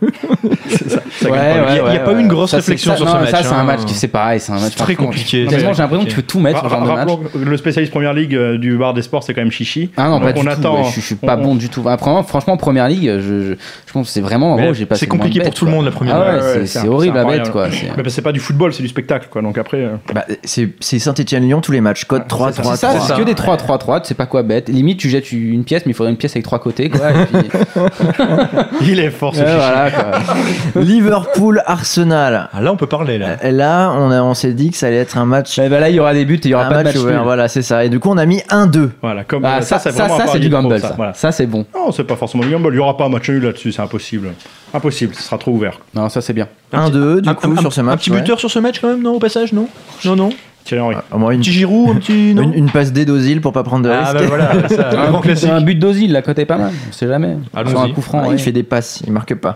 [SPEAKER 4] Ouais,
[SPEAKER 3] pas. Il y a- il y a
[SPEAKER 4] ouais,
[SPEAKER 3] pas eu une
[SPEAKER 4] ouais.
[SPEAKER 3] grosse
[SPEAKER 4] Ça, c'est-
[SPEAKER 3] réflexion
[SPEAKER 4] ça-
[SPEAKER 3] sur ce
[SPEAKER 4] non,
[SPEAKER 3] match,
[SPEAKER 4] Ça, c'est
[SPEAKER 3] hein.
[SPEAKER 4] un match qui c'est pareil, c'est un match
[SPEAKER 3] C'est très
[SPEAKER 4] franchement,
[SPEAKER 3] compliqué.
[SPEAKER 4] Tellement,
[SPEAKER 3] C'est-
[SPEAKER 4] j'ai l'impression que tu peux tout mettre
[SPEAKER 5] Ra-
[SPEAKER 4] ce genre de
[SPEAKER 5] ra-
[SPEAKER 4] match.
[SPEAKER 5] rappelons que le spécialiste première ligue euh, du bar des sports, c'est quand même Chichi.
[SPEAKER 4] Ah non,
[SPEAKER 5] Donc,
[SPEAKER 4] pas du
[SPEAKER 5] on
[SPEAKER 4] tout.
[SPEAKER 5] attend.
[SPEAKER 4] ouais, je, je suis pas
[SPEAKER 5] on-
[SPEAKER 4] bon du tout. Après, moi, franchement, première ligue, je, je, je pense que c'est vraiment. en
[SPEAKER 3] Mais
[SPEAKER 4] gros, j'ai passé
[SPEAKER 3] C'est
[SPEAKER 4] le moins de
[SPEAKER 3] compliqué pour
[SPEAKER 4] bêtes,
[SPEAKER 3] tout le
[SPEAKER 4] quoi.
[SPEAKER 3] monde la première.
[SPEAKER 4] Ah ouais,
[SPEAKER 3] heure.
[SPEAKER 4] c'est-
[SPEAKER 5] ouais,
[SPEAKER 4] c'est horrible la bête,
[SPEAKER 5] incroyable.
[SPEAKER 4] quoi. C'est-
[SPEAKER 5] Mais bah, c'est pas du football, c'est du spectacle, quoi. Donc après. euh,
[SPEAKER 2] Bah, c'est c'est Saint-Etienne-Lyon tous les matchs.
[SPEAKER 3] Ah,
[SPEAKER 2] Code 3,
[SPEAKER 4] C'est
[SPEAKER 2] 3,
[SPEAKER 4] ça,
[SPEAKER 2] 3.
[SPEAKER 4] c'est que des 3-3-3, tu sais pas quoi bête. Limite, tu jettes une pièce, mais il faudrait une pièce avec trois côtés, quoi. et puis-
[SPEAKER 5] Il est fort, ce
[SPEAKER 4] Ouais,
[SPEAKER 5] Chichi.
[SPEAKER 4] voilà, quoi.
[SPEAKER 2] Liverpool Arsenal.
[SPEAKER 3] Ah, là, on peut parler là.
[SPEAKER 2] Là, on, a- on s'est dit que ça allait être un match.
[SPEAKER 4] Ouais, bah là, il y aura des buts et il y aura
[SPEAKER 2] un
[SPEAKER 4] pas de match.
[SPEAKER 2] ouvert,
[SPEAKER 4] nul.
[SPEAKER 2] voilà, c'est ça. Et du coup, on a mis 1-2.
[SPEAKER 5] Voilà, comme
[SPEAKER 4] Ah,
[SPEAKER 5] euh,
[SPEAKER 4] ça, ça,
[SPEAKER 5] c'est vraiment
[SPEAKER 4] ça,
[SPEAKER 5] un
[SPEAKER 4] c'est
[SPEAKER 5] pari
[SPEAKER 4] du
[SPEAKER 5] pro,
[SPEAKER 4] gamble,
[SPEAKER 5] ça,
[SPEAKER 4] ça.
[SPEAKER 5] voilà.
[SPEAKER 4] Ça, c'est bon.
[SPEAKER 5] Non, c'est pas forcément du gamble. Il y aura pas un match nul là-dessus, c'est impossible. Impossible, ce sera trop ouvert.
[SPEAKER 4] Non, ça, c'est bien.
[SPEAKER 2] 1-2, du
[SPEAKER 3] Un-
[SPEAKER 2] coup,
[SPEAKER 3] un-
[SPEAKER 2] sur ce
[SPEAKER 3] Un
[SPEAKER 2] match.
[SPEAKER 3] petit
[SPEAKER 2] ouais.
[SPEAKER 3] buteur sur ce match quand même, non Au passage, non Non, non.
[SPEAKER 5] Thierry Henry.
[SPEAKER 2] Ah, moi,
[SPEAKER 3] Un
[SPEAKER 2] une,
[SPEAKER 3] petit Giroud, un petit. Non
[SPEAKER 2] une, une passe d'Edosil pour pas prendre de risque.
[SPEAKER 3] Ah, bah voilà, ça, le grand
[SPEAKER 4] Un but,
[SPEAKER 3] classique.
[SPEAKER 4] un but d'Ozil, la cote est pas mal. On sait jamais.
[SPEAKER 3] Allons-y.
[SPEAKER 4] Sur un coup franc.
[SPEAKER 2] Ah,
[SPEAKER 4] ouais.
[SPEAKER 2] Il fait des passes, il marque pas.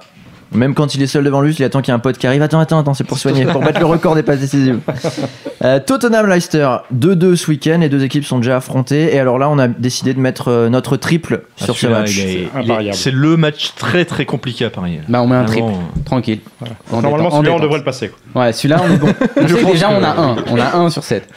[SPEAKER 2] Même quand il est seul devant lui, il attend qu'il y ait un pote qui arrive. Attends, attends, attends, c'est pour soigner, pour battre le record des passes décisives. Euh, Tottenham Leicester, 2-2 ce week-end, les deux équipes sont déjà affrontées. Et alors là, on a décidé de mettre euh, notre triple
[SPEAKER 3] Ah,
[SPEAKER 2] sur ce
[SPEAKER 3] celui-là,
[SPEAKER 2] match.
[SPEAKER 3] il est- il est-
[SPEAKER 5] impariable.
[SPEAKER 3] C'est le match très très compliqué à parier.
[SPEAKER 4] Bah, on met un triple.
[SPEAKER 3] Vraiment.
[SPEAKER 4] Tranquille. En
[SPEAKER 5] Ah, Normalement,
[SPEAKER 4] détente, en
[SPEAKER 5] celui-là, on
[SPEAKER 4] détente.
[SPEAKER 5] devrait le passer. quoi.
[SPEAKER 4] Ouais, celui-là, on est bon. On sait que
[SPEAKER 5] pense
[SPEAKER 4] déjà,
[SPEAKER 5] que-
[SPEAKER 4] on a un. On a un sur 7.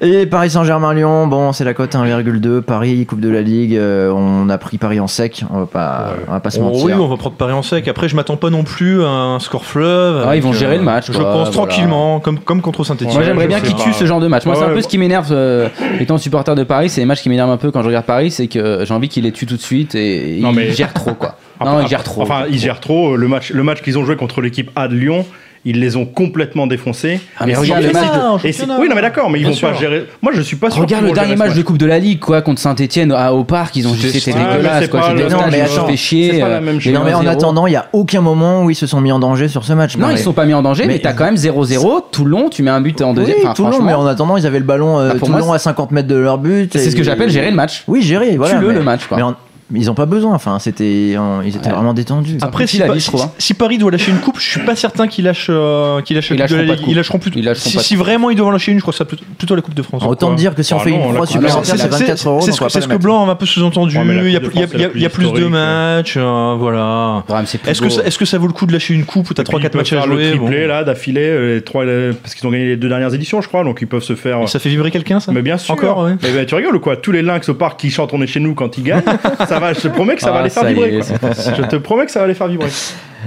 [SPEAKER 2] Et Paris Saint-Germain-Lyon, bon, c'est la cote 1,2. Paris, Coupe de la Ligue, euh, on a pris Paris en sec, on va pas, on va pas se
[SPEAKER 3] Oh, oui,
[SPEAKER 4] hein.
[SPEAKER 2] mentir.
[SPEAKER 3] on va prendre Paris en sec. Après, je m'attends pas non plus à un score fleuve.
[SPEAKER 4] Ah,
[SPEAKER 3] avec, euh,
[SPEAKER 4] ils vont gérer le match,
[SPEAKER 3] Je
[SPEAKER 4] quoi, voilà.
[SPEAKER 3] pense tranquillement, comme, comme contre Saint-Etienne.
[SPEAKER 4] Moi j'aimerais bien qu'ils tuent ce genre de match. Moi
[SPEAKER 5] Ouais,
[SPEAKER 4] c'est un peu
[SPEAKER 5] ouais,
[SPEAKER 4] ce qui m'énerve euh, étant supporter de Paris, c'est les matchs qui m'énervent un peu quand je regarde Paris, c'est que j'ai envie qu'ils les tuent tout de suite et
[SPEAKER 5] Non,
[SPEAKER 4] ils
[SPEAKER 5] mais-
[SPEAKER 4] gèrent trop quoi.
[SPEAKER 5] Après-
[SPEAKER 4] non, ils
[SPEAKER 5] après-
[SPEAKER 4] gèrent trop.
[SPEAKER 5] Enfin, ils gèrent trop. Le match, le match qu'ils ont joué contre l'équipe A de Lyon, ils les ont complètement défoncés.
[SPEAKER 4] Ah, mais
[SPEAKER 5] Et si-
[SPEAKER 4] regarde
[SPEAKER 5] et
[SPEAKER 4] le
[SPEAKER 5] si-
[SPEAKER 4] match
[SPEAKER 3] de-
[SPEAKER 5] et si-
[SPEAKER 3] championnat.
[SPEAKER 5] Oui, non, mais d'accord, mais ils
[SPEAKER 3] Bien
[SPEAKER 5] vont pas
[SPEAKER 3] sûr.
[SPEAKER 5] gérer. Moi, je suis pas sûr. qu'ils
[SPEAKER 4] Regarde le
[SPEAKER 5] vont
[SPEAKER 4] dernier
[SPEAKER 5] gérer ce
[SPEAKER 4] match de Coupe de la Ligue quoi contre Saint-Etienne au parc, ils ont
[SPEAKER 5] C'est-
[SPEAKER 4] c'était
[SPEAKER 5] Ouais, mais
[SPEAKER 4] dégueulasse
[SPEAKER 5] c'est
[SPEAKER 4] quoi.
[SPEAKER 5] pas
[SPEAKER 4] J'ai
[SPEAKER 5] le-
[SPEAKER 4] dit,
[SPEAKER 2] non,
[SPEAKER 4] putain,
[SPEAKER 2] mais
[SPEAKER 4] mais
[SPEAKER 2] attends,
[SPEAKER 4] je fais
[SPEAKER 5] c'est
[SPEAKER 4] chier.
[SPEAKER 5] pas la
[SPEAKER 4] euh,
[SPEAKER 5] même
[SPEAKER 4] j'ai
[SPEAKER 5] chose.
[SPEAKER 2] Non, mais en
[SPEAKER 4] 1-0.
[SPEAKER 2] attendant, il y a aucun moment où ils se sont mis en danger sur ce match.
[SPEAKER 4] Non,
[SPEAKER 2] Paris.
[SPEAKER 4] ils sont pas mis en danger, mais,
[SPEAKER 2] Mais-
[SPEAKER 4] t'as quand même 0-0 tout le long, tu mets un but en deuxième.
[SPEAKER 2] Oui,
[SPEAKER 4] enfin,
[SPEAKER 2] tout le long,
[SPEAKER 4] franchement,
[SPEAKER 2] mais en attendant, ils avaient le ballon euh,
[SPEAKER 4] Bah, pour
[SPEAKER 2] tout le
[SPEAKER 4] moi,
[SPEAKER 2] long à 50 mètres de leur but.
[SPEAKER 4] C'est
[SPEAKER 2] et-
[SPEAKER 4] ce que j'appelle gérer le match.
[SPEAKER 2] Oui, gérer, voilà.
[SPEAKER 4] Tue-le,
[SPEAKER 2] mais-
[SPEAKER 4] le match, quoi.
[SPEAKER 2] Mais en- Ils n'ont pas besoin, enfin, c'était, en- ils étaient
[SPEAKER 4] Ouais.
[SPEAKER 2] vraiment détendus.
[SPEAKER 3] Après,
[SPEAKER 4] petit
[SPEAKER 3] si,
[SPEAKER 4] la
[SPEAKER 3] Pa-
[SPEAKER 4] vie, je
[SPEAKER 3] si-
[SPEAKER 4] trouve, hein.
[SPEAKER 3] si Paris doit lâcher une coupe, je suis pas certain qu'ils lâchent, euh, qu'ils lâchent
[SPEAKER 4] Ils
[SPEAKER 3] la Coupe de
[SPEAKER 4] lâcheront
[SPEAKER 3] la
[SPEAKER 4] pas de
[SPEAKER 3] Ligue.
[SPEAKER 4] coupe.
[SPEAKER 3] Ils lâcheront plus.
[SPEAKER 4] Ils lâcheront
[SPEAKER 3] si,
[SPEAKER 4] pas de
[SPEAKER 3] si vraiment ils doivent en lâcher une, je crois que ça plutôt, plutôt la Coupe de France.
[SPEAKER 2] Alors, Autant
[SPEAKER 5] quoi.
[SPEAKER 2] dire que si on
[SPEAKER 5] Ah
[SPEAKER 2] fait
[SPEAKER 5] non,
[SPEAKER 2] une
[SPEAKER 5] la
[SPEAKER 2] croix
[SPEAKER 5] Coupe de
[SPEAKER 2] super
[SPEAKER 5] France,
[SPEAKER 2] à
[SPEAKER 3] c'est-
[SPEAKER 2] 24 euros,
[SPEAKER 3] c'est
[SPEAKER 2] donc
[SPEAKER 3] ce
[SPEAKER 2] on va pas
[SPEAKER 3] que, c'est
[SPEAKER 2] la
[SPEAKER 3] ce que
[SPEAKER 2] mettre.
[SPEAKER 3] Blanc a un peu sous-entendu.
[SPEAKER 5] Ouais, mais la
[SPEAKER 3] Il y a,
[SPEAKER 5] Coupe de
[SPEAKER 3] il y a-
[SPEAKER 5] France, c'est la
[SPEAKER 3] il y a
[SPEAKER 5] plus
[SPEAKER 3] plus de
[SPEAKER 5] historique, ouais.
[SPEAKER 3] matchs, euh, voilà.
[SPEAKER 4] Vraiment, c'est plus
[SPEAKER 3] Est-ce que,
[SPEAKER 4] beau.
[SPEAKER 3] ça- est-ce que ça vaut le coup de lâcher une coupe où t'as
[SPEAKER 5] Et puis,
[SPEAKER 3] 3-4
[SPEAKER 5] ils
[SPEAKER 3] matchs
[SPEAKER 5] peuvent
[SPEAKER 3] à
[SPEAKER 5] faire
[SPEAKER 3] jouer
[SPEAKER 5] le
[SPEAKER 3] bon.
[SPEAKER 5] triplé là d'affilée euh, les trois, euh, parce qu'ils ont gagné les deux dernières éditions je crois donc ils peuvent se faire
[SPEAKER 3] Et Ça fait vibrer quelqu'un ça
[SPEAKER 5] mais bien sûr
[SPEAKER 4] euh.
[SPEAKER 3] Encore, ouais.
[SPEAKER 5] mais ben, tu rigoles ou quoi tous les lynx au parc qui chantent on est chez nous quand ils gagnent ça va je te promets que ça
[SPEAKER 4] Ah,
[SPEAKER 5] va les faire
[SPEAKER 4] ça y
[SPEAKER 5] vibrer
[SPEAKER 4] est,
[SPEAKER 5] quoi. je te promets que ça va les faire vibrer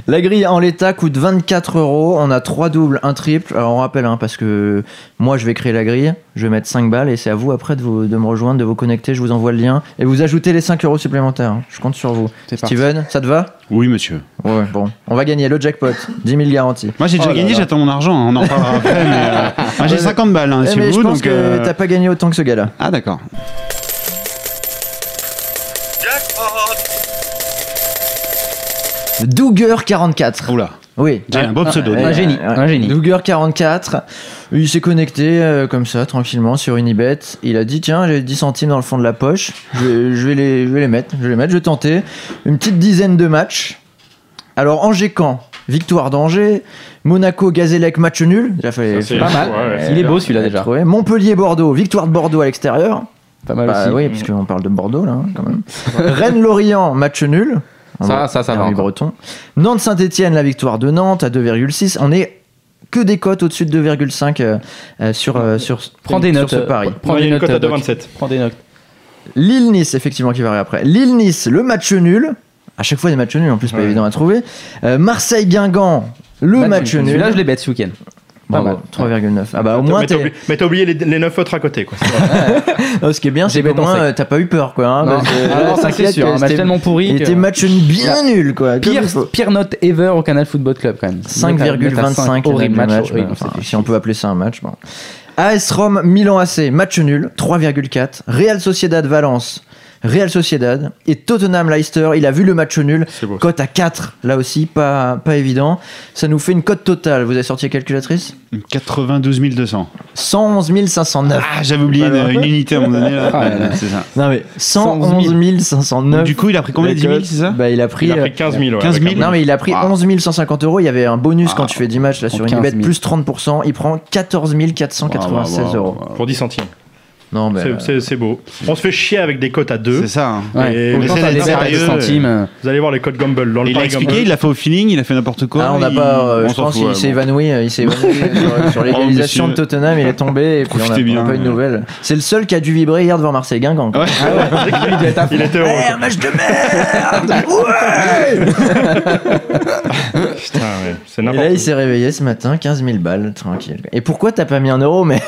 [SPEAKER 2] La grille en l'état coûte 24 euros. On a trois doubles, un triple. Alors on rappelle, hein, parce que moi je vais créer la grille, je vais mettre 5 balles et c'est à vous après de, vous- de me rejoindre, de vous connecter. Je vous envoie le lien et vous ajoutez les 5 euros supplémentaires. hein. Je compte sur vous.
[SPEAKER 4] C'est parti.
[SPEAKER 2] Steven, ça te va
[SPEAKER 6] Oui, monsieur.
[SPEAKER 2] Ouais, bon. On va gagner le jackpot. 10 000 garanties.
[SPEAKER 6] Moi, j'ai déjà gagné, j'attends mon argent. hein, On en reparlera après. mais, euh, moi, j'ai
[SPEAKER 2] Oh Ouais,
[SPEAKER 6] 50 balles, hein,
[SPEAKER 2] Eh,
[SPEAKER 6] si
[SPEAKER 2] mais
[SPEAKER 6] vous
[SPEAKER 2] je
[SPEAKER 6] voulez.
[SPEAKER 2] pense
[SPEAKER 6] Donc,
[SPEAKER 2] que
[SPEAKER 6] euh,
[SPEAKER 2] t'as pas gagné autant que ce gars-là.
[SPEAKER 6] Ah, d'accord.
[SPEAKER 2] Douger44.
[SPEAKER 6] Oula.
[SPEAKER 2] Oui.
[SPEAKER 6] J'ai un beau pseudo.
[SPEAKER 4] Un génie, un génie.
[SPEAKER 2] Douger44, il s'est connecté euh, comme ça, tranquillement, sur Unibet. Il a dit Tiens, j'ai 10 centimes dans le fond de la poche. Je vais, je vais les, je vais les mettre. Je vais les mettre. Je vais tenter. Une petite dizaine de matchs. Alors, Angers-Caen, victoire d'Angers. Monaco-Gazélec, match nul. Déjà, fallait-
[SPEAKER 5] Ça, c'est-
[SPEAKER 4] Pas mal.
[SPEAKER 5] Ouais, ouais,
[SPEAKER 4] Il
[SPEAKER 5] c'est
[SPEAKER 4] est beau
[SPEAKER 5] bien.
[SPEAKER 4] celui-là déjà.
[SPEAKER 2] trouver. Montpellier-Bordeaux, victoire de Bordeaux à l'extérieur.
[SPEAKER 4] Pas mal
[SPEAKER 2] Bah
[SPEAKER 4] aussi.
[SPEAKER 2] oui, parce qu'on parle de Bordeaux là, hein, quand même. Rennes-Lorient, match nul.
[SPEAKER 4] Ça,
[SPEAKER 2] Ah Bon,
[SPEAKER 4] ça, ça va
[SPEAKER 2] Hervé
[SPEAKER 4] encore.
[SPEAKER 2] Breton. Nantes-Saint-Etienne, la victoire de Nantes à 2,6. On est que des cotes au-dessus de 2,5 euh, euh, sur, euh, sur,
[SPEAKER 4] Prends des
[SPEAKER 2] sur
[SPEAKER 4] notes.
[SPEAKER 2] ce
[SPEAKER 4] euh,
[SPEAKER 2] pari.
[SPEAKER 4] Prends
[SPEAKER 5] Ouais, il y
[SPEAKER 4] des
[SPEAKER 5] a une
[SPEAKER 4] notes.
[SPEAKER 5] cote à
[SPEAKER 4] euh, Doc.
[SPEAKER 5] 2,27.
[SPEAKER 4] Prends des notes.
[SPEAKER 2] Lille-Nice, effectivement, qui va arriver après. Lille-Nice, le match nul. À chaque fois des matchs nuls, en plus, pas évident à trouver. Euh, Marseille-Guingamp, le
[SPEAKER 4] Bah,
[SPEAKER 2] match nul.
[SPEAKER 4] Celui-là, je les bête ce week-end.
[SPEAKER 2] Bravo,
[SPEAKER 4] pas mal.
[SPEAKER 2] 3,9. Ah bah au
[SPEAKER 5] Mais
[SPEAKER 2] moins,
[SPEAKER 5] t'as
[SPEAKER 2] t'es-
[SPEAKER 5] oublié- mais t'as oublié les, les 9 autres à côté quoi.
[SPEAKER 2] Oh, ce qui est bien, c'est
[SPEAKER 4] J'ai
[SPEAKER 2] qu'au
[SPEAKER 4] bête en
[SPEAKER 2] moins,
[SPEAKER 4] sec.
[SPEAKER 2] euh, t'as pas eu peur, quoi. hein,
[SPEAKER 4] Non,
[SPEAKER 2] parce que
[SPEAKER 4] ah
[SPEAKER 2] là,
[SPEAKER 4] non, ça,
[SPEAKER 2] t'inquiète
[SPEAKER 4] c'est sûr.
[SPEAKER 2] que
[SPEAKER 4] Un match
[SPEAKER 2] c'était-
[SPEAKER 4] tellement pourri.
[SPEAKER 2] Il
[SPEAKER 4] que-
[SPEAKER 2] était match bien nul, quoi. comme
[SPEAKER 4] Pire,
[SPEAKER 2] il faut.
[SPEAKER 4] pire note ever au Canal Football Club quand même.
[SPEAKER 2] 5,25
[SPEAKER 4] horrible
[SPEAKER 2] le
[SPEAKER 4] match.
[SPEAKER 2] match,
[SPEAKER 4] horrible,
[SPEAKER 2] bah,
[SPEAKER 4] c'est
[SPEAKER 2] enfin,
[SPEAKER 4] fait
[SPEAKER 2] si on peut appeler ça un match. bon. AS Rome, Milan AC, match nul, 3,4. Real Sociedad Valence, Real Sociedad. Et Tottenham Leicester, il a vu le match nul.
[SPEAKER 5] C'est beau.
[SPEAKER 2] Cote à 4, là aussi, pas, pas évident. Ça nous fait une cote totale. Vous avez sorti la calculatrice
[SPEAKER 6] 92 200.
[SPEAKER 2] 111 509.
[SPEAKER 6] Ah, j'avais oublié
[SPEAKER 2] Bah
[SPEAKER 6] une, une unité à un moment donné. Là.
[SPEAKER 4] Ah, ouais, ouais.
[SPEAKER 6] c'est ça.
[SPEAKER 2] Non mais 111 509.
[SPEAKER 6] Donc, du coup, il a pris combien 10 000, c'est ça
[SPEAKER 2] Bah, il a pris.
[SPEAKER 5] Il a
[SPEAKER 2] euh,
[SPEAKER 5] pris 15 000. ouais,
[SPEAKER 6] 15 000.
[SPEAKER 5] avec un-
[SPEAKER 2] Non, mais il a pris
[SPEAKER 6] Ah.
[SPEAKER 2] 11 150 euros. Il y avait un bonus quand
[SPEAKER 6] Ah.
[SPEAKER 2] tu fais 10 matchs là, sur
[SPEAKER 4] 15
[SPEAKER 2] une
[SPEAKER 4] 000.
[SPEAKER 2] plus 30%. Il prend 14 496
[SPEAKER 6] Waouh, waouh,
[SPEAKER 2] euros.
[SPEAKER 6] waouh.
[SPEAKER 5] Pour 10 centimes.
[SPEAKER 2] Non, mais. euh,
[SPEAKER 5] C'est- C'est c'est beau. On se fait chier avec des cotes à 2.
[SPEAKER 6] C'est ça. hein.
[SPEAKER 4] Ouais.
[SPEAKER 5] Et-
[SPEAKER 4] Autant
[SPEAKER 5] mais
[SPEAKER 4] t'as
[SPEAKER 5] c'est
[SPEAKER 4] des
[SPEAKER 5] sérieux,
[SPEAKER 4] pertes à 10
[SPEAKER 6] ouais.
[SPEAKER 4] centimes. euh,
[SPEAKER 5] Vous allez voir les codes Gumball dans le
[SPEAKER 6] Et il a
[SPEAKER 5] pari
[SPEAKER 6] expliqué,
[SPEAKER 5] Gumball.
[SPEAKER 6] il a fait au feeling, il a fait n'importe quoi.
[SPEAKER 2] Ah, on n'a
[SPEAKER 6] il-
[SPEAKER 2] pas. euh,
[SPEAKER 6] on
[SPEAKER 2] je
[SPEAKER 6] s'en
[SPEAKER 2] pense
[SPEAKER 6] fout,
[SPEAKER 2] qu'il
[SPEAKER 6] ouais,
[SPEAKER 2] s'est
[SPEAKER 6] bon.
[SPEAKER 2] évanoui. euh, Il s'est évanoui sur, sur l'égalisation
[SPEAKER 6] Oh,
[SPEAKER 2] de
[SPEAKER 6] monsieur.
[SPEAKER 2] Tottenham. Il est tombé et puis on a- on
[SPEAKER 6] Profitez
[SPEAKER 2] n'a
[SPEAKER 6] bien. Oh,
[SPEAKER 2] pas eu de nouvelles. C'est le seul qui a dû vibrer hier devant Marseille Guingamp. quoi.
[SPEAKER 5] Il était heureux.
[SPEAKER 2] Eh,
[SPEAKER 5] quoi.
[SPEAKER 2] un match de merde Ouais
[SPEAKER 5] Putain, ouais, C'est
[SPEAKER 2] Et là,
[SPEAKER 5] n'importe
[SPEAKER 2] il s'est réveillé ce matin, 15 000 balles, tranquille. Et pourquoi t'as pas mis un euro, mais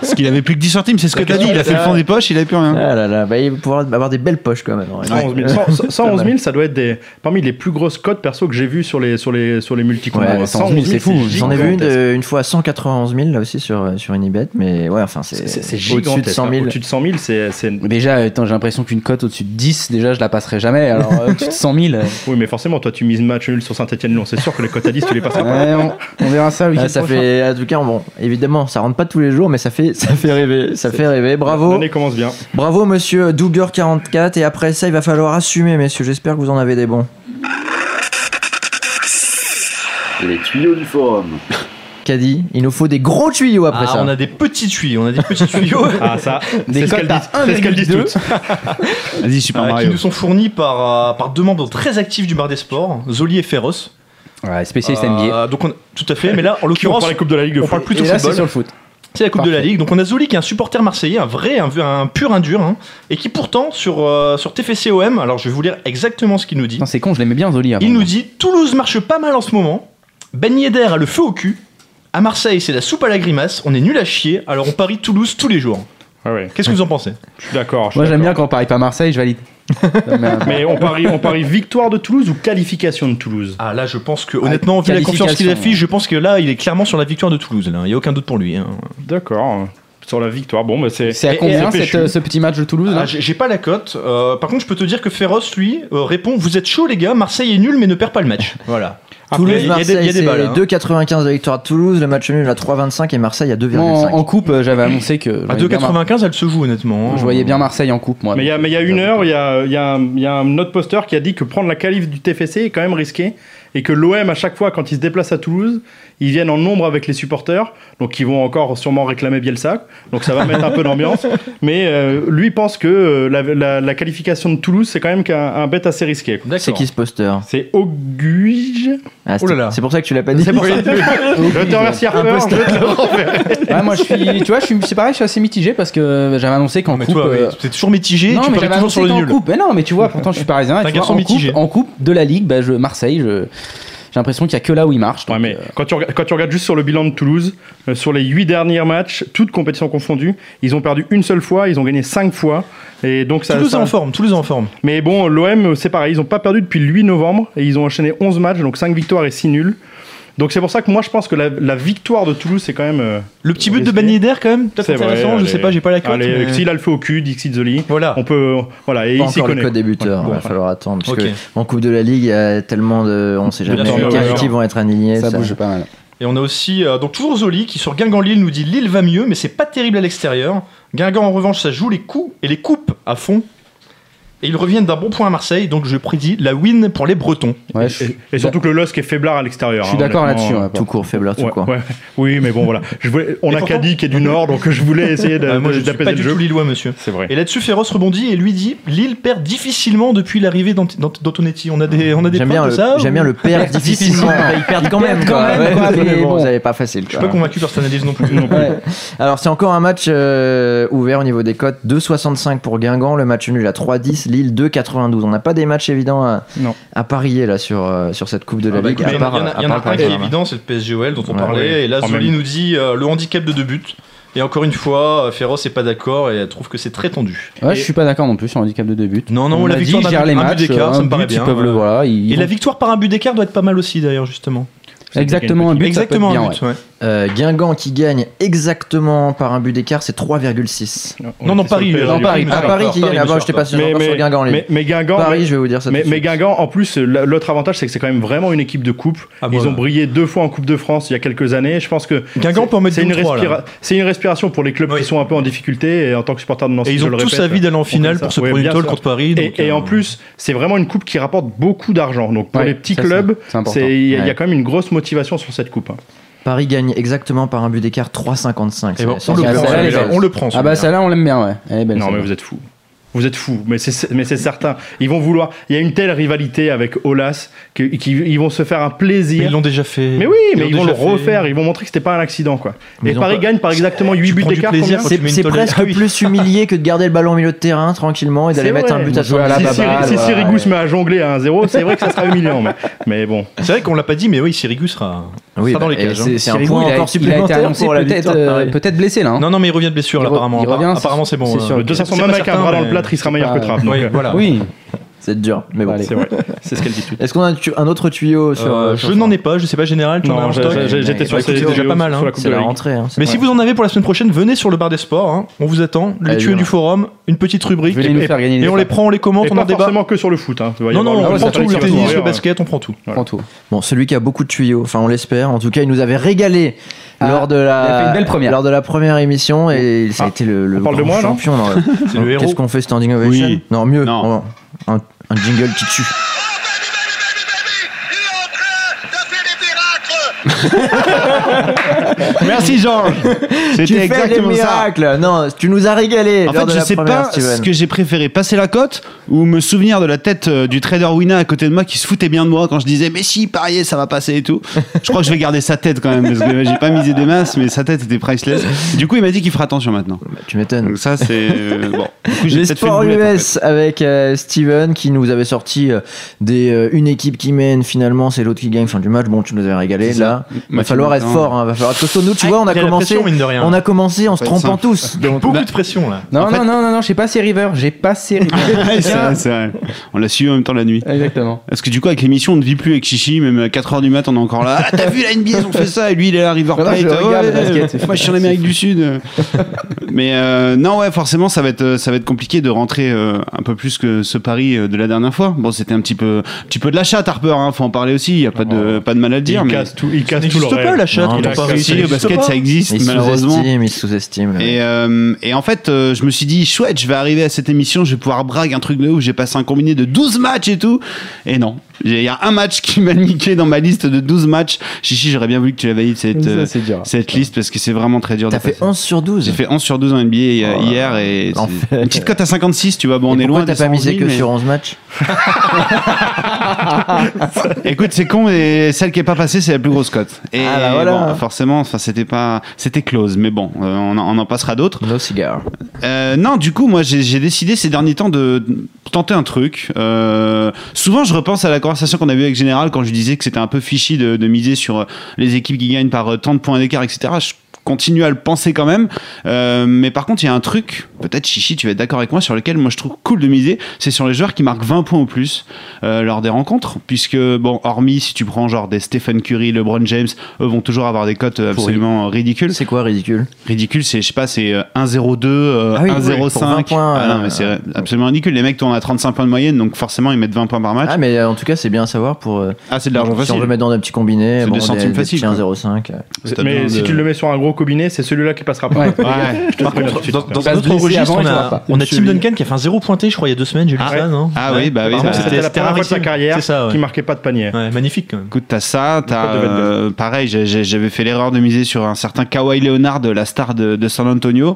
[SPEAKER 6] Parce qu'il avait plus que 10 centimes, c'est ce que t'as dit. Il a fait le fond des poches, il avait plus rien.
[SPEAKER 2] Ah là là, bah, il va pouvoir avoir des belles poches quand même. en vrai.
[SPEAKER 5] 111 000. 100 111 000, ça doit être des, parmi les plus grosses cotes perso que j'ai vues sur les, sur les, sur les multicombos.
[SPEAKER 2] Ouais,
[SPEAKER 4] 111 000, c'est fou.
[SPEAKER 2] J'en ai vu une, de- une fois à 191 000 là aussi sur, euh, sur Unibet, mais ouais, enfin c'est
[SPEAKER 5] C'est
[SPEAKER 2] au-dessus de
[SPEAKER 6] hein,
[SPEAKER 2] Ah, 100 000.
[SPEAKER 5] Au-dessus de 100 000, c'est. c'est-
[SPEAKER 4] Déjà, euh, attends, j'ai l'impression qu'une cote au-dessus de 10, déjà, je la passerai jamais. Alors, euh, au-dessus de 100 000. euh,
[SPEAKER 5] Oui, mais forcément, toi, tu mises match nul sur Saint-Etienne-Lyon. C'est sûr que les cotes à 10, tu les passeras pas.
[SPEAKER 4] ouais, on, on verra ça le
[SPEAKER 2] Ah,
[SPEAKER 4] week-end
[SPEAKER 2] ça
[SPEAKER 4] prochain.
[SPEAKER 2] fait,
[SPEAKER 6] hein.
[SPEAKER 2] en tout cas, bon, évidemment, ça rentre pas tous les jours, mais ça fait, ça fait rêver, ça fait rêver. Bravo,
[SPEAKER 5] L'année commence bien.
[SPEAKER 2] bravo, monsieur Douger44. Et après ça, il va falloir assumer, messieurs. J'espère que vous en avez des bons.
[SPEAKER 1] Les tuyaux du forum.
[SPEAKER 2] Caddy, il nous faut des gros tuyaux après
[SPEAKER 3] Ah,
[SPEAKER 2] ça.
[SPEAKER 3] on a des petits tuyaux, on a des petits tuyaux
[SPEAKER 5] Ah, ça,
[SPEAKER 4] Des
[SPEAKER 5] c'est ce
[SPEAKER 4] cotes
[SPEAKER 5] qu'elles
[SPEAKER 4] à
[SPEAKER 5] disent. C'est ce qu'elles disent
[SPEAKER 4] 1,2.
[SPEAKER 5] toutes.
[SPEAKER 6] Vas-y, Super
[SPEAKER 3] euh, qui
[SPEAKER 6] Mario.
[SPEAKER 3] nous sont fournis par, euh, par deux membres très actifs du bar des sports, Zoli et Féroce.
[SPEAKER 4] Ouais, spécialiste
[SPEAKER 3] Euh,
[SPEAKER 4] NBA.
[SPEAKER 3] donc on, tout à fait, mais là en
[SPEAKER 5] Qui ont
[SPEAKER 3] l'occurrence,
[SPEAKER 5] parlé Coupe de la Ligue de
[SPEAKER 3] on
[SPEAKER 5] foot.
[SPEAKER 3] parle plutôt
[SPEAKER 4] Et là, c'est
[SPEAKER 3] football.
[SPEAKER 4] sur le foot.
[SPEAKER 3] C'est la Coupe de la
[SPEAKER 4] Parfait.
[SPEAKER 3] Ligue. Donc on a Zoli qui est un supporter marseillais, un vrai, un, un pur, un dur, hein, et qui pourtant sur, euh, sur TFCOM, alors je vais vous lire exactement ce qu'il nous dit.
[SPEAKER 4] Putain, c'est con, je l'aimais bien, Zoli. avant.
[SPEAKER 3] Il nous dit Toulouse marche pas mal en ce moment. Ben Yedder a le feu au cul. À Marseille, c'est la soupe à la grimace. On est nul à chier. Alors on parie Toulouse tous les jours.
[SPEAKER 5] Ah ouais,
[SPEAKER 3] Qu'est-ce que vous en pensez
[SPEAKER 5] je suis d'accord. je suis
[SPEAKER 4] Moi, j'aime
[SPEAKER 5] d'accord.
[SPEAKER 4] bien quand on parie pas Marseille, je valide. Non, mais, euh,
[SPEAKER 5] Mais on parie, on parie victoire de Toulouse ou qualification de Toulouse
[SPEAKER 3] Ah là, je pense que honnêtement, vu la
[SPEAKER 4] qualification,
[SPEAKER 3] confiance qu'il
[SPEAKER 4] ouais.
[SPEAKER 3] affiche, je pense que là, il est clairement sur la victoire de Toulouse. Là, il y a aucun doute pour lui. hein.
[SPEAKER 5] D'accord. Sur la victoire, bon, bah c'est.
[SPEAKER 4] C'est à
[SPEAKER 5] et-
[SPEAKER 4] combien
[SPEAKER 5] et-
[SPEAKER 4] cette, euh, ce petit match de Toulouse là
[SPEAKER 3] Ah, J'ai j'ai pas la cote. Euh, par contre, je peux te dire que Féroce, lui, euh, répond Vous êtes chaud, les gars. Marseille est nul, mais ne perd pas le match. Voilà. Après, il y a des- il y
[SPEAKER 2] Toulouse-Marseille,
[SPEAKER 3] a des
[SPEAKER 2] c'est
[SPEAKER 3] balles, hein.
[SPEAKER 2] 2,95 la victoire de Toulouse, le match nul à 3,25 et Marseille à
[SPEAKER 4] Moi,
[SPEAKER 2] 2,5.
[SPEAKER 4] en, en coupe, euh, j'avais annoncé que. je
[SPEAKER 3] À
[SPEAKER 4] voyais bien Mar-
[SPEAKER 3] 2,95, elle se joue honnêtement. hein.
[SPEAKER 4] Je voyais bien Marseille en coupe, moi.
[SPEAKER 5] Mais il y, a- mais il y a une heure, il y a, il y a un- il y a un autre poster qui a dit que prendre la qualif du TFC est quand même risqué et que l'OM, à chaque fois, quand ils se déplacent à Toulouse, ils viennent en nombre avec les supporters, donc ils vont encore sûrement réclamer Bielsa, donc ça va mettre un peu d'ambiance. Mais euh, lui pense que euh, la, la- la qualification de Toulouse, c'est quand même qu'un- un bête assez risqué. quoi.
[SPEAKER 2] C'est
[SPEAKER 3] D'accord.
[SPEAKER 2] qui ce poster
[SPEAKER 5] C'est Auguige.
[SPEAKER 2] Ah, c'était-
[SPEAKER 3] Oh là là.
[SPEAKER 2] C'est pour ça que tu l'as pas dit.
[SPEAKER 5] C'est pour ça. je te remercie, Harper. Je te renverrai.
[SPEAKER 4] Ouais, moi, je suis. Tu vois, je suis. C'est pareil, je suis assez mitigé parce que j'avais annoncé qu'en
[SPEAKER 3] Mais
[SPEAKER 4] coupe.
[SPEAKER 3] toi,
[SPEAKER 4] euh,
[SPEAKER 3] mais t'es toujours mitigé,
[SPEAKER 4] non,
[SPEAKER 3] tu
[SPEAKER 4] mais
[SPEAKER 3] paries
[SPEAKER 4] j'avais
[SPEAKER 3] toujours sur
[SPEAKER 4] annoncé
[SPEAKER 3] le
[SPEAKER 4] qu'en
[SPEAKER 3] nul.
[SPEAKER 4] coupe. Mais non, mais tu vois, pourtant, je suis parisien. et
[SPEAKER 3] T'as
[SPEAKER 4] tu vois,
[SPEAKER 3] un garçon
[SPEAKER 4] en, coupe,
[SPEAKER 3] mitigé.
[SPEAKER 4] en coupe de la ligue, bah, je, Marseille, je- j'ai l'impression qu'il y a que là où il marche. donc,
[SPEAKER 5] Ouais, mais
[SPEAKER 4] euh,
[SPEAKER 5] quand, tu regardes, quand tu regardes juste sur le bilan de Toulouse, euh, sur les huit derniers matchs, toutes compétitions confondues, ils ont perdu une seule fois, ils ont gagné cinq fois. Et donc ça,
[SPEAKER 3] Toulouse est
[SPEAKER 5] ça-
[SPEAKER 3] en forme, Toulouse est en forme.
[SPEAKER 5] Mais bon, l'OM, c'est pareil, ils ont pas perdu depuis le 8 novembre et ils ont enchaîné 11 matchs, donc 5 victoires et 6 nuls. Donc c'est pour ça que moi je pense que la, la victoire de Toulouse, c'est quand même. euh,
[SPEAKER 3] Le
[SPEAKER 4] Ah,
[SPEAKER 3] petit but de
[SPEAKER 5] risqué.
[SPEAKER 3] Banider quand même, peut-être
[SPEAKER 5] C'est vrai,
[SPEAKER 3] intéressant, je
[SPEAKER 5] allez.
[SPEAKER 3] sais pas, j'ai pas la cote.
[SPEAKER 5] Allez,
[SPEAKER 3] mais-
[SPEAKER 5] s'il a le feu au cul, Dixit Zoli.
[SPEAKER 3] Voilà.
[SPEAKER 5] On peut. Voilà, et
[SPEAKER 2] Pas
[SPEAKER 5] il s'y
[SPEAKER 2] encore le
[SPEAKER 5] connaît.
[SPEAKER 2] code des buteurs,
[SPEAKER 5] Ouais,
[SPEAKER 2] il va
[SPEAKER 5] bon,
[SPEAKER 2] falloir attendre parce
[SPEAKER 3] Ok.
[SPEAKER 2] que en Coupe de la Ligue, il y a tellement de, on sait jamais
[SPEAKER 3] Bien
[SPEAKER 5] sûr,
[SPEAKER 2] quels
[SPEAKER 5] ouais,
[SPEAKER 2] équipes
[SPEAKER 5] ouais.
[SPEAKER 2] vont être alignées.
[SPEAKER 4] ça
[SPEAKER 2] ça.
[SPEAKER 4] bouge pas mal.
[SPEAKER 3] Et on a aussi euh, donc toujours Zoli qui sur Guingamp Lille nous dit Lille va mieux mais c'est pas terrible à l'extérieur. Guingamp en revanche ça joue les coups et les coupes à fond. Et ils reviennent d'un bon point à Marseille donc je prédis la win pour les Bretons.
[SPEAKER 4] Ouais, je,
[SPEAKER 5] Et, et surtout que le LOSC est faiblard à l'extérieur.
[SPEAKER 4] je suis
[SPEAKER 5] hein,
[SPEAKER 4] d'accord
[SPEAKER 5] honnêtement.
[SPEAKER 4] là-dessus. ouais,
[SPEAKER 2] Tout court, faibleur, tout
[SPEAKER 5] Ouais,
[SPEAKER 2] court.
[SPEAKER 5] ouais. Oui, mais bon, voilà. Je voulais- on
[SPEAKER 3] Et
[SPEAKER 5] a
[SPEAKER 3] pourtant-
[SPEAKER 5] Caddy qui est du Nord, donc je voulais essayer de-
[SPEAKER 3] Euh, moi je
[SPEAKER 5] de-
[SPEAKER 3] suis
[SPEAKER 5] d'apaiser
[SPEAKER 3] pas
[SPEAKER 5] le
[SPEAKER 3] du
[SPEAKER 5] jeu.
[SPEAKER 3] tout lillois monsieur.
[SPEAKER 5] C'est vrai.
[SPEAKER 3] Et là-dessus Féroce rebondit et lui dit Lille perd difficilement depuis l'arrivée d'Ant- d'Ant- d'Antonetti. On a des on a des
[SPEAKER 2] J'aime
[SPEAKER 3] preuves
[SPEAKER 2] bien,
[SPEAKER 3] de
[SPEAKER 2] le-
[SPEAKER 3] ça ou-
[SPEAKER 2] j'aime bien le perdre difficilement. Ils perdent quand même,
[SPEAKER 4] perdent quand
[SPEAKER 2] quoi.
[SPEAKER 4] même, quoi,
[SPEAKER 2] Ouais,
[SPEAKER 4] mais
[SPEAKER 2] mais
[SPEAKER 4] bon.
[SPEAKER 2] bon, vous avez pas facile.
[SPEAKER 3] Je suis pas convaincu par cette analyse non plus.
[SPEAKER 4] ouais.
[SPEAKER 2] Alors c'est encore un match euh, ouvert au niveau des cotes. 2,65 pour Guingamp, le match nul à 3,10, Lille 2,92. On n'a pas des matchs évidents à,
[SPEAKER 5] Non.
[SPEAKER 2] à parier là sur, euh, sur cette Coupe de la
[SPEAKER 3] Ah bah,
[SPEAKER 2] Ligue.
[SPEAKER 3] écoute,
[SPEAKER 2] à
[SPEAKER 3] Il y en
[SPEAKER 2] part-
[SPEAKER 3] a-
[SPEAKER 2] à
[SPEAKER 3] il y en a
[SPEAKER 2] part hein.
[SPEAKER 3] un qui est
[SPEAKER 2] Guingamp.
[SPEAKER 3] évident, c'est le PSGOL dont on
[SPEAKER 2] Ouais,
[SPEAKER 3] parlait.
[SPEAKER 5] ouais.
[SPEAKER 3] Et là,
[SPEAKER 5] En
[SPEAKER 3] Zoli
[SPEAKER 5] même-
[SPEAKER 3] nous dit euh, le handicap de deux buts. Et encore une fois, euh, Féroce est pas d'accord et elle trouve que c'est très tendu.
[SPEAKER 4] Ouais, je suis pas d'accord non plus sur le handicap de deux buts.
[SPEAKER 3] Non, non,
[SPEAKER 4] On
[SPEAKER 3] la
[SPEAKER 4] a
[SPEAKER 3] victoire
[SPEAKER 4] dit,
[SPEAKER 3] d'un
[SPEAKER 4] gère
[SPEAKER 3] but-
[SPEAKER 4] les
[SPEAKER 3] euh, un but
[SPEAKER 4] matchs,
[SPEAKER 3] d'écart,
[SPEAKER 4] un
[SPEAKER 3] ça me
[SPEAKER 4] but,
[SPEAKER 3] paraît
[SPEAKER 4] ils
[SPEAKER 3] bien,
[SPEAKER 4] peuvent le
[SPEAKER 3] ouais.
[SPEAKER 4] voilà. ils-
[SPEAKER 3] Et la victoire par un but d'écart doit être pas mal aussi, d'ailleurs, justement.
[SPEAKER 4] Exactement un but. ça peut être
[SPEAKER 3] Exactement
[SPEAKER 4] bien,
[SPEAKER 3] un
[SPEAKER 4] ouais.
[SPEAKER 3] but, ouais.
[SPEAKER 2] Euh, Guingamp qui gagne exactement par par un but d'écart, c'est 3,6.
[SPEAKER 3] Non, non, Paris.
[SPEAKER 5] Sur le
[SPEAKER 3] euh,
[SPEAKER 2] Non, Paris,
[SPEAKER 3] me
[SPEAKER 2] à
[SPEAKER 3] semble.
[SPEAKER 2] Paris qui gagne.
[SPEAKER 3] Paris, me
[SPEAKER 2] Ah bon,
[SPEAKER 3] semble.
[SPEAKER 2] je t'ai pas sur
[SPEAKER 5] mais, mais-
[SPEAKER 2] Guingamp. les-
[SPEAKER 5] mais- mais Guingamp,
[SPEAKER 2] Paris, je vais vous dire ça.
[SPEAKER 5] mais,
[SPEAKER 2] tout de
[SPEAKER 5] mais
[SPEAKER 2] suite.
[SPEAKER 5] Guingamp, en plus, la- l'autre avantage, c'est que c'est quand même vraiment une équipe de coupe.
[SPEAKER 3] Ah,
[SPEAKER 5] Ils
[SPEAKER 3] voilà.
[SPEAKER 5] ont brillé deux fois en Coupe de France il y a quelques années. Je pense que
[SPEAKER 3] Guingamp peut en mettre
[SPEAKER 5] c'est une,
[SPEAKER 3] deux ou trois,
[SPEAKER 5] respira-
[SPEAKER 3] là.
[SPEAKER 5] c'est une respiration pour les clubs
[SPEAKER 3] Oui.
[SPEAKER 5] qui sont un peu en difficulté et en tant que supporter de Nancy.
[SPEAKER 3] Et
[SPEAKER 5] je
[SPEAKER 3] ils ont
[SPEAKER 5] le
[SPEAKER 3] tous
[SPEAKER 5] répète,
[SPEAKER 3] envie d'aller en
[SPEAKER 5] on
[SPEAKER 3] finale
[SPEAKER 5] connaît
[SPEAKER 3] pour
[SPEAKER 5] ça.
[SPEAKER 3] ce
[SPEAKER 5] Ouais,
[SPEAKER 3] premier
[SPEAKER 5] bien
[SPEAKER 3] toll
[SPEAKER 5] sûr.
[SPEAKER 3] contre Paris.
[SPEAKER 5] Et,
[SPEAKER 3] donc,
[SPEAKER 5] et
[SPEAKER 3] euh,
[SPEAKER 5] en plus, c'est vraiment une coupe qui rapporte beaucoup d'argent. Donc pour
[SPEAKER 4] Ouais,
[SPEAKER 5] les petits
[SPEAKER 4] ça,
[SPEAKER 5] clubs,
[SPEAKER 4] c'est- c'est important.
[SPEAKER 5] c'est- il y, a- il y
[SPEAKER 2] Ouais.
[SPEAKER 5] a quand même une grosse motivation sur cette coupe. hein.
[SPEAKER 2] Paris gagne exactement par un but d'écart 3,55.
[SPEAKER 3] eh ben,
[SPEAKER 2] C'est-
[SPEAKER 3] on le
[SPEAKER 4] Ah,
[SPEAKER 3] prend,
[SPEAKER 4] ça,
[SPEAKER 3] celui-là,
[SPEAKER 4] les gars.
[SPEAKER 3] on le prend.
[SPEAKER 4] Ah bah
[SPEAKER 3] celui-là.
[SPEAKER 4] celle-là on l'aime bien ouais. Elle est belle,
[SPEAKER 5] Non, mais
[SPEAKER 4] celle-là.
[SPEAKER 5] vous êtes fous. Vous êtes fous, mais c'est mais c'est certain. Ils vont vouloir. Il y a une telle rivalité avec Olas qu'ils ils vont se faire un
[SPEAKER 3] Mais
[SPEAKER 5] plaisir.
[SPEAKER 3] Ils l'ont déjà fait.
[SPEAKER 5] Mais oui, mais ils
[SPEAKER 3] l'ont
[SPEAKER 5] vont le
[SPEAKER 3] déjà fait.
[SPEAKER 5] refaire, ils vont montrer que c'était pas un accident quoi.
[SPEAKER 2] Mais
[SPEAKER 5] et
[SPEAKER 2] ils ont
[SPEAKER 5] Paris
[SPEAKER 2] pas-
[SPEAKER 5] gagne par exactement 8
[SPEAKER 3] Tu
[SPEAKER 5] buts
[SPEAKER 3] prends du
[SPEAKER 5] d'écart.
[SPEAKER 3] plaisir
[SPEAKER 5] combien
[SPEAKER 3] quand tu mets
[SPEAKER 2] C'est
[SPEAKER 3] une
[SPEAKER 2] c'est
[SPEAKER 3] tôle-
[SPEAKER 2] presque
[SPEAKER 3] Ah oui.
[SPEAKER 2] plus humilié que de garder le ballon au milieu de terrain tranquillement et d'aller
[SPEAKER 5] C'est
[SPEAKER 2] mettre un
[SPEAKER 5] vrai.
[SPEAKER 2] but à
[SPEAKER 4] Jouer à la
[SPEAKER 5] Si,
[SPEAKER 4] baballe,
[SPEAKER 5] Siri-
[SPEAKER 4] voilà,
[SPEAKER 5] si
[SPEAKER 4] ouais.
[SPEAKER 5] Sirigus met à jongler à 1-0, c'est vrai que ça sera humiliant, mais, mais bon.
[SPEAKER 3] C'est vrai qu'on l'a pas dit, mais oui, Sirigu sera
[SPEAKER 2] Oui,
[SPEAKER 3] sera dans
[SPEAKER 2] bah,
[SPEAKER 3] les
[SPEAKER 2] et
[SPEAKER 3] cages. hein.
[SPEAKER 2] c'est- c'est un
[SPEAKER 4] Thierry Roux,
[SPEAKER 2] point
[SPEAKER 4] il a-
[SPEAKER 2] encore
[SPEAKER 4] il a été
[SPEAKER 2] supplémentaire
[SPEAKER 4] annoncé
[SPEAKER 2] pour la
[SPEAKER 4] peut-être
[SPEAKER 2] victoire. de
[SPEAKER 4] euh,
[SPEAKER 2] Paris.
[SPEAKER 4] peut-être blessé là. hein.
[SPEAKER 3] Non, non, mais il revient de blessure, là,
[SPEAKER 4] Il re-
[SPEAKER 3] apparemment.
[SPEAKER 4] il
[SPEAKER 3] Appar-
[SPEAKER 4] revient, c'est-
[SPEAKER 3] Apparemment, c'est bon.
[SPEAKER 4] c'est
[SPEAKER 3] hein.
[SPEAKER 4] sûr.
[SPEAKER 5] De toute façon,
[SPEAKER 3] C'est
[SPEAKER 5] même
[SPEAKER 3] pas
[SPEAKER 5] avec un
[SPEAKER 3] certain,
[SPEAKER 5] bras dans le
[SPEAKER 3] mais-
[SPEAKER 5] plâtre, il sera meilleur
[SPEAKER 4] pas-
[SPEAKER 5] que Trapp. donc,
[SPEAKER 3] Oui,
[SPEAKER 5] euh,
[SPEAKER 3] voilà.
[SPEAKER 4] Oui.
[SPEAKER 2] C'est dur, mais bon.
[SPEAKER 4] Allez.
[SPEAKER 5] C'est vrai, c'est ce qu'elle dit.
[SPEAKER 2] Est-ce qu'on a un tu- un autre tuyau sur
[SPEAKER 3] Euh, je n'en ai pas, je sais pas, général, tu en as
[SPEAKER 5] Non,
[SPEAKER 3] un
[SPEAKER 5] j'ai-
[SPEAKER 3] stock
[SPEAKER 5] j'ai- j'étais
[SPEAKER 2] Ouais,
[SPEAKER 5] sur
[SPEAKER 3] bah,
[SPEAKER 5] ces
[SPEAKER 3] écoutez, déjà pas mal, hein.
[SPEAKER 5] sur la Coupe
[SPEAKER 2] C'est
[SPEAKER 5] de la
[SPEAKER 2] la
[SPEAKER 5] Ligue.
[SPEAKER 2] rentrée. hein, c'est-
[SPEAKER 3] Mais si vous en avez pour la semaine prochaine, venez sur le bar des sports. hein. On vous attend. Les
[SPEAKER 2] Allez,
[SPEAKER 3] tuyaux
[SPEAKER 2] viens.
[SPEAKER 3] du forum, une petite rubrique.
[SPEAKER 4] Venez nous
[SPEAKER 3] et,
[SPEAKER 4] faire gagner
[SPEAKER 3] et
[SPEAKER 4] des
[SPEAKER 3] on les
[SPEAKER 4] fois.
[SPEAKER 3] prend, on les commente,
[SPEAKER 5] Et
[SPEAKER 3] on en
[SPEAKER 5] pas
[SPEAKER 3] débat.
[SPEAKER 5] forcément que sur le foot. hein. Il va y
[SPEAKER 3] Non, non,
[SPEAKER 5] avoir le
[SPEAKER 3] on
[SPEAKER 5] reste
[SPEAKER 3] prend
[SPEAKER 5] avec
[SPEAKER 3] tout.
[SPEAKER 5] Sirigu
[SPEAKER 3] Le
[SPEAKER 5] qui va
[SPEAKER 3] tennis, le
[SPEAKER 5] courir,
[SPEAKER 3] basket, on prend tout.
[SPEAKER 4] Prends tout.
[SPEAKER 2] Bon, celui qui a beaucoup de tuyaux, enfin on l'espère, en tout cas il nous avait régalé
[SPEAKER 4] Ah,
[SPEAKER 2] lors, de
[SPEAKER 4] il a
[SPEAKER 2] la,
[SPEAKER 4] fait une belle première.
[SPEAKER 2] lors de la première émission et ça a
[SPEAKER 5] Ah,
[SPEAKER 2] été le, le
[SPEAKER 5] on parle de
[SPEAKER 2] grand
[SPEAKER 5] moi, là
[SPEAKER 2] champion. non
[SPEAKER 3] C'est le héros.
[SPEAKER 2] Qu'est-ce qu'on fait standing ovation
[SPEAKER 6] Oui.
[SPEAKER 2] Non, mieux, on-
[SPEAKER 6] Non.
[SPEAKER 2] un, un jingle qui tue.
[SPEAKER 6] Merci Georges. C'était exactement ça.
[SPEAKER 2] Non, tu nous as régalé
[SPEAKER 6] En fait, je sais pas ce que j'ai préféré, passer la cote ou me souvenir de la tête euh, du trader Wina à côté de moi qui se foutait bien de moi quand je disais mais si parier ça va passer et tout. Je crois que je vais garder sa tête quand même parce que j'ai pas misé des masses mais sa tête était priceless. Du coup, il m'a dit qu'il fera attention maintenant.
[SPEAKER 2] Tu m'étonnes.
[SPEAKER 6] Donc ça c'est euh, bon. Du coup, j'ai
[SPEAKER 2] Les
[SPEAKER 6] peut-être fait une
[SPEAKER 2] sports
[SPEAKER 6] boulette, en fait.
[SPEAKER 2] US avec euh, Steven qui nous avait sorti euh, des, euh, une équipe qui mène finalement, c'est l'autre qui gagne fin du match. Bon, tu nous avais régalé
[SPEAKER 6] C'est
[SPEAKER 2] là. Va
[SPEAKER 6] Mathieu
[SPEAKER 2] falloir être
[SPEAKER 6] Martin.
[SPEAKER 2] fort, hein, va falloir être costaud. Nous, tu
[SPEAKER 3] Ah,
[SPEAKER 2] vois, on a
[SPEAKER 3] il y a la
[SPEAKER 2] commencé,
[SPEAKER 3] pression, mine de rien.
[SPEAKER 2] on a commencé en se
[SPEAKER 6] Ça va être
[SPEAKER 2] trompant tous.
[SPEAKER 3] Beaucoup de pression là.
[SPEAKER 4] Non, non, non, non, non, j'ai passé River, j'ai passé
[SPEAKER 6] Ouais, Ah, c'est
[SPEAKER 4] River.
[SPEAKER 6] vrai, c'est vrai. On l'a suivi en même temps la nuit.
[SPEAKER 4] Exactement.
[SPEAKER 6] Parce que du coup, avec l'émission, on ne vit plus avec Chichi, même à 4h du mat, on est encore là. Ah, t'as vu la NBA, ils ont fait ça, et lui, il est là, River
[SPEAKER 4] Ah Non, non,
[SPEAKER 6] Plate.
[SPEAKER 4] je regarde le
[SPEAKER 6] Ouais,
[SPEAKER 4] basket, c'est
[SPEAKER 6] moi, je suis en Amérique du Sud. Mais euh, non, ouais, forcément, ça va être, euh, ça va être compliqué de rentrer euh, un peu plus que ce pari euh, de la dernière fois. Bon, c'était un petit peu, petit peu de la chatte, Harper. Hein, faut en parler aussi. Il y a pas de, pas de mal à le dire.
[SPEAKER 5] il
[SPEAKER 6] mais
[SPEAKER 5] casse tout, il casse tout
[SPEAKER 3] n'existe
[SPEAKER 5] leur
[SPEAKER 3] pas la chatte
[SPEAKER 2] Non,
[SPEAKER 3] quand
[SPEAKER 5] il
[SPEAKER 3] on
[SPEAKER 5] a
[SPEAKER 3] parle.
[SPEAKER 5] cassé
[SPEAKER 6] si,
[SPEAKER 3] Ça
[SPEAKER 6] le
[SPEAKER 3] n'existe
[SPEAKER 6] basket,
[SPEAKER 3] pas.
[SPEAKER 6] ça existe
[SPEAKER 2] Il
[SPEAKER 6] malheureusement.
[SPEAKER 2] sous-estime, il sous-estime.
[SPEAKER 6] Et, euh, et en fait, euh, je me suis dit, chouette, je vais arriver à cette émission, je vais pouvoir brague un truc de ouf, j'ai passé un combiné de 12 matchs et tout. Et non, il y a un match qui m'a niqué dans ma liste de 12 matchs. Chichi, j'aurais bien voulu que tu la valides cette, euh,
[SPEAKER 4] Ça, c'est dur.
[SPEAKER 6] cette liste parce que c'est vraiment très dur
[SPEAKER 2] T'as
[SPEAKER 6] de
[SPEAKER 2] fait
[SPEAKER 6] passer.
[SPEAKER 2] 11 sur 12.
[SPEAKER 6] J'ai fait 11 sur 12 en NBA euh,
[SPEAKER 2] Oh.
[SPEAKER 6] hier et
[SPEAKER 2] En
[SPEAKER 6] c'est-
[SPEAKER 2] fait.
[SPEAKER 6] une petite cote à 56, tu vois. Bon, on
[SPEAKER 2] Et
[SPEAKER 6] est
[SPEAKER 2] pourquoi
[SPEAKER 6] loin
[SPEAKER 2] t'as
[SPEAKER 6] des
[SPEAKER 2] pas misé
[SPEAKER 6] 100
[SPEAKER 2] que
[SPEAKER 6] 000,
[SPEAKER 2] sur 11 matchs
[SPEAKER 6] mais- Écoute, c'est con, mais celle qui est pas passée, c'est la plus grosse cote. Et
[SPEAKER 2] Ah, bah voilà.
[SPEAKER 6] bon, forcément, enfin, c'était pas, c'était close, mais bon, euh, on en- on en passera d'autres.
[SPEAKER 2] No cigar.
[SPEAKER 6] Euh, non, du coup, moi, j'ai j'ai décidé ces derniers temps de tenter un truc. Euh, souvent, je repense à la conversation qu'on a eue avec Général quand je lui disais que c'était un peu fichi de, de miser sur euh, les équipes qui gagnent par euh, tant de points d'écart, etc. Je continue à le penser quand même. Euh, mais par contre, il y a un truc, peut-être Chichi, tu vas être d'accord avec moi, sur lequel moi je trouve cool de miser, c'est sur les joueurs qui marquent 20 points ou plus euh, lors des rencontres. Puisque, bon, hormis si tu prends genre des Stephen Curry, LeBron James, eux vont toujours avoir des cotes euh, absolument euh, ridicules
[SPEAKER 2] C'est quoi ridicule
[SPEAKER 6] ridicule, c'est je sais pas, c'est euh, 1,02, euh,
[SPEAKER 2] Ah oui, oui, pour 20
[SPEAKER 6] 1,05.
[SPEAKER 2] points,
[SPEAKER 6] Ah non,
[SPEAKER 2] euh,
[SPEAKER 6] mais c'est absolument ridicule. Les mecs tournent à 35 points de moyenne, donc forcément ils mettent 20 points par match.
[SPEAKER 2] Ah mais euh, en tout cas c'est bien à savoir pour euh,
[SPEAKER 6] Ah, c'est de l'argent
[SPEAKER 2] si on
[SPEAKER 6] facile.
[SPEAKER 2] veut mettre dans un petit combiné
[SPEAKER 6] C'est
[SPEAKER 2] bon,
[SPEAKER 6] des centimes faciles, quoi.
[SPEAKER 2] 1,05 euh.
[SPEAKER 6] T'as
[SPEAKER 5] Mais
[SPEAKER 6] besoin
[SPEAKER 5] si
[SPEAKER 6] de-
[SPEAKER 5] tu le mets sur un gros combiné, c'est celui-là qui passera pas.
[SPEAKER 4] Ouais.
[SPEAKER 6] Ouais.
[SPEAKER 5] Je te préviens tout de suite.
[SPEAKER 3] Dans, dans
[SPEAKER 4] Pas
[SPEAKER 3] un
[SPEAKER 4] se
[SPEAKER 3] autre
[SPEAKER 4] blesser
[SPEAKER 3] registre,
[SPEAKER 4] avant,
[SPEAKER 3] on
[SPEAKER 4] il jouera
[SPEAKER 3] a,
[SPEAKER 4] pas.
[SPEAKER 3] on a Tim
[SPEAKER 5] Monsieur
[SPEAKER 3] Duncan qui a fait un zéro pointé, je crois, il y a deux semaines, j'ai lu
[SPEAKER 5] Ah
[SPEAKER 3] ça,
[SPEAKER 5] ouais.
[SPEAKER 3] non
[SPEAKER 6] Ah oui, bah oui,
[SPEAKER 3] Apparemment,
[SPEAKER 6] ça-
[SPEAKER 5] C'était la première fois de sa
[SPEAKER 3] rarissime.
[SPEAKER 5] carrière
[SPEAKER 3] C'est ça, ouais.
[SPEAKER 5] qui marquait pas de panier.
[SPEAKER 3] Ouais, magnifique quand même.
[SPEAKER 6] Écoute, t'as ça, t'as.
[SPEAKER 5] Pourquoi devait-elle
[SPEAKER 6] euh, pareil, j'ai- j'ai- j'avais fait l'erreur de miser sur un certain Kawhi Leonard, la star de, de San Antonio.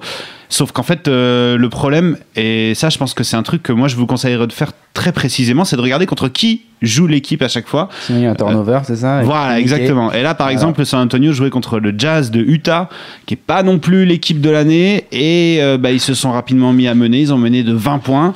[SPEAKER 6] Sauf qu'en fait, euh, le problème, et ça, je pense que c'est un truc que moi je vous conseillerais de faire très précisément, c'est de regarder contre qui joue l'équipe à chaque fois.
[SPEAKER 4] Sinon, il y a un turnover, c'est ça
[SPEAKER 6] Euh, Voilà, exactement. Et là, par exemple, le San Antonio jouait contre le Jazz de Utah, qui est pas non plus l'équipe de l'année, et euh, bah, ils se sont rapidement mis à mener. Ils ont mené de 20 points.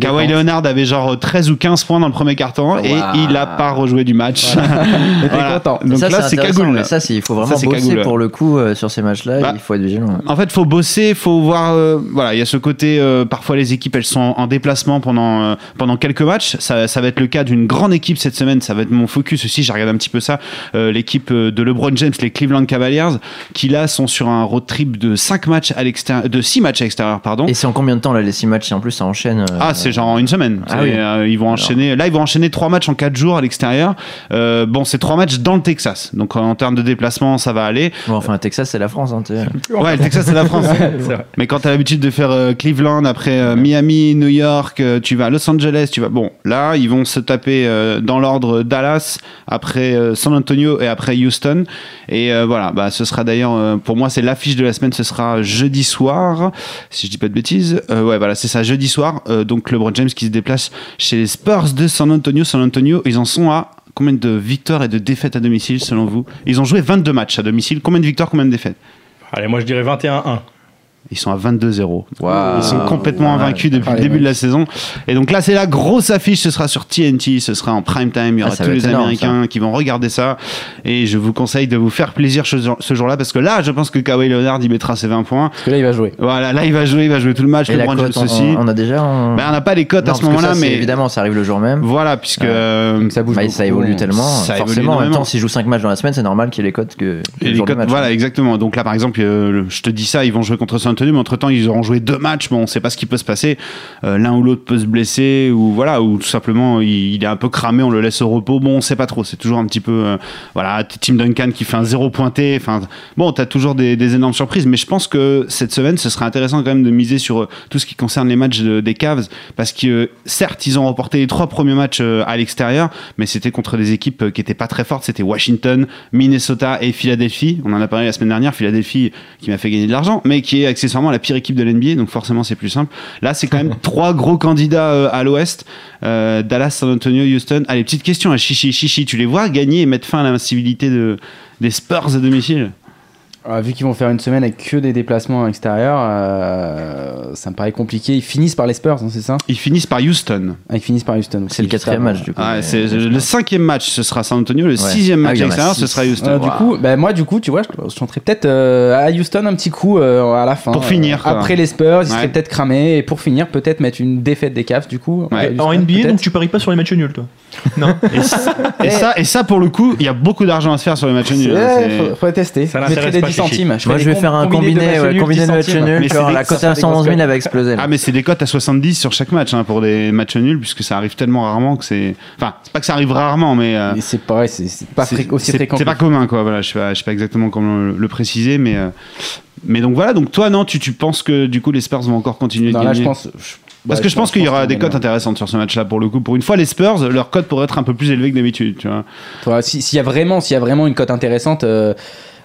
[SPEAKER 6] Kawhi
[SPEAKER 4] Dépense.
[SPEAKER 6] Leonard avait genre 13 ou 15 points dans le premier carton et
[SPEAKER 2] Waouh.
[SPEAKER 6] il a pas rejoué du match. Voilà.
[SPEAKER 4] content.
[SPEAKER 6] Donc
[SPEAKER 2] ça,
[SPEAKER 6] là, c'est
[SPEAKER 2] intéressant,
[SPEAKER 6] cagoule.
[SPEAKER 2] mais ça c'est- il faut vraiment
[SPEAKER 6] c'est
[SPEAKER 2] bosser
[SPEAKER 6] cagoule, ouais.
[SPEAKER 2] pour le coup euh, sur ces matchs là
[SPEAKER 6] Bah.
[SPEAKER 2] il faut être vigilant hein.
[SPEAKER 6] En fait, faut bosser, faut voir. euh, voilà, il y a ce côté. euh, parfois, les équipes, elles sont en déplacement pendant euh, pendant quelques matchs. Ça, ça va être le cas d'une grande équipe cette semaine. Ça va être mon focus aussi. J'ai regardé un petit peu ça. Euh, L'équipe euh, de LeBron James, les Cleveland Cavaliers, qui là sont sur un road trip de cinq matchs à l'extérieur, de 6 matchs à l'extérieur, pardon.
[SPEAKER 2] et c'est en combien de temps là les 6 matchs et en plus ça enchaîne euh,
[SPEAKER 6] Ah, c'est genre en une semaine.
[SPEAKER 2] Ah
[SPEAKER 6] C'est,
[SPEAKER 2] oui.
[SPEAKER 6] euh, ils vont enchaîner. Là, ils vont enchaîner trois matchs en quatre jours à l'extérieur. Euh, bon, c'est trois matchs dans le Texas. Donc, en termes de déplacement, ça va aller.
[SPEAKER 2] bon, enfin Texas c'est la France hein, tu sais.
[SPEAKER 6] Ouais, le Texas, c'est la France. Mais quand t'as l'habitude de faire euh, Cleveland, après euh, Miami, New York, euh, tu vas à Los Angeles, tu vas. Bon, là, ils vont se taper euh, dans l'ordre Dallas, après euh, San Antonio et après Houston. Et euh, voilà, bah, ce sera d'ailleurs, euh, pour moi, c'est l'affiche de la semaine, ce sera jeudi soir, si je dis pas de bêtises. Euh, ouais, voilà, c'est ça, jeudi soir. Euh, donc, LeBron James qui se déplace chez les Spurs de San Antonio. San Antonio, ils en sont à. Combien de victoires et de défaites à domicile selon vous Ils ont joué 22 matchs à domicile. Combien de victoires, combien de défaites
[SPEAKER 5] Allez, moi je dirais 21-1.
[SPEAKER 6] ils sont à 22-0.
[SPEAKER 2] Waouh.
[SPEAKER 6] Ils sont complètement
[SPEAKER 2] Ouais.
[SPEAKER 6] invaincus depuis
[SPEAKER 4] Ah,
[SPEAKER 6] le
[SPEAKER 4] les
[SPEAKER 6] début
[SPEAKER 4] mecs.
[SPEAKER 6] de la saison. Et donc là, c'est la grosse affiche. Ce sera sur TNT, ce sera en prime time. Il y
[SPEAKER 2] Ah,
[SPEAKER 6] aura
[SPEAKER 2] ça
[SPEAKER 6] tous
[SPEAKER 2] va
[SPEAKER 6] les
[SPEAKER 2] être énorme,
[SPEAKER 6] Américains qui vont regarder ça. Et je vous conseille de vous faire plaisir ce jour- ce jour-là parce que là, je pense que Kawhi Leonard y mettra ses 20 points.
[SPEAKER 4] Parce que là, il va jouer.
[SPEAKER 6] Voilà, là, il va jouer, il va jouer tout le match.
[SPEAKER 2] et la
[SPEAKER 6] LeBron James
[SPEAKER 2] cote on,
[SPEAKER 6] aussi.
[SPEAKER 2] on a déjà un-
[SPEAKER 6] Ben, on n'a pas les cotes
[SPEAKER 2] Non,
[SPEAKER 6] à ce
[SPEAKER 2] parce que ça,
[SPEAKER 6] moment-là,
[SPEAKER 2] c'est-
[SPEAKER 6] mais
[SPEAKER 2] évidemment ça arrive le jour même
[SPEAKER 6] voilà, puisque
[SPEAKER 2] Ouais.
[SPEAKER 6] euh,
[SPEAKER 4] Ça bouge.
[SPEAKER 2] Bah,
[SPEAKER 4] beaucoup.
[SPEAKER 2] ça évolue tellement,
[SPEAKER 6] Ça évolue
[SPEAKER 2] forcément. en même
[SPEAKER 6] énormément.
[SPEAKER 2] temps, s'ils jouent 5 matchs dans la semaine, c'est normal qu'il y ait les cotes que. que
[SPEAKER 6] Et
[SPEAKER 2] le
[SPEAKER 6] les
[SPEAKER 2] jour du
[SPEAKER 6] codes-
[SPEAKER 2] match.
[SPEAKER 6] voilà, exactement. Donc là, par exemple, euh, le- je te dis ça, ils vont jouer contre Saint-Antonio, mais entre-temps, ils auront joué deux matchs. Bon, on sait pas ce qui peut se passer. Euh, L'un ou l'autre peut se blesser, ou voilà, ou tout simplement, il, il est un peu cramé, on le laisse au repos. Bon, on sait pas trop. C'est toujours un petit peu, euh, voilà, t- Tim Duncan qui fait un zéro pointé. Enfin, bon, t'as toujours des, des énormes surprises, mais je pense que cette semaine, ce serait intéressant quand même de miser sur euh, tout ce qui concerne les matchs de- des Cavs, parce que euh, certes, ils ont remporté les trois premiers matchs euh, à l'extérieur, mais c'était contre des équipes euh, qui étaient pas très fortes. C'était Washington, Minnesota et Philadelphie. On en a parlé la semaine dernière. Philadelphie qui m'a fait gagner de l'argent, mais qui est accessoirement la pire équipe de l'NBA, donc forcément c'est plus simple. Là, c'est quand même trois gros candidats euh, à l'Ouest Euh, Dallas, San Antonio, Houston. Allez, petite question à Chichi. Chichi, tu les vois gagner et mettre fin à l'invincibilité de, des Spurs à domicile
[SPEAKER 4] Ah, vu qu'ils vont faire une semaine avec que des déplacements extérieurs, euh, ça me paraît compliqué. Ils finissent par les Spurs, hein, c'est ça
[SPEAKER 6] Ils finissent par Houston.
[SPEAKER 4] Ah, Ils finissent par Houston. donc
[SPEAKER 2] C'est le
[SPEAKER 4] juste
[SPEAKER 2] quatrième
[SPEAKER 4] avant.
[SPEAKER 2] match, du coup.
[SPEAKER 6] Ah,
[SPEAKER 2] Mais-
[SPEAKER 6] c'est le cinquième match, ce sera San Antonio. Le sixième
[SPEAKER 2] Ah
[SPEAKER 6] match
[SPEAKER 2] oui, il y
[SPEAKER 6] à
[SPEAKER 2] en a
[SPEAKER 6] l'extérieur, ce
[SPEAKER 2] six.
[SPEAKER 6] sera Houston.
[SPEAKER 4] Alors, du
[SPEAKER 2] Waouh.
[SPEAKER 4] coup, bah, moi du coup, tu vois, je, je tenterais peut-être euh, à Houston un petit coup euh, à la fin.
[SPEAKER 6] Pour finir, quoi.
[SPEAKER 4] Après les Spurs, ils
[SPEAKER 6] Ouais.
[SPEAKER 4] seraient peut-être cramés et pour finir, peut-être mettre une défaite des Cavs du coup.
[SPEAKER 6] Ouais.
[SPEAKER 4] à Houston,
[SPEAKER 3] En NBA,
[SPEAKER 4] peut-être.
[SPEAKER 3] donc tu paries pas sur les matchs nuls, toi
[SPEAKER 4] eh.
[SPEAKER 6] Et ça, et ça, pour le coup, il y a beaucoup d'argent à se faire sur les matchs nuls. hein,
[SPEAKER 4] Ouais,
[SPEAKER 6] c'est-
[SPEAKER 4] faut, faut tester.
[SPEAKER 5] Ça
[SPEAKER 4] Je mettrais
[SPEAKER 5] l'intéresse
[SPEAKER 4] des
[SPEAKER 5] pas pas
[SPEAKER 4] 10
[SPEAKER 5] chichi.
[SPEAKER 4] centimes. hein, Je fais
[SPEAKER 2] Moi,
[SPEAKER 4] des
[SPEAKER 2] je vais
[SPEAKER 4] com-
[SPEAKER 2] faire un
[SPEAKER 4] de
[SPEAKER 2] combiné,
[SPEAKER 4] matchs
[SPEAKER 2] ouais,
[SPEAKER 4] nuls,
[SPEAKER 2] combiné
[SPEAKER 4] 10
[SPEAKER 2] de match
[SPEAKER 4] centimes.
[SPEAKER 2] nul.
[SPEAKER 4] Mais
[SPEAKER 2] Genre,
[SPEAKER 4] c'est
[SPEAKER 2] la
[SPEAKER 4] des- ça
[SPEAKER 2] cote à
[SPEAKER 4] fait des grosses
[SPEAKER 2] 111 000,
[SPEAKER 4] cotes.
[SPEAKER 2] elle va exploser. là.
[SPEAKER 6] Ah, mais c'est des cotes à 70 sur chaque match hein, pour des matchs nuls, puisque ça arrive tellement rarement que c'est. Enfin, c'est pas que ça arrive rarement, mais. euh,
[SPEAKER 4] Mais C'est pareil, c'est c'est pas
[SPEAKER 6] c'est-
[SPEAKER 4] fré- aussi
[SPEAKER 6] c'est-
[SPEAKER 4] fréquent.
[SPEAKER 6] C'est
[SPEAKER 4] que-
[SPEAKER 6] pas commun, quoi. Voilà, je sais pas, je sais pas exactement comment le, le préciser, mais. euh, Mais donc voilà, donc toi, non, tu, tu penses que du coup les Spurs vont encore continuer
[SPEAKER 4] Non,
[SPEAKER 6] de
[SPEAKER 4] là,
[SPEAKER 6] gagner
[SPEAKER 4] je pense. je-
[SPEAKER 6] Parce
[SPEAKER 4] ouais,
[SPEAKER 6] que je pense qu'il y aura des
[SPEAKER 4] qu'on gagne.
[SPEAKER 6] cotes intéressantes sur ce match-là pour le coup. Pour une fois, les Spurs, leur cote pourrait être un peu plus élevée que d'habitude, tu vois.
[SPEAKER 4] Toi, si- S'il y a vraiment, s'il y a vraiment une cote intéressante, euh,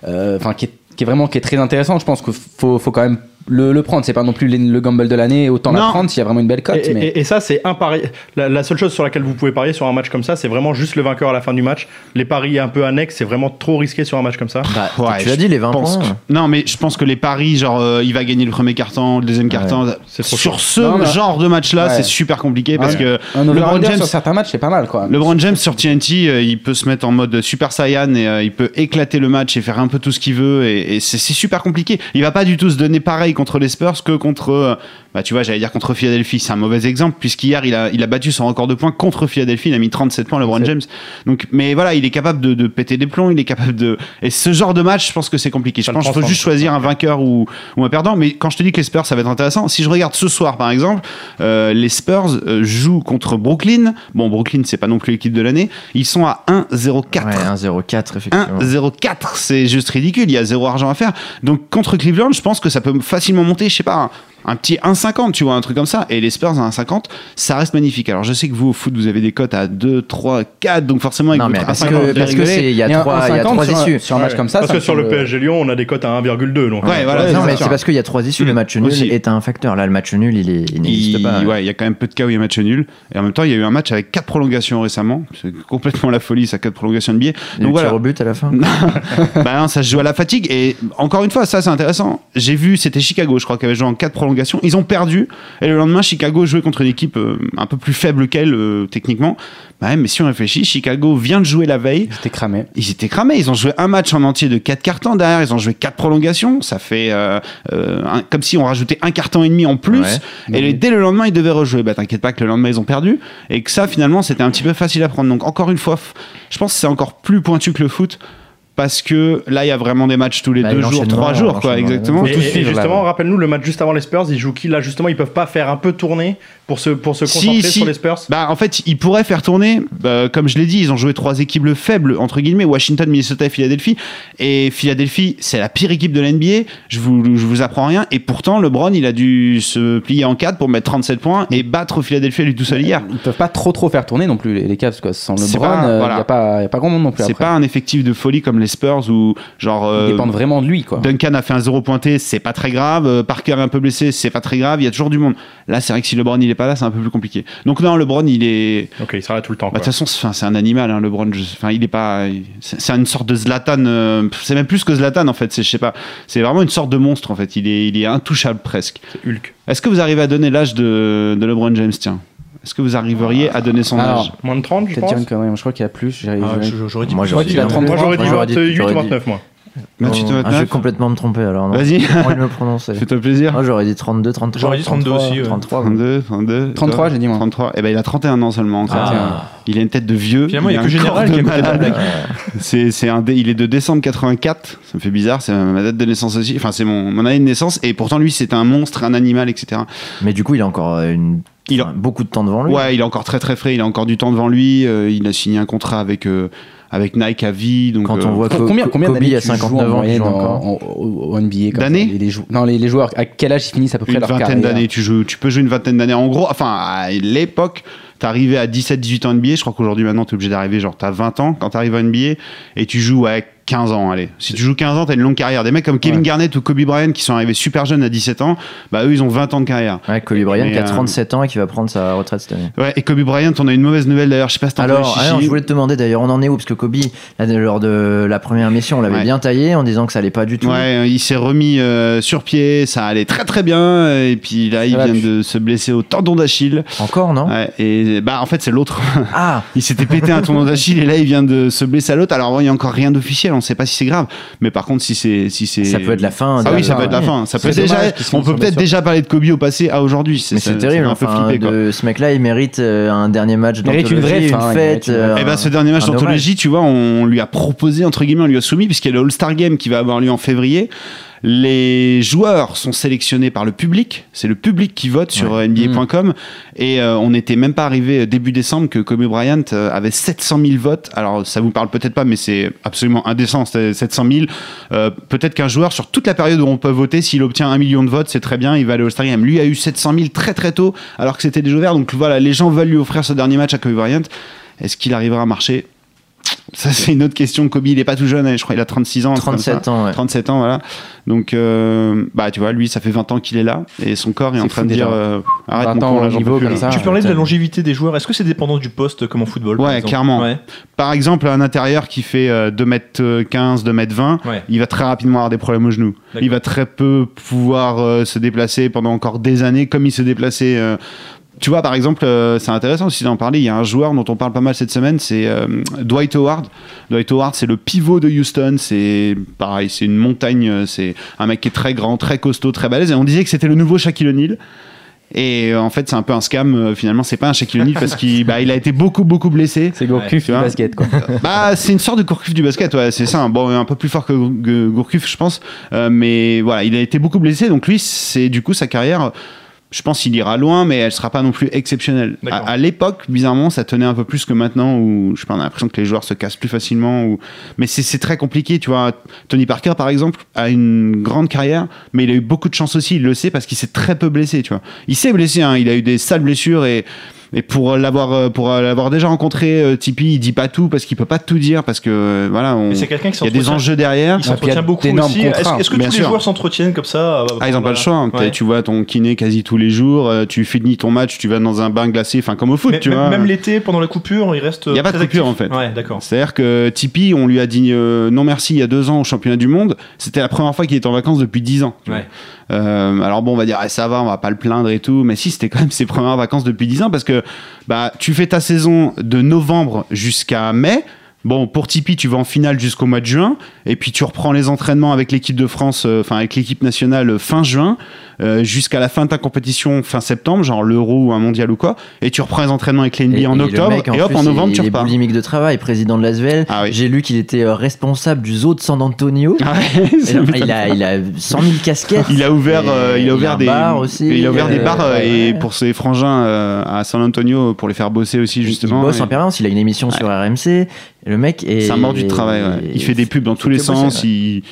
[SPEAKER 4] euh, enfin qui, est, qui est vraiment qui est très intéressante, je pense qu'il faut, faut quand même le, le prendre. C'est pas non plus le, le gamble de l'année, autant la
[SPEAKER 6] Non.
[SPEAKER 4] prendre s'il y a vraiment une belle cote.
[SPEAKER 5] Et, et-
[SPEAKER 4] mais-
[SPEAKER 5] et ça, c'est un pari. La, la seule chose sur laquelle vous pouvez parier sur un match comme ça, c'est vraiment juste le vainqueur à la fin du match. Les paris un peu annexes, c'est vraiment trop risqué sur un match comme ça.
[SPEAKER 2] Bah,
[SPEAKER 6] Ouais,
[SPEAKER 2] tu l'as
[SPEAKER 6] je
[SPEAKER 2] dit, les 20
[SPEAKER 6] pense
[SPEAKER 2] points.
[SPEAKER 6] que- Non, mais je pense que les paris, genre, euh, il va gagner le premier carton, le deuxième carton.
[SPEAKER 5] C'est trop
[SPEAKER 6] Sur
[SPEAKER 5] chaud.
[SPEAKER 6] ce
[SPEAKER 4] Non, mais-
[SPEAKER 6] genre de match-là,
[SPEAKER 4] Ouais.
[SPEAKER 6] c'est super compliqué parce
[SPEAKER 4] Ouais.
[SPEAKER 6] que
[SPEAKER 4] Un
[SPEAKER 6] LeBron
[SPEAKER 4] over-under
[SPEAKER 6] James,
[SPEAKER 4] sur certains matchs, c'est pas mal quoi.
[SPEAKER 6] LeBron James sur TNT, euh, il peut se mettre en mode Super Saiyan et euh, il peut éclater le match et faire un peu tout ce qu'il veut et, et c'est c'est super compliqué. Il va pas du tout se donner pareil contre les Spurs que contre, euh, bah tu vois, j'allais dire contre Philadelphie, c'est un mauvais exemple puisqu'hier il a, il a battu son record de points contre Philadelphie, il a mis 37 points LeBron James. Donc, mais voilà, il est capable de, de péter des plombs, il est capable de et ce genre de match, je pense que c'est compliqué. Je
[SPEAKER 5] Ça le
[SPEAKER 6] pense qu'il faut
[SPEAKER 5] transforme.
[SPEAKER 6] juste choisir un vainqueur ou, ou un perdant. Mais quand je te dis que les Spurs, ça va être intéressant. Si je regarde ce soir, par exemple, euh, les Spurs euh, jouent contre Brooklyn. Bon, Brooklyn, c'est pas non plus l'équipe de l'année. Ils sont à 1-0-4.
[SPEAKER 2] Ouais, 1-0-4, effectivement.
[SPEAKER 6] 1-0-4, c'est juste ridicule, il y a zéro argent à faire. Donc contre Cleveland, je pense que ça peut facilement monter, je sais pas, un, un petit 1,50, tu vois, un truc comme ça. Et les Spurs à 1,50, ça reste magnifique. Alors je sais que vous au foot, vous avez des cotes à 2, 3, 4, donc forcément, avec
[SPEAKER 2] Non, mais
[SPEAKER 6] votre
[SPEAKER 2] parce
[SPEAKER 6] 1,50,
[SPEAKER 2] que
[SPEAKER 6] vous
[SPEAKER 2] parce que
[SPEAKER 6] rigolez.
[SPEAKER 2] c'est- il y
[SPEAKER 4] Il y a
[SPEAKER 2] a
[SPEAKER 4] un
[SPEAKER 2] trois il y a
[SPEAKER 4] 1,50
[SPEAKER 2] trois
[SPEAKER 4] sur un-
[SPEAKER 2] issues.
[SPEAKER 4] sur un match
[SPEAKER 5] Ouais.
[SPEAKER 4] comme ça.
[SPEAKER 5] Parce
[SPEAKER 4] ça
[SPEAKER 5] que
[SPEAKER 4] me
[SPEAKER 5] sur le
[SPEAKER 4] semble-
[SPEAKER 5] PSG Lyon, on a des cotes à 1,2. donc,
[SPEAKER 6] Ouais,
[SPEAKER 5] euh,
[SPEAKER 6] voilà,
[SPEAKER 2] non,
[SPEAKER 6] c'est
[SPEAKER 2] mais
[SPEAKER 6] sûr.
[SPEAKER 2] c'est parce qu'il y a trois issues. Le match nul
[SPEAKER 6] Aussi.
[SPEAKER 2] est un facteur. Là, le match nul, il est- il n'existe
[SPEAKER 6] Il-
[SPEAKER 2] pas. hein.
[SPEAKER 6] ouais, il y a quand même peu de cas où il y a match nul. Et en même temps, il y a eu un match avec quatre prolongations récemment. C'est complètement la folie, ça, quatre prolongations de billets.
[SPEAKER 2] Le
[SPEAKER 6] Donc voilà.
[SPEAKER 2] tir au but à la fin.
[SPEAKER 6] bah non, ça se joue à la fatigue. Et encore une fois, ça, c'est intéressant. J'ai vu, c'était Chicago, je crois, qui avait joué en quatre prolongations. Ils ont perdu. Et le lendemain, Chicago jouait contre une équipe euh, un peu plus faible qu'elle, euh, techniquement. Bah ouais, mais si on réfléchit, Chicago vient de jouer la veille.
[SPEAKER 4] J'étais cramé.
[SPEAKER 6] Ils étaient cramés. Ils ont joué un match en entier de quatre cartons derrière. Ils ont joué quatre prolongations. Ça fait euh, euh, un- comme si on rajoutait un carton et demi en plus.
[SPEAKER 2] Ouais.
[SPEAKER 6] Et le- dès le lendemain, ils devaient rejouer. Bah, t'inquiète pas que le lendemain, ils ont perdu. Et que ça, finalement, c'était un petit peu facile à prendre. Donc, encore une fois, f- je pense que c'est encore plus pointu que le foot. Parce que là, il y a vraiment des matchs tous les
[SPEAKER 2] Bah,
[SPEAKER 6] deux jours,
[SPEAKER 2] l'enchaînement,
[SPEAKER 6] trois jours, quoi,
[SPEAKER 2] l'enchaînement,
[SPEAKER 6] exactement.
[SPEAKER 5] Et, et- et
[SPEAKER 2] suivre, là,
[SPEAKER 5] justement,
[SPEAKER 2] ouais.
[SPEAKER 5] rappelle-nous le match juste avant les Spurs, ils jouent qui là justement Ils peuvent pas faire un peu tourner pour se, pour se
[SPEAKER 6] Si,
[SPEAKER 5] concentrer
[SPEAKER 6] si.
[SPEAKER 5] sur les Spurs
[SPEAKER 6] Bah, en fait, ils pourraient faire tourner. euh, comme je l'ai dit, ils ont joué trois équipes le faibles, entre guillemets, Washington, Minnesota et Philadelphie. Et Philadelphie, c'est la pire équipe de la NBA. Je vous, je vous apprends rien. Et pourtant, LeBron, il a dû se plier en quatre pour mettre 37 points et battre Philadelphie à lui tout seul hier.
[SPEAKER 4] Ils peuvent pas trop trop faire tourner non plus les, les Cavs quoi. Sans
[SPEAKER 6] C'est
[SPEAKER 4] LeBron, euh,
[SPEAKER 6] pas-
[SPEAKER 4] il
[SPEAKER 6] voilà.
[SPEAKER 4] n'y a, pas- y a pas grand monde non plus.
[SPEAKER 6] C'est
[SPEAKER 4] après.
[SPEAKER 6] pas un effectif de folie comme les Spurs où, genre,
[SPEAKER 4] Ils
[SPEAKER 6] euh,
[SPEAKER 4] dépendent vraiment de lui quoi.
[SPEAKER 6] Duncan a fait un zéro pointé, c'est pas très grave. Euh, Parker est un peu blessé, c'est pas très grave. Il y a toujours du monde. Là, c'est vrai que si LeBron il est pas là, c'est un peu plus compliqué. Donc, non, LeBron il est.
[SPEAKER 5] Ok, il sera là tout le temps.
[SPEAKER 6] Bah, De
[SPEAKER 5] quoi.
[SPEAKER 6] toute façon, c'est enfin, c'est un animal, hein, LeBron. Je- Enfin, il est pas. il- C'est c'est une sorte de Zlatan. euh, C'est même plus que Zlatan en fait. C'est- Je sais pas. C'est vraiment une sorte de monstre en fait. Il est, il est intouchable presque.
[SPEAKER 5] C'est Hulk.
[SPEAKER 6] Est-ce que vous arrivez à donner l'âge de, de LeBron James Tiens. Est-ce que vous arriveriez à donner son
[SPEAKER 4] Alors,
[SPEAKER 6] âge
[SPEAKER 5] Moins de 30, je
[SPEAKER 4] Peut-être dire une
[SPEAKER 5] pense.
[SPEAKER 4] connerie, mais je crois qu'il y a plus. j'ai-
[SPEAKER 3] Ah,
[SPEAKER 4] j'ai-
[SPEAKER 3] je- J'aurais dit
[SPEAKER 2] Moi,
[SPEAKER 3] plus.
[SPEAKER 2] j'aurais dit
[SPEAKER 4] il a 33,
[SPEAKER 5] Moi j'aurais dit
[SPEAKER 2] j'aurais dit-
[SPEAKER 5] 28 ou
[SPEAKER 2] j'aurais dit-
[SPEAKER 5] 29, moi.
[SPEAKER 6] Mathieu,
[SPEAKER 4] euh,
[SPEAKER 2] Non, Je vais
[SPEAKER 6] 29?
[SPEAKER 2] complètement me tromper alors. non.
[SPEAKER 6] Vas-y,
[SPEAKER 2] J'ai envie de me prononcer.
[SPEAKER 6] fais-toi plaisir.
[SPEAKER 2] Moi, j'aurais dit 32, 33.
[SPEAKER 3] J'aurais dit 32 aussi, ouais.
[SPEAKER 2] 33, ouais.
[SPEAKER 6] 32, 32.
[SPEAKER 4] 33, j'ai dit moi.
[SPEAKER 6] 33. Eh ben, il a 31 ans seulement. encore.
[SPEAKER 3] Ah.
[SPEAKER 6] Il a une tête de vieux.
[SPEAKER 3] Finalement, il y a
[SPEAKER 6] un
[SPEAKER 3] que Général
[SPEAKER 6] corps
[SPEAKER 3] qui
[SPEAKER 6] de
[SPEAKER 3] a coupé la
[SPEAKER 6] malade.
[SPEAKER 3] blague.
[SPEAKER 6] C'est, c'est un dé- il est de décembre 84. Ça me fait bizarre. C'est ma date de naissance aussi. Enfin, c'est mon, mon année de naissance. Et pourtant, lui, c'est un monstre, un animal, etc.
[SPEAKER 2] Mais du coup, il a encore euh, une...
[SPEAKER 6] Il a-
[SPEAKER 2] enfin, beaucoup de temps devant lui.
[SPEAKER 6] Ouais, il est encore très très frais. Il a encore du temps devant lui. Euh, il a signé un contrat avec euh, avec Nike à vie. Donc
[SPEAKER 2] Quand
[SPEAKER 6] euh,
[SPEAKER 2] on voit
[SPEAKER 4] Co-
[SPEAKER 2] que
[SPEAKER 4] combien combien
[SPEAKER 2] Kobe
[SPEAKER 4] d'années
[SPEAKER 2] a
[SPEAKER 4] tu joues en
[SPEAKER 2] 59 ans, il
[SPEAKER 4] moyenne
[SPEAKER 2] joue
[SPEAKER 4] en-
[SPEAKER 2] encore.
[SPEAKER 4] en- au au NBA comme ça
[SPEAKER 6] D'années
[SPEAKER 4] les, les jou- Non, les, les joueurs, à quel âge ils finissent à peu près
[SPEAKER 6] une
[SPEAKER 4] leur
[SPEAKER 6] vingtaine
[SPEAKER 4] carrière
[SPEAKER 6] d'années. Tu joues, tu peux jouer une vingtaine d'années. En gros, enfin, à l'époque, t'arrivais à 17-18 ans NBA. Je crois qu'aujourd'hui, maintenant, t'es obligé d'arriver genre t'as 20 ans quand t'arrives à NBA et tu joues à 15 ans. Allez, si tu joues 15 ans, t'as une longue carrière. Des mecs comme Kevin
[SPEAKER 4] Ouais.
[SPEAKER 6] Garnett ou Kobe Bryant qui sont arrivés super jeunes à 17 ans, bah eux, ils ont 20 ans de carrière.
[SPEAKER 2] Ouais, Kobe Bryant
[SPEAKER 6] Mais,
[SPEAKER 2] qui a
[SPEAKER 6] euh,
[SPEAKER 2] 37 ans et qui va prendre sa retraite cette année.
[SPEAKER 6] Ouais, et Kobe Bryant, on a une mauvaise nouvelle d'ailleurs. Je sais pas si t'as entendu,
[SPEAKER 2] Alors,
[SPEAKER 6] Chichi.
[SPEAKER 2] alors, je voulais te demander d'ailleurs, on en est où Parce que Kobe, là, lors de la première mission, on l'avait
[SPEAKER 6] Ouais.
[SPEAKER 2] bien taillé en disant que ça allait pas du tout.
[SPEAKER 6] Ouais, il s'est remis euh, sur pied, ça allait très très bien, et puis là il
[SPEAKER 4] va,
[SPEAKER 6] vient
[SPEAKER 4] puis-
[SPEAKER 6] de se blesser au tendon d'Achille.
[SPEAKER 2] Encore, non
[SPEAKER 6] Ouais, et bah en fait c'est l'autre
[SPEAKER 2] Ah
[SPEAKER 6] Il s'était pété un tendon d'Achille et là il vient de se blesser à l'autre. Alors bon, il n'y a encore rien d'officiel, on sait pas si c'est grave. Mais par contre, si c'est. Si c'est-
[SPEAKER 2] Ça peut être la fin.
[SPEAKER 6] Ah
[SPEAKER 2] de-
[SPEAKER 6] oui, ça peut être la fin. Ça peut
[SPEAKER 2] C'est
[SPEAKER 6] déjà,
[SPEAKER 2] dommage qu'ils se
[SPEAKER 6] on
[SPEAKER 2] font
[SPEAKER 6] peut
[SPEAKER 2] sur
[SPEAKER 6] peut-être
[SPEAKER 2] blessure.
[SPEAKER 6] déjà parler de Kobe au passé à aujourd'hui.
[SPEAKER 2] Mais c'est terrible.
[SPEAKER 6] ça m'a un peu
[SPEAKER 2] enfin,
[SPEAKER 6] flippé, quoi.
[SPEAKER 2] de- ce mec-là, il mérite euh, un dernier match
[SPEAKER 4] Mérite une
[SPEAKER 2] d'anthologie,
[SPEAKER 4] vraie fin, il mérite
[SPEAKER 2] fête.
[SPEAKER 4] une vraie
[SPEAKER 2] euh,
[SPEAKER 6] Eh ben, ce dernier match
[SPEAKER 2] un hommage.
[SPEAKER 6] d'anthologie, tu vois, on lui a proposé, entre guillemets, on lui a soumis, puisqu'il y a le All-Star Game qui va avoir lieu en février. Les joueurs sont sélectionnés par le public. C'est le public qui vote sur
[SPEAKER 2] Mm.
[SPEAKER 6] NBA.com. Et euh, on n'était même pas arrivé début décembre que Kobe Bryant euh, avait 700 000 votes. Alors, ça vous parle peut-être pas, mais c'est absolument indécent, c'était 700 000. Euh, peut-être qu'un joueur, sur toute la période où on peut voter, s'il obtient un million de votes, c'est très bien, il va aller au All-Star Game. Lui a eu 700 000 très très tôt, alors que c'était déjà ouvert. Donc voilà, les gens veulent lui offrir ce dernier match à Kobe Bryant. Est-ce qu'il arrivera à marcher Ça, c'est une autre question. Kobe, il est pas tout jeune, hein, je crois, il a 36 ans. un truc comme ça.
[SPEAKER 2] 37 ans, ouais.
[SPEAKER 6] 37 ans, voilà. Donc, euh, bah, tu vois, lui, ça fait 20 ans qu'il est là et son corps est, en
[SPEAKER 4] C'est
[SPEAKER 6] train
[SPEAKER 4] fou
[SPEAKER 6] de dire
[SPEAKER 4] déjà.
[SPEAKER 6] euh, arrête
[SPEAKER 4] 20
[SPEAKER 6] mon
[SPEAKER 4] ans
[SPEAKER 6] con,
[SPEAKER 4] au
[SPEAKER 6] là, j'en peux
[SPEAKER 4] niveau
[SPEAKER 6] plus,
[SPEAKER 4] comme
[SPEAKER 6] là.
[SPEAKER 4] ça.
[SPEAKER 3] tu parlais de la
[SPEAKER 2] putain.
[SPEAKER 3] longévité des joueurs. Est-ce que c'est dépendant du poste comme en football par
[SPEAKER 6] Ouais,
[SPEAKER 3] exemple
[SPEAKER 6] clairement.
[SPEAKER 3] Ouais.
[SPEAKER 6] Par exemple, un intérieur qui fait euh, 2m15, 2m20,
[SPEAKER 3] Ouais.
[SPEAKER 6] il va très rapidement avoir des problèmes aux genoux.
[SPEAKER 3] D'accord.
[SPEAKER 6] Il va très peu pouvoir euh, se déplacer pendant encore des années comme il se déplaçait. euh, tu vois, par exemple, euh, c'est intéressant aussi d'en parler. Il y a un joueur dont on parle pas mal cette semaine, c'est euh, Dwight Howard. Dwight Howard, c'est le pivot de Houston. C'est pareil, c'est une montagne. euh, C'est un mec qui est très grand, très costaud, très balèze. Et on disait que c'était le nouveau Shaquille O'Neal. Et euh, en fait, c'est un peu un scam. euh, finalement, c'est pas un Shaquille O'Neal parce qu'il bah, il a été beaucoup, beaucoup blessé.
[SPEAKER 4] C'est Gourcuff
[SPEAKER 6] tu vois.
[SPEAKER 4] du basket, quoi.
[SPEAKER 6] Bah, c'est une sorte de Gourcuff du basket, ouais, c'est ça. hein. Bon, un peu plus fort que Gour- que Gourcuff, je pense. Euh, mais voilà, il a été beaucoup blessé, donc lui, c'est du coup sa carrière. Je pense qu'il ira loin, mais elle sera pas non plus exceptionnelle. À,
[SPEAKER 3] D'accord.
[SPEAKER 6] à l'époque, bizarrement, ça tenait un peu plus que maintenant, où je sais pas, on a l'impression que les joueurs se cassent plus facilement. Ou... Mais c'est- c'est très compliqué, tu vois. Tony Parker, par exemple, a une grande carrière, mais il a eu beaucoup de chance aussi, il le sait, parce qu'il s'est très peu blessé, tu vois. Il s'est blessé, hein, il a eu des sales blessures et et pour l'avoir euh, pour euh, l'avoir déjà rencontré, euh, Tipeee, il dit pas tout parce qu'il peut pas tout dire parce que euh, voilà, on-
[SPEAKER 3] Mais
[SPEAKER 6] il
[SPEAKER 3] c'est quelqu'un qui
[SPEAKER 6] y a des
[SPEAKER 3] s'entretient-
[SPEAKER 6] enjeux derrière.
[SPEAKER 4] Donc, il
[SPEAKER 3] Il
[SPEAKER 4] y a
[SPEAKER 3] s'entretient beaucoup
[SPEAKER 4] d'énormes
[SPEAKER 3] aussi. Est-ce
[SPEAKER 4] contraintes,
[SPEAKER 3] est-ce que
[SPEAKER 6] bien
[SPEAKER 3] tous les
[SPEAKER 6] sûr.
[SPEAKER 3] joueurs s'entretiennent comme ça
[SPEAKER 6] Ah, ils ont pas le choix. hein. T'as-
[SPEAKER 3] Ouais.
[SPEAKER 6] Tu vois ton kiné quasi tous les jours, euh, tu finis ton match, tu vas dans un bain glacé, enfin comme au foot,
[SPEAKER 3] Mais-
[SPEAKER 6] tu
[SPEAKER 3] même-
[SPEAKER 6] vois.
[SPEAKER 3] Même l'été, pendant la coupure, il reste. euh,
[SPEAKER 6] Il y a pas de
[SPEAKER 3] très
[SPEAKER 6] coupure,
[SPEAKER 3] actif.
[SPEAKER 6] en fait.
[SPEAKER 3] Ouais, d'accord.
[SPEAKER 6] C'est-à-dire que Tipeee, on lui a dit euh, non merci il y a deux ans au championnat du monde. C'était la première fois qu'il était en vacances depuis dix ans.
[SPEAKER 3] Ouais.
[SPEAKER 6] Euh, alors bon, on va dire Ah, ça va, on va pas le plaindre et tout, mais si c'était quand même ses premières vacances depuis dix ans parce que bah tu fais ta saison de novembre jusqu'à mai. Bon, pour Tipeee, tu vas en finale jusqu'au mois de juin, et puis tu reprends les entraînements avec l'équipe de France, euh, enfin avec l'équipe nationale euh, fin juin, euh, jusqu'à la fin de ta compétition fin septembre, genre l'Euro ou un mondial ou quoi, et tu reprends les entraînements avec l'NBA en
[SPEAKER 2] le
[SPEAKER 6] octobre,
[SPEAKER 2] mec,
[SPEAKER 6] et hop,
[SPEAKER 2] plus,
[SPEAKER 6] en novembre,
[SPEAKER 2] il
[SPEAKER 6] tu
[SPEAKER 2] est
[SPEAKER 6] repars.
[SPEAKER 2] boulimique de travail, président de l'ASVEL.
[SPEAKER 6] Ah oui.
[SPEAKER 2] J'ai lu qu'il était euh, responsable du zoo de San Antonio.
[SPEAKER 6] Ah ouais,
[SPEAKER 2] Et
[SPEAKER 6] ça
[SPEAKER 2] alors,
[SPEAKER 6] m'étonne
[SPEAKER 2] il, a, il a 100 000 casquettes.
[SPEAKER 6] Il a ouvert,
[SPEAKER 2] Et
[SPEAKER 6] euh, il a ouvert
[SPEAKER 2] un
[SPEAKER 6] des
[SPEAKER 2] bar aussi,
[SPEAKER 6] il a ouvert des
[SPEAKER 2] euh,
[SPEAKER 6] bars euh,
[SPEAKER 2] ouais,
[SPEAKER 6] et
[SPEAKER 2] ouais.
[SPEAKER 6] pour ses frangins euh, à San Antonio pour les faire bosser aussi justement.
[SPEAKER 2] Il bosse
[SPEAKER 6] Et
[SPEAKER 2] en permanence, il a une émission sur RMC. et Le mec est.
[SPEAKER 6] C'est un mort du travail. ouais. Il fait des pubs dans tous les
[SPEAKER 2] fait bosser,
[SPEAKER 6] sens. Il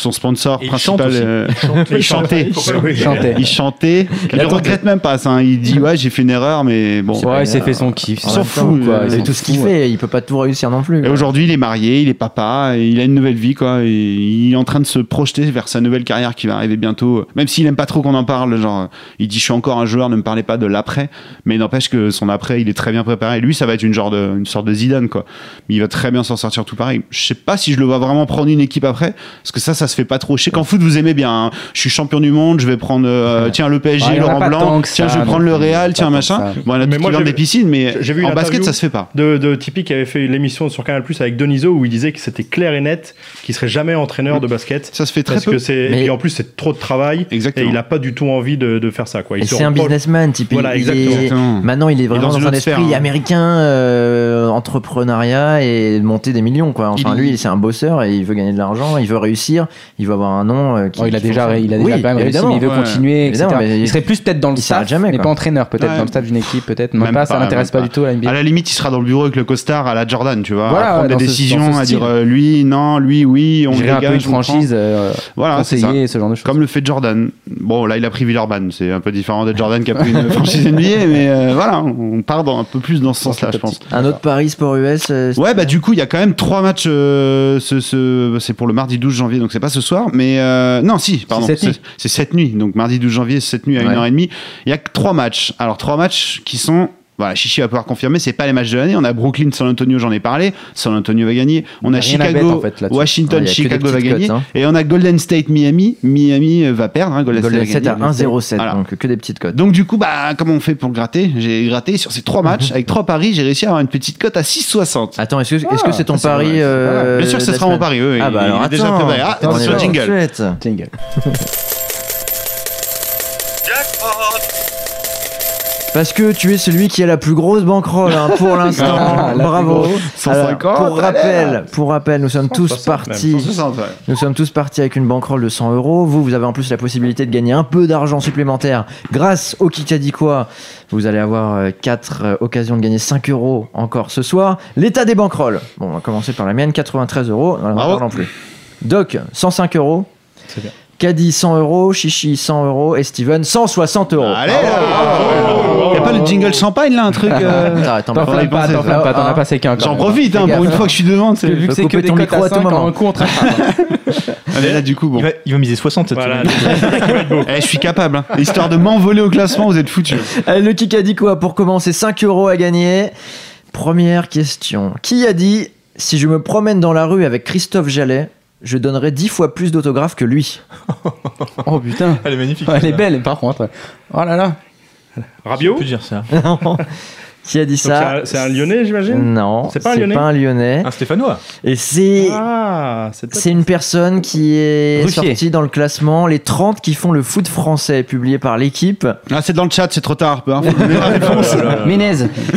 [SPEAKER 6] son sponsor
[SPEAKER 3] Et il chante
[SPEAKER 6] principal.
[SPEAKER 3] aussi.
[SPEAKER 6] euh,
[SPEAKER 3] Il
[SPEAKER 6] Il chantait.
[SPEAKER 4] Chantait.
[SPEAKER 6] Il chantait. Il le
[SPEAKER 4] attendait.
[SPEAKER 6] regrette même pas ça. hein. Il dit ouais j'ai fait une erreur mais bon.
[SPEAKER 4] ouais, il s'est
[SPEAKER 2] grave.
[SPEAKER 4] fait son kiff.
[SPEAKER 6] Ils s'en
[SPEAKER 4] Ouais.
[SPEAKER 6] foutent,
[SPEAKER 4] quoi. Ils
[SPEAKER 6] euh,
[SPEAKER 2] Il
[SPEAKER 4] s'en
[SPEAKER 2] a tout ce qu'il
[SPEAKER 4] foutent, ouais.
[SPEAKER 2] fait, il peut pas tout réussir non plus.
[SPEAKER 6] Et
[SPEAKER 2] quoi.
[SPEAKER 6] aujourd'hui, il est marié, il est papa, et il a une nouvelle vie, quoi. Et il est en train de se projeter vers sa nouvelle carrière qui va arriver bientôt. Même s'il aime pas trop qu'on en parle, genre, euh, il dit je suis encore un joueur, ne me parlez pas de l'après. Mais n'empêche que son après, il est très bien préparé. Lui, ça va être une genre de, une sorte de Zidane, quoi. Mais il va très bien s'en sortir tout pareil. Je sais pas si je le vois vraiment prendre une équipe après, parce que ça, ça se fait pas trop. Je sais qu'en foot, vous aimez bien. hein. Je suis champion du monde, je vais prendre, euh, tiens, le PSG,
[SPEAKER 4] Ouais, il y en a
[SPEAKER 6] Laurent
[SPEAKER 4] pas
[SPEAKER 6] Blanc,
[SPEAKER 4] tant que ça,
[SPEAKER 6] tiens, je vais prendre le
[SPEAKER 4] donc,
[SPEAKER 6] Real,
[SPEAKER 4] pas
[SPEAKER 6] tiens,
[SPEAKER 4] tant que
[SPEAKER 6] machin.
[SPEAKER 4] ça.
[SPEAKER 6] Bon, il y en a
[SPEAKER 5] Mais
[SPEAKER 6] peut-être
[SPEAKER 5] moi, j'ai
[SPEAKER 6] qui vendent des
[SPEAKER 5] vu-
[SPEAKER 6] piscines, mais
[SPEAKER 5] j'ai vu
[SPEAKER 6] en
[SPEAKER 5] une
[SPEAKER 6] basket,
[SPEAKER 5] interview
[SPEAKER 6] ça se fait pas.
[SPEAKER 5] de, de Tipeee qui avait fait l'émission sur Canal Plus avec Deniso où il disait que c'était clair et net qu'il serait jamais entraîneur de basket
[SPEAKER 6] Ça se fait très
[SPEAKER 5] parce
[SPEAKER 6] peu.
[SPEAKER 5] que c'est
[SPEAKER 2] Mais-
[SPEAKER 5] et puis en plus c'est trop de travail
[SPEAKER 6] Exactement.
[SPEAKER 5] et il a pas du tout envie de, de faire ça quoi. Il
[SPEAKER 2] Et
[SPEAKER 5] se
[SPEAKER 2] c'est un
[SPEAKER 5] reproche-
[SPEAKER 2] businessman, type.
[SPEAKER 5] Voilà,
[SPEAKER 2] il est-
[SPEAKER 6] exactement.
[SPEAKER 2] Maintenant, il est vraiment
[SPEAKER 6] Mm. dans
[SPEAKER 2] dans,
[SPEAKER 6] une
[SPEAKER 2] un
[SPEAKER 6] autre
[SPEAKER 2] esprit
[SPEAKER 6] sphère, hein.
[SPEAKER 2] américain, euh, entrepreneuriat et de monter des millions. Quoi. Enfin,
[SPEAKER 6] Il-
[SPEAKER 2] lui, c'est un bosseur et il veut gagner de l'argent, il veut réussir, il veut avoir un nom. euh, qui,
[SPEAKER 4] Oh, il a
[SPEAKER 2] qui
[SPEAKER 4] déjà,
[SPEAKER 2] fonctionne.
[SPEAKER 4] il a déjà
[SPEAKER 2] Oui,
[SPEAKER 4] quand même réussi,
[SPEAKER 2] évidemment.
[SPEAKER 4] mais il veut
[SPEAKER 6] ouais.
[SPEAKER 4] continuer, etc.
[SPEAKER 2] Évidemment, mais
[SPEAKER 4] il serait plus peut-être dans le
[SPEAKER 2] il s'arrête
[SPEAKER 4] staff,
[SPEAKER 2] jamais,
[SPEAKER 4] mais
[SPEAKER 2] quoi.
[SPEAKER 4] pas entraîneur, peut-être
[SPEAKER 6] Ouais.
[SPEAKER 4] dans le staff d'une équipe, peut-être. Même,
[SPEAKER 6] Même
[SPEAKER 4] pas, ça
[SPEAKER 6] pas,
[SPEAKER 4] l'intéresse pas,
[SPEAKER 6] même
[SPEAKER 4] du tout à la NBA.
[SPEAKER 6] À la limite, il sera dans le bureau avec le costard à la Jordan, tu vois,
[SPEAKER 4] Voilà,
[SPEAKER 6] à prendre
[SPEAKER 4] dans
[SPEAKER 6] des
[SPEAKER 4] ce-
[SPEAKER 6] décisions,
[SPEAKER 4] dans ce
[SPEAKER 6] à dire
[SPEAKER 4] style.
[SPEAKER 6] euh, lui, non, lui, oui, on
[SPEAKER 4] Gérer un peu une
[SPEAKER 6] dégage, on prend.
[SPEAKER 4] franchise, euh,
[SPEAKER 6] Voilà, c'est ça.
[SPEAKER 4] conseiller, ce genre de choses.
[SPEAKER 6] Comme le fait Jordan. Bon, là, il a pris Villeurbanne, c'est un peu différent de Jordan qui a pris une franchise NBA, mais euh, voilà, on part dans, un peu plus dans ce sens-là, je pense.
[SPEAKER 2] Un autre pari sport US. euh,
[SPEAKER 6] Ouais, bah du coup, il y a quand même trois matchs. euh, ce, ce- c'est pour le mardi 12 janvier, donc c'est pas ce soir. Mais euh, non, si, pardon.
[SPEAKER 4] cette nuit.
[SPEAKER 6] c'est cette nuit. Donc mardi 12 janvier, cette nuit à
[SPEAKER 2] Ouais.
[SPEAKER 6] 1h30. Il y a que trois matchs. Alors, trois matchs qui sont Voilà, Chichi va pouvoir confirmer, c'est pas les matchs de l'année. On a Brooklyn, San Antonio, j'en ai parlé. San Antonio va gagner. On
[SPEAKER 4] Rien
[SPEAKER 6] a
[SPEAKER 4] à
[SPEAKER 6] Chicago,
[SPEAKER 4] bête, en fait, là-dessus.
[SPEAKER 2] Ouais,
[SPEAKER 6] Washington,
[SPEAKER 2] il y a que
[SPEAKER 6] Chicago
[SPEAKER 2] des
[SPEAKER 6] va
[SPEAKER 2] petites
[SPEAKER 6] gagner.
[SPEAKER 2] cotes, hein.
[SPEAKER 6] Et on a Golden State, Miami. Miami euh, va perdre. hein, Golden,
[SPEAKER 2] Golden
[SPEAKER 6] State
[SPEAKER 2] State
[SPEAKER 6] va
[SPEAKER 2] à
[SPEAKER 6] gagner.
[SPEAKER 2] 1-0-7,
[SPEAKER 6] Voilà.
[SPEAKER 2] donc que des petites cotes.
[SPEAKER 6] Donc du coup, bah, comment on fait pour gratter J'ai gratté sur ces trois matchs. Avec trois paris, j'ai réussi à avoir une petite cote à 6,60.
[SPEAKER 2] Attends, est-ce que est-ce que c'est ton
[SPEAKER 6] Ah, ça,
[SPEAKER 2] pari
[SPEAKER 6] ouais,
[SPEAKER 2] euh,
[SPEAKER 6] Bien sûr que ce
[SPEAKER 2] de la
[SPEAKER 6] sera mon
[SPEAKER 2] semaine
[SPEAKER 6] pari. oui,
[SPEAKER 2] Ah
[SPEAKER 6] il-
[SPEAKER 2] bah
[SPEAKER 6] il
[SPEAKER 2] alors
[SPEAKER 6] est déjà
[SPEAKER 2] attends,
[SPEAKER 6] préparé. Ah,
[SPEAKER 2] attends,
[SPEAKER 6] attention,
[SPEAKER 2] on y va
[SPEAKER 6] jingle.
[SPEAKER 2] tout de suite.
[SPEAKER 4] Jingle.
[SPEAKER 2] Parce que tu es celui qui a la plus grosse bankroll hein, pour l'instant.
[SPEAKER 4] Ah, la
[SPEAKER 2] Bravo.
[SPEAKER 4] plus
[SPEAKER 2] Alors,
[SPEAKER 6] 150,
[SPEAKER 2] pour rappel, pour rappel, nous sommes tous
[SPEAKER 5] 160 même,
[SPEAKER 2] partis.
[SPEAKER 6] 160, ouais.
[SPEAKER 2] Nous sommes tous partis avec une bankroll de 100 euros. Vous, vous avez en plus la possibilité de gagner un peu d'argent supplémentaire grâce au Kikadi quoi. Vous allez avoir 4 occasions de gagner 5 euros encore ce soir. L'état des bankrolls. Bon, on va commencer par la mienne, 93 euros. On en
[SPEAKER 6] Bravo.
[SPEAKER 2] parle en plus. Doc, 105 euros.
[SPEAKER 5] C'est bien.
[SPEAKER 2] Caddy 100 euros, Chichi 100 euros et Steven 160 euros.
[SPEAKER 6] Allez, là y a pas le jingle champagne là, un truc. euh,
[SPEAKER 2] Ah, Attends, attends,
[SPEAKER 4] T'en
[SPEAKER 6] T'en as
[SPEAKER 4] flamme pas,
[SPEAKER 6] pensé,
[SPEAKER 4] t'en flamme
[SPEAKER 2] ça.
[SPEAKER 4] pas, t'en
[SPEAKER 2] Ah,
[SPEAKER 4] as passé qu'un.
[SPEAKER 6] J'en
[SPEAKER 4] quand même.
[SPEAKER 6] profite hein,
[SPEAKER 2] Fais
[SPEAKER 6] pour une
[SPEAKER 2] gaffe.
[SPEAKER 6] fois que je suis devant. tu
[SPEAKER 4] Parce que
[SPEAKER 6] sais.
[SPEAKER 4] Vu que
[SPEAKER 2] Faut
[SPEAKER 4] c'est que
[SPEAKER 2] couper
[SPEAKER 4] des
[SPEAKER 2] ton
[SPEAKER 4] cotes
[SPEAKER 2] micro
[SPEAKER 4] à
[SPEAKER 2] à tout
[SPEAKER 4] 5 en
[SPEAKER 2] moment.
[SPEAKER 4] contre.
[SPEAKER 6] Allez, là du coup, bon.
[SPEAKER 3] Il va, il va miser 60 cette
[SPEAKER 5] Voilà.
[SPEAKER 3] semaine.
[SPEAKER 6] Eh, je suis capable. hein. Histoire de m'envoler au classement, vous êtes foutus.
[SPEAKER 2] Allez, le Kikadi quoi pour commencer 5 euros à gagner. Première question. Qui a dit si je me promène dans la rue avec Christophe Jallet, je donnerai 10 fois plus d'autographes que lui
[SPEAKER 4] Oh putain.
[SPEAKER 3] Elle est magnifique.
[SPEAKER 4] Elle est
[SPEAKER 3] celle-là.
[SPEAKER 4] belle par contre. Oh là là.
[SPEAKER 3] Tu
[SPEAKER 5] Rabiot
[SPEAKER 3] peux
[SPEAKER 5] Donc
[SPEAKER 3] dire ça.
[SPEAKER 2] Qui a dit
[SPEAKER 5] c'est
[SPEAKER 2] ça
[SPEAKER 5] un, c'est un Lyonnais, j'imagine
[SPEAKER 2] Non,
[SPEAKER 5] C'est pas un Lyonnais
[SPEAKER 2] Lyonnais.
[SPEAKER 3] Un Stéphanois.
[SPEAKER 2] Et c'est
[SPEAKER 5] Ah, c'est peut-être-
[SPEAKER 2] Mm. c'est une personne qui est
[SPEAKER 4] Ruffier.
[SPEAKER 2] sortie dans le classement les 30 qui font le foot français publié par l'équipe.
[SPEAKER 6] Ah, c'est dans le chat, c'est trop tard. Hein.
[SPEAKER 4] Ménez.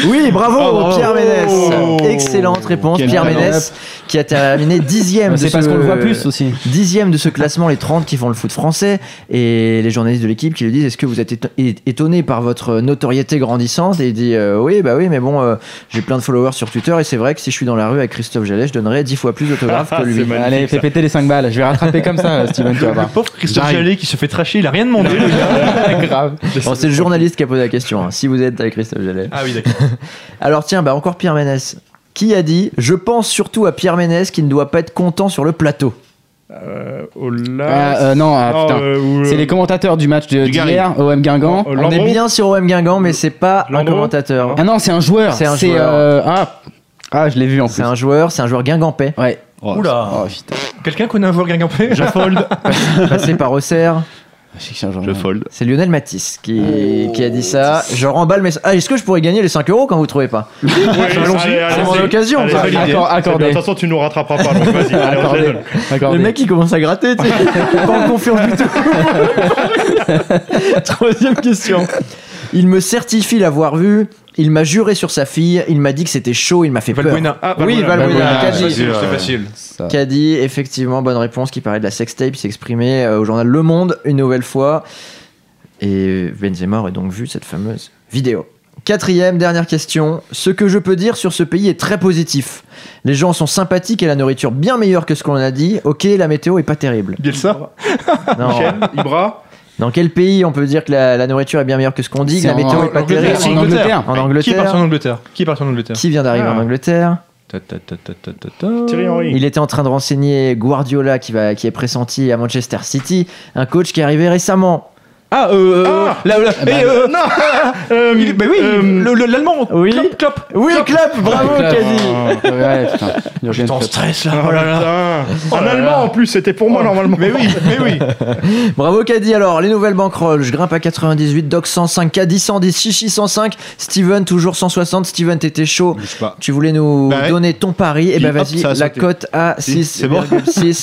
[SPEAKER 2] Oui, bravo,
[SPEAKER 5] Ah,
[SPEAKER 6] Oh, bravo.
[SPEAKER 2] Pierre
[SPEAKER 6] Oh.
[SPEAKER 2] Ménès. Excellente réponse,
[SPEAKER 6] Quel
[SPEAKER 2] Pierre
[SPEAKER 6] talent.
[SPEAKER 2] Ménès, qui a terminé dixième. de
[SPEAKER 4] C'est parce
[SPEAKER 2] ce-
[SPEAKER 4] qu'on le voit plus aussi.
[SPEAKER 2] Dixième de ce classement, les 30 qui font le foot français et les journalistes de l'équipe qui lui disent Est-ce que vous êtes éto- é- étonné par votre notoriété grandissante Et il dit euh, Oui, bah oui, mais bon, euh, j'ai plein de followers sur Twitter et c'est vrai que si je suis dans la rue avec Christophe Jallet, je donnerais 10 fois plus d'autographes que lui.
[SPEAKER 5] C'est magnifique,
[SPEAKER 4] Allez, fais
[SPEAKER 5] ça.
[SPEAKER 4] péter les 5 balles. Je vais rattraper comme ça, Steven, tu vas voir.
[SPEAKER 3] Pauvre Christophe
[SPEAKER 6] J'arrive.
[SPEAKER 3] Jallet qui se fait tracher, il a rien demandé. le gars.
[SPEAKER 4] Grave.
[SPEAKER 2] Bon, c'est le journaliste qui a posé la question, hein, si vous êtes avec Christophe Jallet.
[SPEAKER 3] ah oui, d'accord.
[SPEAKER 2] Alors tiens, bah encore Pierre Ménès. Qui a dit Je pense surtout à Pierre Ménès qui ne doit pas être content sur le plateau.
[SPEAKER 5] Euh,
[SPEAKER 4] Ah,
[SPEAKER 5] Ola.
[SPEAKER 4] euh, non, ah,
[SPEAKER 5] Non,
[SPEAKER 4] putain.
[SPEAKER 5] euh, ou,
[SPEAKER 4] C'est
[SPEAKER 5] euh,
[SPEAKER 4] les commentateurs du match de-
[SPEAKER 6] Du Gary.
[SPEAKER 4] d'hier, OM Guingamp.
[SPEAKER 5] Oh,
[SPEAKER 2] On
[SPEAKER 5] Landreau
[SPEAKER 2] est bien sur OM Guingamp, mais c'est pas un
[SPEAKER 5] Landreau
[SPEAKER 2] commentateur.
[SPEAKER 4] Ah non, c'est un joueur.
[SPEAKER 2] oh. C'est un joueur.
[SPEAKER 4] euh, ah. ah, je l'ai vu en plus.
[SPEAKER 2] C'est un joueur, c'est un joueur guingampais,
[SPEAKER 4] Ouais.
[SPEAKER 3] Oula.
[SPEAKER 4] Oh putain.
[SPEAKER 3] Quelqu'un connaît un joueur guingampé
[SPEAKER 6] Je fold.
[SPEAKER 2] passé par Auxerre.
[SPEAKER 4] Je sais que c'est un joueur.
[SPEAKER 6] Je fold.
[SPEAKER 2] C'est Lionel Matisse qui, qui a dit ça. Je remballe mes. Ah, est-ce que je pourrais gagner les 5 euros quand vous trouvez pas
[SPEAKER 5] ouais,
[SPEAKER 2] Allons-y,
[SPEAKER 5] allez,
[SPEAKER 2] c'est
[SPEAKER 5] allez,
[SPEAKER 2] mon
[SPEAKER 5] allez,
[SPEAKER 2] occasion,
[SPEAKER 5] allez,
[SPEAKER 2] ça.
[SPEAKER 5] validé.
[SPEAKER 4] Accord-
[SPEAKER 5] C'est
[SPEAKER 4] accordé.
[SPEAKER 5] bien, De toute façon, tu nous rattraperas pas. Donc vas-y, allez, on
[SPEAKER 4] Accordé.
[SPEAKER 5] te donne.
[SPEAKER 4] Accordé.
[SPEAKER 2] Le mec il commence à gratter, tu sais. Il pas en confiance du tout. Troisième question. Il me certifie l'avoir vu. Il m'a juré sur sa fille. Il m'a dit que c'était chaud. Il m'a fait peur.
[SPEAKER 3] Valbuena.
[SPEAKER 5] Ah,
[SPEAKER 2] Oui,
[SPEAKER 5] Valbuena.
[SPEAKER 2] Valbuena,
[SPEAKER 4] Valbuena,
[SPEAKER 2] qu'a dit-
[SPEAKER 3] Facile, c'était
[SPEAKER 5] euh,
[SPEAKER 3] facile.
[SPEAKER 4] Ça.
[SPEAKER 2] Qui a dit effectivement bonne réponse qui parlait de la sextape s'exprimer euh, au journal Le Monde une nouvelle fois et Benzema aurait donc vu cette fameuse vidéo. Quatrième, dernière question. Ce que je peux dire sur ce pays est très positif. Les gens sont sympathiques et la nourriture bien meilleure que ce qu'on en a dit. Ok, la météo est pas terrible.
[SPEAKER 3] Bielsa
[SPEAKER 2] Non.
[SPEAKER 5] Ah, Michel, Ibra.
[SPEAKER 2] Dans quel pays on peut dire que la, la nourriture est bien meilleure que ce qu'on dit, que
[SPEAKER 4] C'est
[SPEAKER 2] la météo
[SPEAKER 4] en-
[SPEAKER 2] est pas
[SPEAKER 3] en Angleterre,
[SPEAKER 2] terrible
[SPEAKER 3] c'est en
[SPEAKER 4] Angleterre.
[SPEAKER 2] En
[SPEAKER 3] Qui est parti en
[SPEAKER 2] Angleterre.
[SPEAKER 3] Angleterre Qui est parti en Angleterre
[SPEAKER 2] Qui vient d'arriver
[SPEAKER 5] Ah.
[SPEAKER 2] en Angleterre
[SPEAKER 3] Ta, ta, ta, ta, ta, ta, ta.
[SPEAKER 5] Thierry Henry.
[SPEAKER 2] Il était en train de renseigner Guardiola qui, va, qui est pressenti à Manchester City, un coach qui est arrivé récemment.
[SPEAKER 3] Ah, euh. euh, Là, là. eh, euh,
[SPEAKER 5] Non euh,
[SPEAKER 3] il- bah oui,
[SPEAKER 5] euh,
[SPEAKER 3] le- le- l'allemand.
[SPEAKER 2] Oui.
[SPEAKER 3] Klopp, Klopp.
[SPEAKER 2] Oui, Klopp, bravo
[SPEAKER 4] Klopp.
[SPEAKER 2] Caddy
[SPEAKER 4] Ouais, putain. Il revient
[SPEAKER 3] Putain,
[SPEAKER 4] de-
[SPEAKER 3] stress là.
[SPEAKER 5] Oh là là. En allemand en plus, c'était pour moi normalement.
[SPEAKER 3] Mais oui, mais oui.
[SPEAKER 2] Bravo Caddy, alors les nouvelles bankrolls, je grimpe à 98, Doc 105, Caddy 110, Chichi 105, Steven toujours 160, Steven t'étais chaud,
[SPEAKER 6] Je sais pas.
[SPEAKER 2] tu voulais nous
[SPEAKER 6] Bah ouais.
[SPEAKER 2] donner ton pari, et
[SPEAKER 6] Puis,
[SPEAKER 2] bah
[SPEAKER 6] hop,
[SPEAKER 2] vas-y,
[SPEAKER 6] ça a
[SPEAKER 2] la
[SPEAKER 6] sauté.
[SPEAKER 2] cote à
[SPEAKER 6] Si,
[SPEAKER 2] 6,6,
[SPEAKER 6] c'est bon.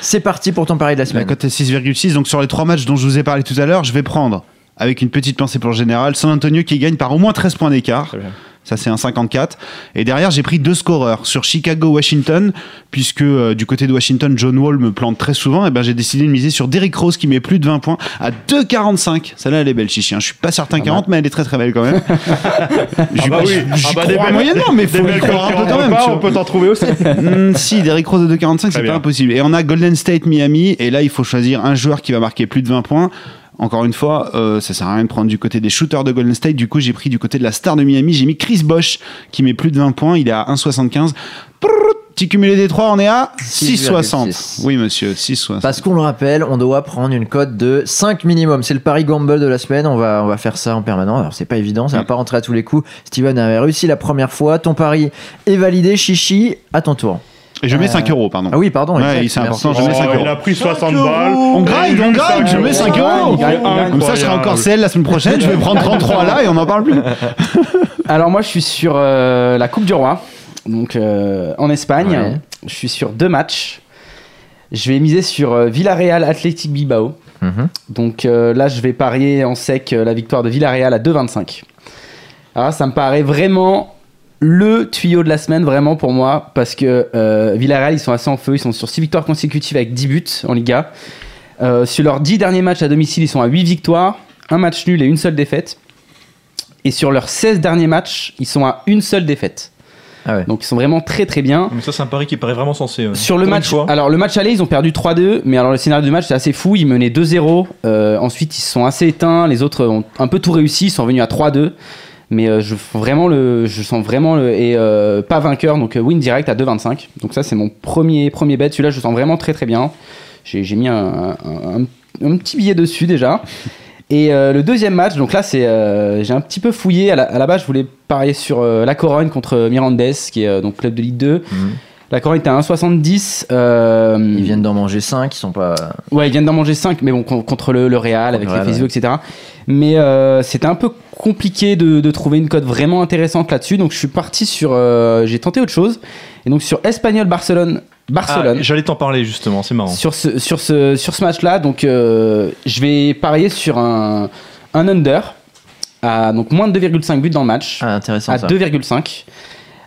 [SPEAKER 2] c'est parti pour ton pari de la
[SPEAKER 6] La
[SPEAKER 2] semaine.
[SPEAKER 6] cote est 6,6. Donc sur les trois matchs dont je vous ai parlé tout à l'heure, je vais prendre, avec une petite pensée pour le général, San Antonio qui gagne par au moins 13 points d'écart.
[SPEAKER 3] bien.
[SPEAKER 6] Ça, c'est un 54. Et derrière, j'ai pris deux scoreurs sur Chicago-Washington, puisque euh, du côté de Washington, John Wall me plante très souvent. Et ben, j'ai décidé de miser sur Derrick Rose qui met plus de 20 points à 2,45. Celle-là, elle est belle, chichi. hein. Je suis pas certain 40, mais elle est très très belle quand même. J'y
[SPEAKER 5] Ah bah
[SPEAKER 6] crois-
[SPEAKER 5] oui.
[SPEAKER 6] j'y
[SPEAKER 5] Ah bah, des
[SPEAKER 6] crois
[SPEAKER 5] belles-
[SPEAKER 6] moyennement, mais faut
[SPEAKER 5] Des belles
[SPEAKER 6] y croire
[SPEAKER 5] cotes qui
[SPEAKER 6] un peu quand
[SPEAKER 5] rentrent
[SPEAKER 6] même.
[SPEAKER 5] pas,
[SPEAKER 6] tu
[SPEAKER 5] on
[SPEAKER 6] vois.
[SPEAKER 5] peut t'en trouver aussi.
[SPEAKER 6] Hmm, si, Derrick Rose de 2,45, c'est
[SPEAKER 5] Très
[SPEAKER 6] pas
[SPEAKER 5] bien.
[SPEAKER 6] impossible. Et on a Golden State Miami, et là, il faut choisir un joueur qui va marquer plus de 20 points. Encore une fois, euh, ça sert à rien de prendre du côté des shooters de Golden State. Du coup, j'ai pris du côté de la star de Miami. J'ai mis Chris Bosch qui met plus de 20 points. Il est à 1,75. Prrrt. Petit cumulé des trois, on est à
[SPEAKER 2] 6,60.
[SPEAKER 6] 6,60. Oui, monsieur, 6,60.
[SPEAKER 2] Parce qu'on le rappelle, on doit prendre une cote de 5 minimum. C'est le pari gamble de la semaine. On va, on va faire ça en permanence. Alors, c'est pas évident,
[SPEAKER 4] Mm.
[SPEAKER 2] ça va pas rentrer à tous les coups. Steven avait réussi la première fois. Ton pari est validé. Chichi, à ton tour.
[SPEAKER 6] Et je mets 5 euros, pardon.
[SPEAKER 2] Ah oui, pardon.
[SPEAKER 6] Ouais,
[SPEAKER 2] exact,
[SPEAKER 6] c'est
[SPEAKER 2] merci.
[SPEAKER 6] important, je mets
[SPEAKER 5] Oh,
[SPEAKER 6] 5
[SPEAKER 5] il
[SPEAKER 6] euros.
[SPEAKER 5] a pris 60 balles.
[SPEAKER 6] On grind, on grind, je mets 5 euros. Comme ça, je serai encore CL la semaine prochaine, je vais prendre 33 là et on n'en parle plus.
[SPEAKER 4] Alors moi je suis sur euh, la Coupe du Roi, donc euh, en Espagne.
[SPEAKER 2] Ouais.
[SPEAKER 4] Je suis sur deux matchs. Je vais miser sur euh, Villarreal Athletic Bilbao.
[SPEAKER 2] Mhm.
[SPEAKER 4] Donc euh, là je vais parier en sec euh, la victoire de Villarreal à 2,25. Alors là, ça me paraît vraiment le tuyau de la semaine vraiment pour moi parce que euh, Villarreal ils sont assez en feu, ils sont sur 6 victoires consécutives avec 10 buts en Liga. Euh, sur leurs 10 derniers matchs à domicile ils sont à 8 victoires, un match nul et une seule défaite. Et sur leurs 16 derniers matchs ils sont à une seule défaite.
[SPEAKER 2] Ah ouais.
[SPEAKER 4] Donc ils sont vraiment très très bien.
[SPEAKER 3] Mais ça, c'est un pari qui paraît vraiment sensé. ouais.
[SPEAKER 4] Sur le
[SPEAKER 3] Pour une
[SPEAKER 4] match,
[SPEAKER 3] fois.
[SPEAKER 4] alors le match aller, ils ont perdu 3-2, mais alors le scénario du match c'est assez fou. Ils menaient 2-0, euh, ensuite ils se sont assez éteints, les autres ont un peu tout réussi, ils sont revenus à 3-2. Mais euh, je vraiment le, je sens vraiment le et euh, pas vainqueur, donc euh, win direct à 2-25. Donc ça c'est mon premier premier bet. Celui-là je le sens vraiment très très bien. J'ai j'ai mis un, un- un- un petit billet dessus déjà. Et euh, le deuxième match, donc là c'est, euh, j'ai un petit peu fouillé. À la, à la base je voulais parier sur euh, la Corogne contre Mirandés, qui est euh, donc club de Ligue 2.
[SPEAKER 2] Mhm.
[SPEAKER 4] La Corée était à 1,70. euh,
[SPEAKER 2] Ils viennent d'en manger 5, ils sont pas.
[SPEAKER 4] Ouais, ils viennent d'en manger 5, mais bon, con- contre le, le Real, avec
[SPEAKER 2] Real,
[SPEAKER 4] les physios, etc. Mais euh, c'était un peu compliqué de, de trouver une cote vraiment intéressante là-dessus, donc je suis parti sur. euh, J'ai tenté autre chose. Et donc sur Espagnol Barcelone.
[SPEAKER 3] Ah,
[SPEAKER 4] Barcelone.
[SPEAKER 3] J'allais t'en parler justement, c'est marrant.
[SPEAKER 4] Sur ce, sur ce, sur ce match-là, donc euh, je vais parier sur un, un under, à, donc moins de 2,5 buts dans le match
[SPEAKER 2] Ah, intéressant
[SPEAKER 4] à
[SPEAKER 2] ça.
[SPEAKER 4] 2,5.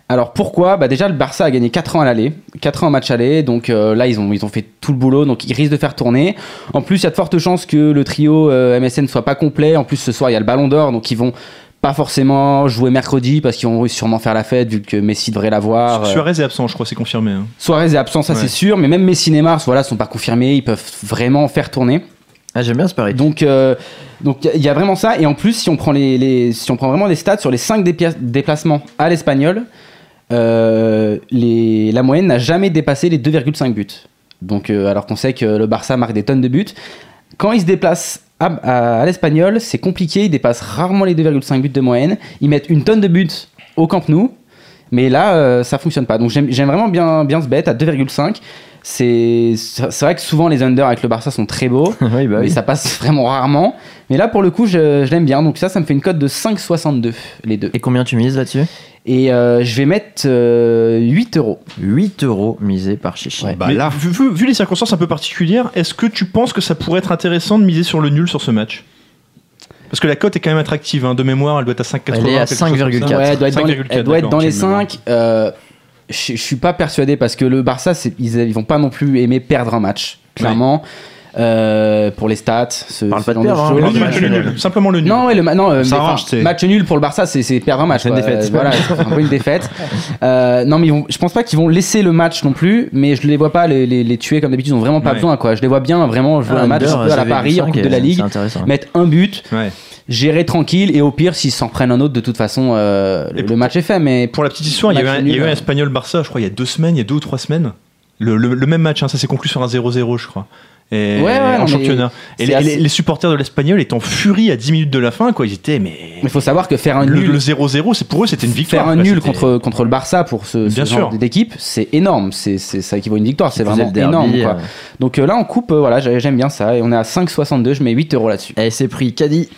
[SPEAKER 4] Alors pourquoi bah Déjà, le Barça a gagné 4 ans à l'aller, 4 ans en match aller, donc euh, là, ils ont, ils ont fait tout le boulot, donc ils risquent de faire tourner. En plus, il y a de fortes chances que le trio euh, MSN ne soit pas complet. En plus, ce soir, il y a le Ballon d'Or, donc ils vont pas forcément jouer mercredi parce qu'ils vont sûrement faire la fête vu que Messi devrait l'avoir. Euh,
[SPEAKER 3] Suarez est absent, je crois, c'est confirmé. hein.
[SPEAKER 4] Suarez est absent, ça
[SPEAKER 3] Ouais.
[SPEAKER 4] c'est sûr, mais même Messi Neymar, voilà, sont pas confirmés, ils peuvent vraiment faire tourner.
[SPEAKER 2] Ah, j'aime bien ce pari.
[SPEAKER 4] Donc, euh, donc il y a- il y a vraiment ça. Et en plus, si on prend les, les- si on prend vraiment des stats sur les 5 déplacements à l'espagnol, euh, les- la moyenne n'a jamais dépassé les 2,5 buts. Donc, euh, alors qu'on sait que le Barça marque des tonnes de buts, quand ils se déplacent à, à- à l'espagnol, c'est compliqué. Ils dépassent rarement les 2,5 buts de moyenne. Ils mettent une tonne de buts au Camp Nou. Mais là, euh, ça fonctionne pas. Donc j'aime j'aime vraiment bien, bien ce bet à 2,5. C'est c'est vrai que souvent les under avec le Barça sont très beaux
[SPEAKER 2] oui, bah
[SPEAKER 4] mais
[SPEAKER 2] oui.
[SPEAKER 4] ça passe vraiment rarement. Mais là, pour le coup, je, je l'aime bien. Donc ça, ça me fait une cote de 5,62 les deux.
[SPEAKER 2] Et combien tu mises là-dessus
[SPEAKER 4] Et euh, je vais mettre euh, 8 euros.
[SPEAKER 2] 8 euros misés par Chichi.
[SPEAKER 4] Ouais. bah,
[SPEAKER 3] Mais vu, vu- vu les circonstances un peu particulières, est-ce que tu penses que ça pourrait être intéressant de miser sur le nul sur ce match Parce que la cote est quand même attractive, hein. de mémoire, elle doit être à 5,80.
[SPEAKER 2] Elle est à
[SPEAKER 3] quelque chose comme ça.
[SPEAKER 2] 5,4.
[SPEAKER 4] Ouais, elle doit être dans, les-
[SPEAKER 3] 5,4,
[SPEAKER 4] elle doit être
[SPEAKER 3] d'accord,
[SPEAKER 4] dans
[SPEAKER 3] tu
[SPEAKER 4] les
[SPEAKER 3] me le vois.
[SPEAKER 4] 5. je, je suis pas persuadé parce que le Barça, c'est- ils, ils vont pas non plus aimer perdre un match, clairement. Euh, pour les stats, ce,
[SPEAKER 2] Parle
[SPEAKER 4] ce
[SPEAKER 2] pas de
[SPEAKER 4] genre
[SPEAKER 2] perdre, hein,
[SPEAKER 4] choses.
[SPEAKER 3] Le
[SPEAKER 2] Dans le
[SPEAKER 3] nul,
[SPEAKER 2] match
[SPEAKER 3] le
[SPEAKER 2] nul.
[SPEAKER 3] nul, simplement le nul.
[SPEAKER 4] Non, ouais, le ma- non, euh,
[SPEAKER 6] Ça
[SPEAKER 4] mais,
[SPEAKER 6] arrange,
[SPEAKER 4] enfin,
[SPEAKER 6] c'est-
[SPEAKER 4] match nul pour le Barça, c'est c'est perdre un match.
[SPEAKER 2] C'est une
[SPEAKER 4] quoi.
[SPEAKER 2] défaite.
[SPEAKER 4] Euh, voilà, c'est un peu une défaite. Euh, non, mais ils vont- je pense pas qu'ils vont laisser le match non plus, mais je les vois pas les, les- les tuer comme d'habitude. Ils ont vraiment pas
[SPEAKER 3] Ouais.
[SPEAKER 4] besoin, quoi. Je les vois bien vraiment jouer un match
[SPEAKER 2] Ah, under,
[SPEAKER 4] un peu à la
[SPEAKER 2] 0,5,
[SPEAKER 4] Paris, en Coupe de la
[SPEAKER 2] c'est-
[SPEAKER 4] Ligue,
[SPEAKER 2] C'est intéressant.
[SPEAKER 4] mettre un but,
[SPEAKER 3] Ouais.
[SPEAKER 4] gérer tranquille, et au pire, s'ils s'en prennent un autre, de toute façon, euh, le,
[SPEAKER 3] Et
[SPEAKER 4] le match est fait. Mais
[SPEAKER 3] Pour la petite histoire, il y a eu
[SPEAKER 4] Match
[SPEAKER 3] un, il y a eu
[SPEAKER 4] nul, hein.
[SPEAKER 3] un
[SPEAKER 4] ouais.
[SPEAKER 3] Espagnol-Barça, je crois, il y a deux semaines, il y a deux ou trois semaines. Le, le- le même match, hein, ça s'est conclu sur un 0-0, je crois. Et
[SPEAKER 4] Ouais, ouais,
[SPEAKER 3] en
[SPEAKER 4] non, mais
[SPEAKER 3] championnat.
[SPEAKER 4] c'est
[SPEAKER 3] Et les,
[SPEAKER 4] assez-
[SPEAKER 3] les supporters de l'Espagnol étaient en furie à 10 minutes de la fin, quoi. Ils étaient, mais.
[SPEAKER 4] il faut savoir que faire un
[SPEAKER 3] Le
[SPEAKER 4] nul.
[SPEAKER 3] le 0-0, c'est pour eux, c'était une victoire.
[SPEAKER 4] Faire un
[SPEAKER 3] quoi.
[SPEAKER 4] nul
[SPEAKER 3] C'était-
[SPEAKER 4] contre, contre le Barça pour ce, ce
[SPEAKER 3] Bien
[SPEAKER 4] genre
[SPEAKER 3] sûr.
[SPEAKER 4] d'équipe, c'est énorme. C'est c'est- ça équivaut à une victoire. C'est
[SPEAKER 2] Faisait le
[SPEAKER 4] vraiment
[SPEAKER 2] derby,
[SPEAKER 4] énorme. quoi.
[SPEAKER 2] euh,
[SPEAKER 4] Donc euh, là, on coupe, euh, voilà, j'a- j'aime bien ça. Et on est à 5,62, je mets 8 euros là-dessus.
[SPEAKER 2] Et Eh, c'est pris Caddy.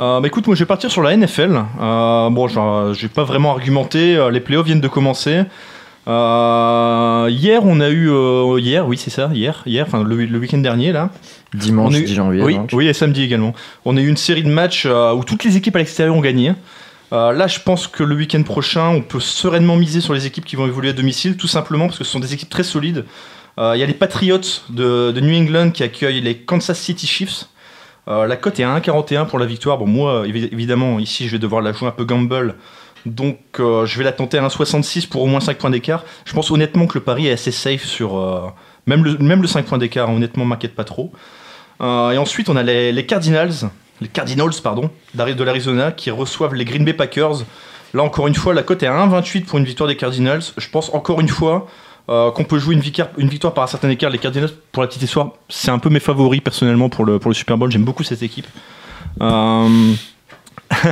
[SPEAKER 3] Euh, bah écoute, moi je vais partir sur la NFL. Euh, bon, je je vais pas vraiment argumenter. euh, Les playoffs viennent de commencer. Euh, hier, on a eu. euh, hier, oui, c'est ça, hier, hier, enfin le, le week-end dernier là.
[SPEAKER 2] Dimanche
[SPEAKER 3] On a eu-
[SPEAKER 2] 10 janvier.
[SPEAKER 3] Oui,
[SPEAKER 2] donc.
[SPEAKER 3] oui, et samedi également. On a eu une série de matchs euh, où toutes les équipes à l'extérieur ont gagné. Euh, là, je pense que le week-end prochain, on peut sereinement miser sur les équipes qui vont évoluer à domicile, tout simplement parce que ce sont des équipes très solides. Euh, Il y a les Patriots de, de New England qui accueillent les Kansas City Chiefs. Euh, la cote est à 1,41 pour la victoire. Bon, moi, évi- évidemment, ici, je vais devoir la jouer un peu gamble. Donc, euh, je vais la tenter à 1,66 pour au moins 5 points d'écart. Je pense honnêtement que le pari est assez safe sur. euh, même, le, même le 5 points d'écart, hein, honnêtement, m'inquiète pas trop. Euh, et ensuite, on a les, les Cardinals, les Cardinals, pardon, d'Ari- de l'Arizona, qui reçoivent les Green Bay Packers. Là, encore une fois, la cote est à 1,28 pour une victoire des Cardinals. Je pense encore une fois euh, qu'on peut jouer une victoire, une victoire par un certain écart. Les Cardinals, pour la petite histoire, c'est un peu mes favoris personnellement pour le, pour le Super Bowl. J'aime beaucoup cette équipe. Euh,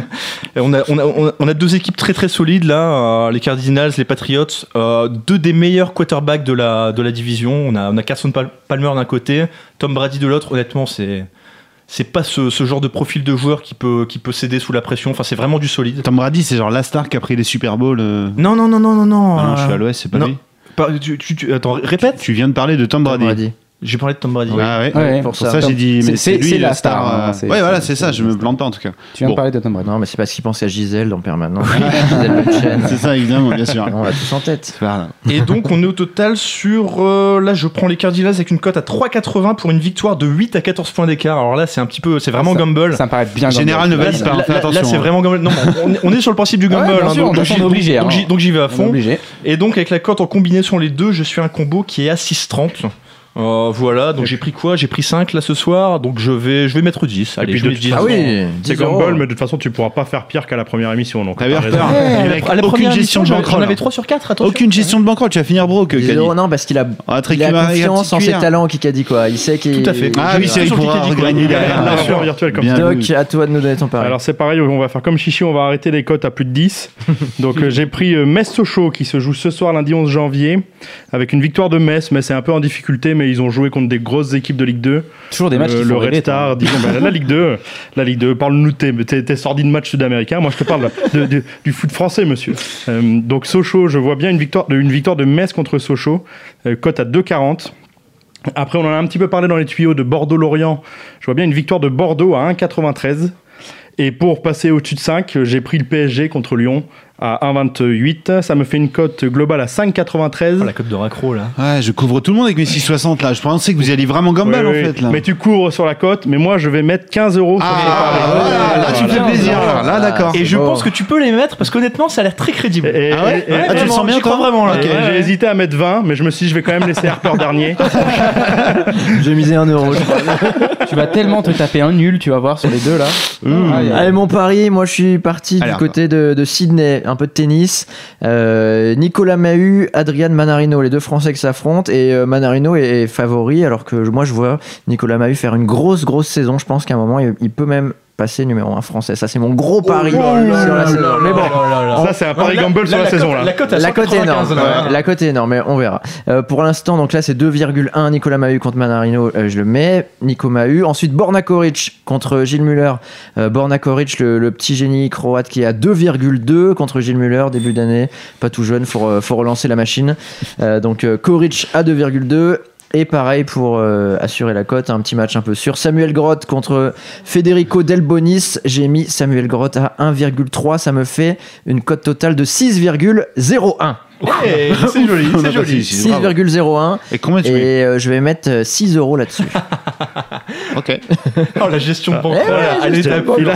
[SPEAKER 3] et on, a, on, a, on a- on a deux équipes très très solides là, euh, les Cardinals, les Patriots, euh, deux des meilleurs quarterbacks de la, de la division. On a, on a Carson Pal- Palmer d'un côté, Tom Brady de l'autre. Honnêtement, c'est c'est pas ce, ce genre de profil de joueur qui peut, qui peut céder sous la pression. Enfin, c'est vraiment du solide.
[SPEAKER 6] Tom Brady, c'est genre la star qui a pris les Super Bowls. euh.
[SPEAKER 3] Non, non, non, non, non, non.
[SPEAKER 6] Ah non, je suis
[SPEAKER 3] euh,
[SPEAKER 6] à l'ouest, c'est pas
[SPEAKER 3] non.
[SPEAKER 6] lui.
[SPEAKER 3] par- tu- tu- tu- attends, répète.
[SPEAKER 6] Tu viens de parler de Tom Brady.
[SPEAKER 2] Brady.
[SPEAKER 3] J'ai parlé de Tom Brady.
[SPEAKER 6] Ah ouais.
[SPEAKER 4] Ouais,
[SPEAKER 6] Pour
[SPEAKER 2] pour
[SPEAKER 6] ça,
[SPEAKER 2] ça,
[SPEAKER 6] j'ai dit, mais
[SPEAKER 4] c'est-
[SPEAKER 6] c'est
[SPEAKER 4] c'est
[SPEAKER 6] lui la star.
[SPEAKER 4] hein,
[SPEAKER 6] euh,
[SPEAKER 4] c'est-
[SPEAKER 6] ouais, voilà,
[SPEAKER 4] c'est-
[SPEAKER 6] c'est ça, je me plante pas en tout cas.
[SPEAKER 4] Tu viens
[SPEAKER 6] Bon.
[SPEAKER 4] de parler de Tom Brady.
[SPEAKER 2] Bah Non, mais c'est parce qu'il pense à Gisèle en permanence. Gisèle
[SPEAKER 6] C'est
[SPEAKER 2] Bunchen.
[SPEAKER 6] ça, évidemment, bien sûr.
[SPEAKER 2] On l'a tous en tête.
[SPEAKER 6] Voilà.
[SPEAKER 3] Et donc on est au total sur... euh, là je prends les Cardinals avec une cote à 3,80 pour une victoire de 8 à 14 points d'écart. Alors là c'est un petit peu... C'est vraiment
[SPEAKER 4] Ah, Ça-
[SPEAKER 3] gamble.
[SPEAKER 4] Ça me paraît bien.
[SPEAKER 6] Général ne
[SPEAKER 4] gamble.
[SPEAKER 6] valide
[SPEAKER 4] Là,
[SPEAKER 6] pas,
[SPEAKER 3] Là,
[SPEAKER 6] fais
[SPEAKER 3] là- là,
[SPEAKER 6] attention.
[SPEAKER 3] c'est
[SPEAKER 6] hein.
[SPEAKER 3] vraiment gamble. Non, mais on, on est sur le principe du
[SPEAKER 4] Ah ouais,
[SPEAKER 3] gamble.
[SPEAKER 4] bien
[SPEAKER 3] hein,
[SPEAKER 4] sûr,
[SPEAKER 3] donc,
[SPEAKER 4] on
[SPEAKER 3] donc
[SPEAKER 4] est
[SPEAKER 3] j'y-
[SPEAKER 4] obligé,
[SPEAKER 3] donc
[SPEAKER 4] hein.
[SPEAKER 3] j'y- donc j'y vais à
[SPEAKER 4] on est
[SPEAKER 3] fond.
[SPEAKER 4] obligé.
[SPEAKER 3] Et donc avec la cote en combinaison les deux, je suis un combo qui est à 6,30. Euh, voilà, donc j'ai pris quoi J'ai pris 5 là ce soir, donc je vais, je vais mettre 10. Allez,
[SPEAKER 5] puis
[SPEAKER 3] je mets
[SPEAKER 5] de-
[SPEAKER 3] 10.
[SPEAKER 5] Ah
[SPEAKER 2] oui,
[SPEAKER 5] C'est comme Ball, mais de toute façon, tu pourras pas faire pire qu'à la première émission. Donc,
[SPEAKER 6] T'as bien
[SPEAKER 5] t'as raison.
[SPEAKER 6] peur.
[SPEAKER 3] À la-
[SPEAKER 6] Avec
[SPEAKER 3] à la
[SPEAKER 6] aucune
[SPEAKER 3] première émission,
[SPEAKER 6] gestion de
[SPEAKER 3] j'en
[SPEAKER 6] banquerole.
[SPEAKER 3] j'en avais 3 sur 4, attention.
[SPEAKER 6] Aucune gestion de banqueroute, tu vas finir broke, Kadi.
[SPEAKER 2] Non, parce qu'il a,
[SPEAKER 6] Ah, très
[SPEAKER 2] il a
[SPEAKER 6] cuillère,
[SPEAKER 2] confiance
[SPEAKER 6] un
[SPEAKER 2] en
[SPEAKER 6] petit
[SPEAKER 2] ses
[SPEAKER 6] cuillère.
[SPEAKER 2] talents, Kikadi, quoi. Il sait qu'il.
[SPEAKER 3] Tout à fait.
[SPEAKER 6] Ah oui, c'est vrai, il
[SPEAKER 3] Sur
[SPEAKER 6] pourra
[SPEAKER 3] Kikadi, quoi.
[SPEAKER 6] regagner
[SPEAKER 3] Il y a
[SPEAKER 6] derrière.
[SPEAKER 5] La
[SPEAKER 6] Ah,
[SPEAKER 5] sueur virtuelle comme
[SPEAKER 6] Bien.
[SPEAKER 5] ça.
[SPEAKER 2] Doc, à toi de nous donner ton pari.
[SPEAKER 5] Alors c'est pareil, on va faire comme Chichi, on va arrêter les cotes à plus de 10. Donc euh, j'ai pris euh, Metz-Sochaux qui se joue ce soir lundi 11 janvier avec une victoire de Metz. Metz est un peu en difficulté mais ils ont joué contre des grosses équipes de Ligue 2.
[SPEAKER 4] Toujours des matchs
[SPEAKER 5] le
[SPEAKER 4] qui
[SPEAKER 5] le
[SPEAKER 4] font
[SPEAKER 5] Red
[SPEAKER 4] rêver, toi.
[SPEAKER 5] Star, disons, bah, la Ligue 2, la Ligue 2, parle-nous de tes, tes, tes sordides matchs sud-américains. Moi je te parle de- de- du foot français monsieur. Euh, donc Sochaux, je vois bien une victoire, de- une victoire de Metz contre Sochaux, euh, cote à 2,40. Après, on en a un petit peu parlé dans les tuyaux de Bordeaux-Lorient. Je vois bien une victoire de Bordeaux à 1,93. Et pour passer au-dessus de 5, euh, j'ai pris le PSG contre Lyon à 1,28. Ça me fait une cote globale à 5,93.
[SPEAKER 3] Oh, la cote de raccro là.
[SPEAKER 6] Ouais, je couvre tout le monde avec mes 660 là. Je pensais que vous y alliez vraiment
[SPEAKER 5] Oui,
[SPEAKER 6] gamble en
[SPEAKER 5] oui.
[SPEAKER 6] fait là.
[SPEAKER 5] Mais tu cours sur la cote, mais moi je vais mettre 15 euros sur tes
[SPEAKER 6] Ah,
[SPEAKER 5] paris.
[SPEAKER 6] voilà, là tu me fais
[SPEAKER 2] Voilà.
[SPEAKER 6] plaisir. Là, Là, d'accord.
[SPEAKER 3] Et je
[SPEAKER 2] Oh.
[SPEAKER 3] pense que tu peux les mettre parce qu'honnêtement ça a l'air très crédible.
[SPEAKER 5] Et- et-
[SPEAKER 6] Ah ouais
[SPEAKER 5] et- et-
[SPEAKER 6] Ah, tu le
[SPEAKER 3] vraiment,
[SPEAKER 6] sens bien
[SPEAKER 3] j'y crois
[SPEAKER 6] toi
[SPEAKER 3] vraiment, là.
[SPEAKER 5] et
[SPEAKER 6] Ok.
[SPEAKER 3] Ouais.
[SPEAKER 5] J'ai hésité à mettre 20, mais je me suis dit, je vais quand même laisser Harper dernier.
[SPEAKER 2] J'ai misé un euro. je crois.
[SPEAKER 5] Ah,
[SPEAKER 4] Tu vas tellement te taper un nul, tu vas voir sur les deux là. Ah, il y a-
[SPEAKER 2] Allez, mon pari, moi je suis parti
[SPEAKER 6] Alors,
[SPEAKER 2] du côté de, de Sydney, un peu de tennis. Euh, Nicolas Mahut, Adrian Manarino, les deux Français qui s'affrontent. Et euh, Manarino est, est favori, alors que moi je vois Nicolas Mahut faire une grosse, grosse saison. Je pense qu'à un moment, il, il peut même passer numéro 1 français. Ça, c'est mon gros pari
[SPEAKER 5] Oh
[SPEAKER 2] sur la saison. Mais bon.
[SPEAKER 5] Ça, c'est un pari gamble sur la, saison. là.
[SPEAKER 3] La cote à
[SPEAKER 2] La cote est énorme,
[SPEAKER 3] 195, là.
[SPEAKER 2] ouais, la cote est énorme, mais on verra. Euh, pour l'instant, donc là c'est 2,1 Nicolas Mahut contre Manarino, euh, je le mets. Nico Mahut. Ensuite Borna Koric contre Gilles Muller. Euh, Borna Koric, le, le petit génie croate qui est à 2,2 contre Gilles Muller, début d'année, pas tout jeune, faut, re- faut relancer la machine. Euh, donc euh, Koric à 2,2. Et pareil pour euh, assurer la cote, un petit match un peu sûr. Samuel Grotte contre Federico Delbonis. J'ai mis Samuel Grotte à 1,3. Ça me fait une cote totale de 6,01.
[SPEAKER 3] Eh, C'est joli,
[SPEAKER 6] On a
[SPEAKER 3] c'est
[SPEAKER 6] pas
[SPEAKER 3] joli.
[SPEAKER 6] dit, bravo.
[SPEAKER 2] 6,01
[SPEAKER 6] Et combien tu mets
[SPEAKER 2] et euh, je vais mettre euh, 6 euros là-dessus.
[SPEAKER 6] Ok.
[SPEAKER 3] Oh, la gestion de banque,
[SPEAKER 2] Eh ouais,
[SPEAKER 3] voilà, elle est
[SPEAKER 2] gestion de
[SPEAKER 3] top.
[SPEAKER 5] Il a-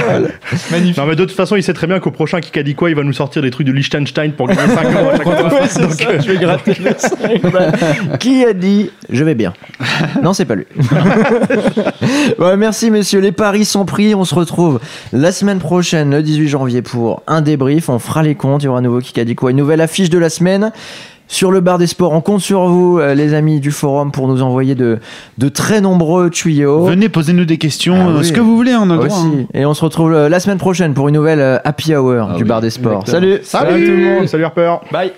[SPEAKER 3] Magnifique.
[SPEAKER 5] Non, mais de toute façon, il sait très bien qu'au prochain Kikadi quoi, il va nous sortir des trucs de Liechtenstein pour gagner 5 euros à chaque fois. Donc, euh,
[SPEAKER 2] Qui a dit je vais bien Non, c'est pas lui. Ouais, merci messieurs, les paris sont pris. On se retrouve la semaine prochaine, le 18 janvier, pour un débrief. On fera les comptes. Il y aura un nouveau qui a dit quoi Une nouvelle affiche de la semaine. Sur le bar des sports, on compte sur vous, euh, les amis du forum, pour nous envoyer de, de très nombreux tuyaux.
[SPEAKER 6] Venez posez-nous des questions,
[SPEAKER 2] Ah
[SPEAKER 6] euh,
[SPEAKER 2] oui.
[SPEAKER 6] ce que vous voulez, on a le droit. hein.
[SPEAKER 2] Aussi. Et on se retrouve euh, la semaine prochaine pour une nouvelle euh, happy hour du bar des sports. Salut
[SPEAKER 5] Salut tout le monde, salut Harper.
[SPEAKER 3] Bye.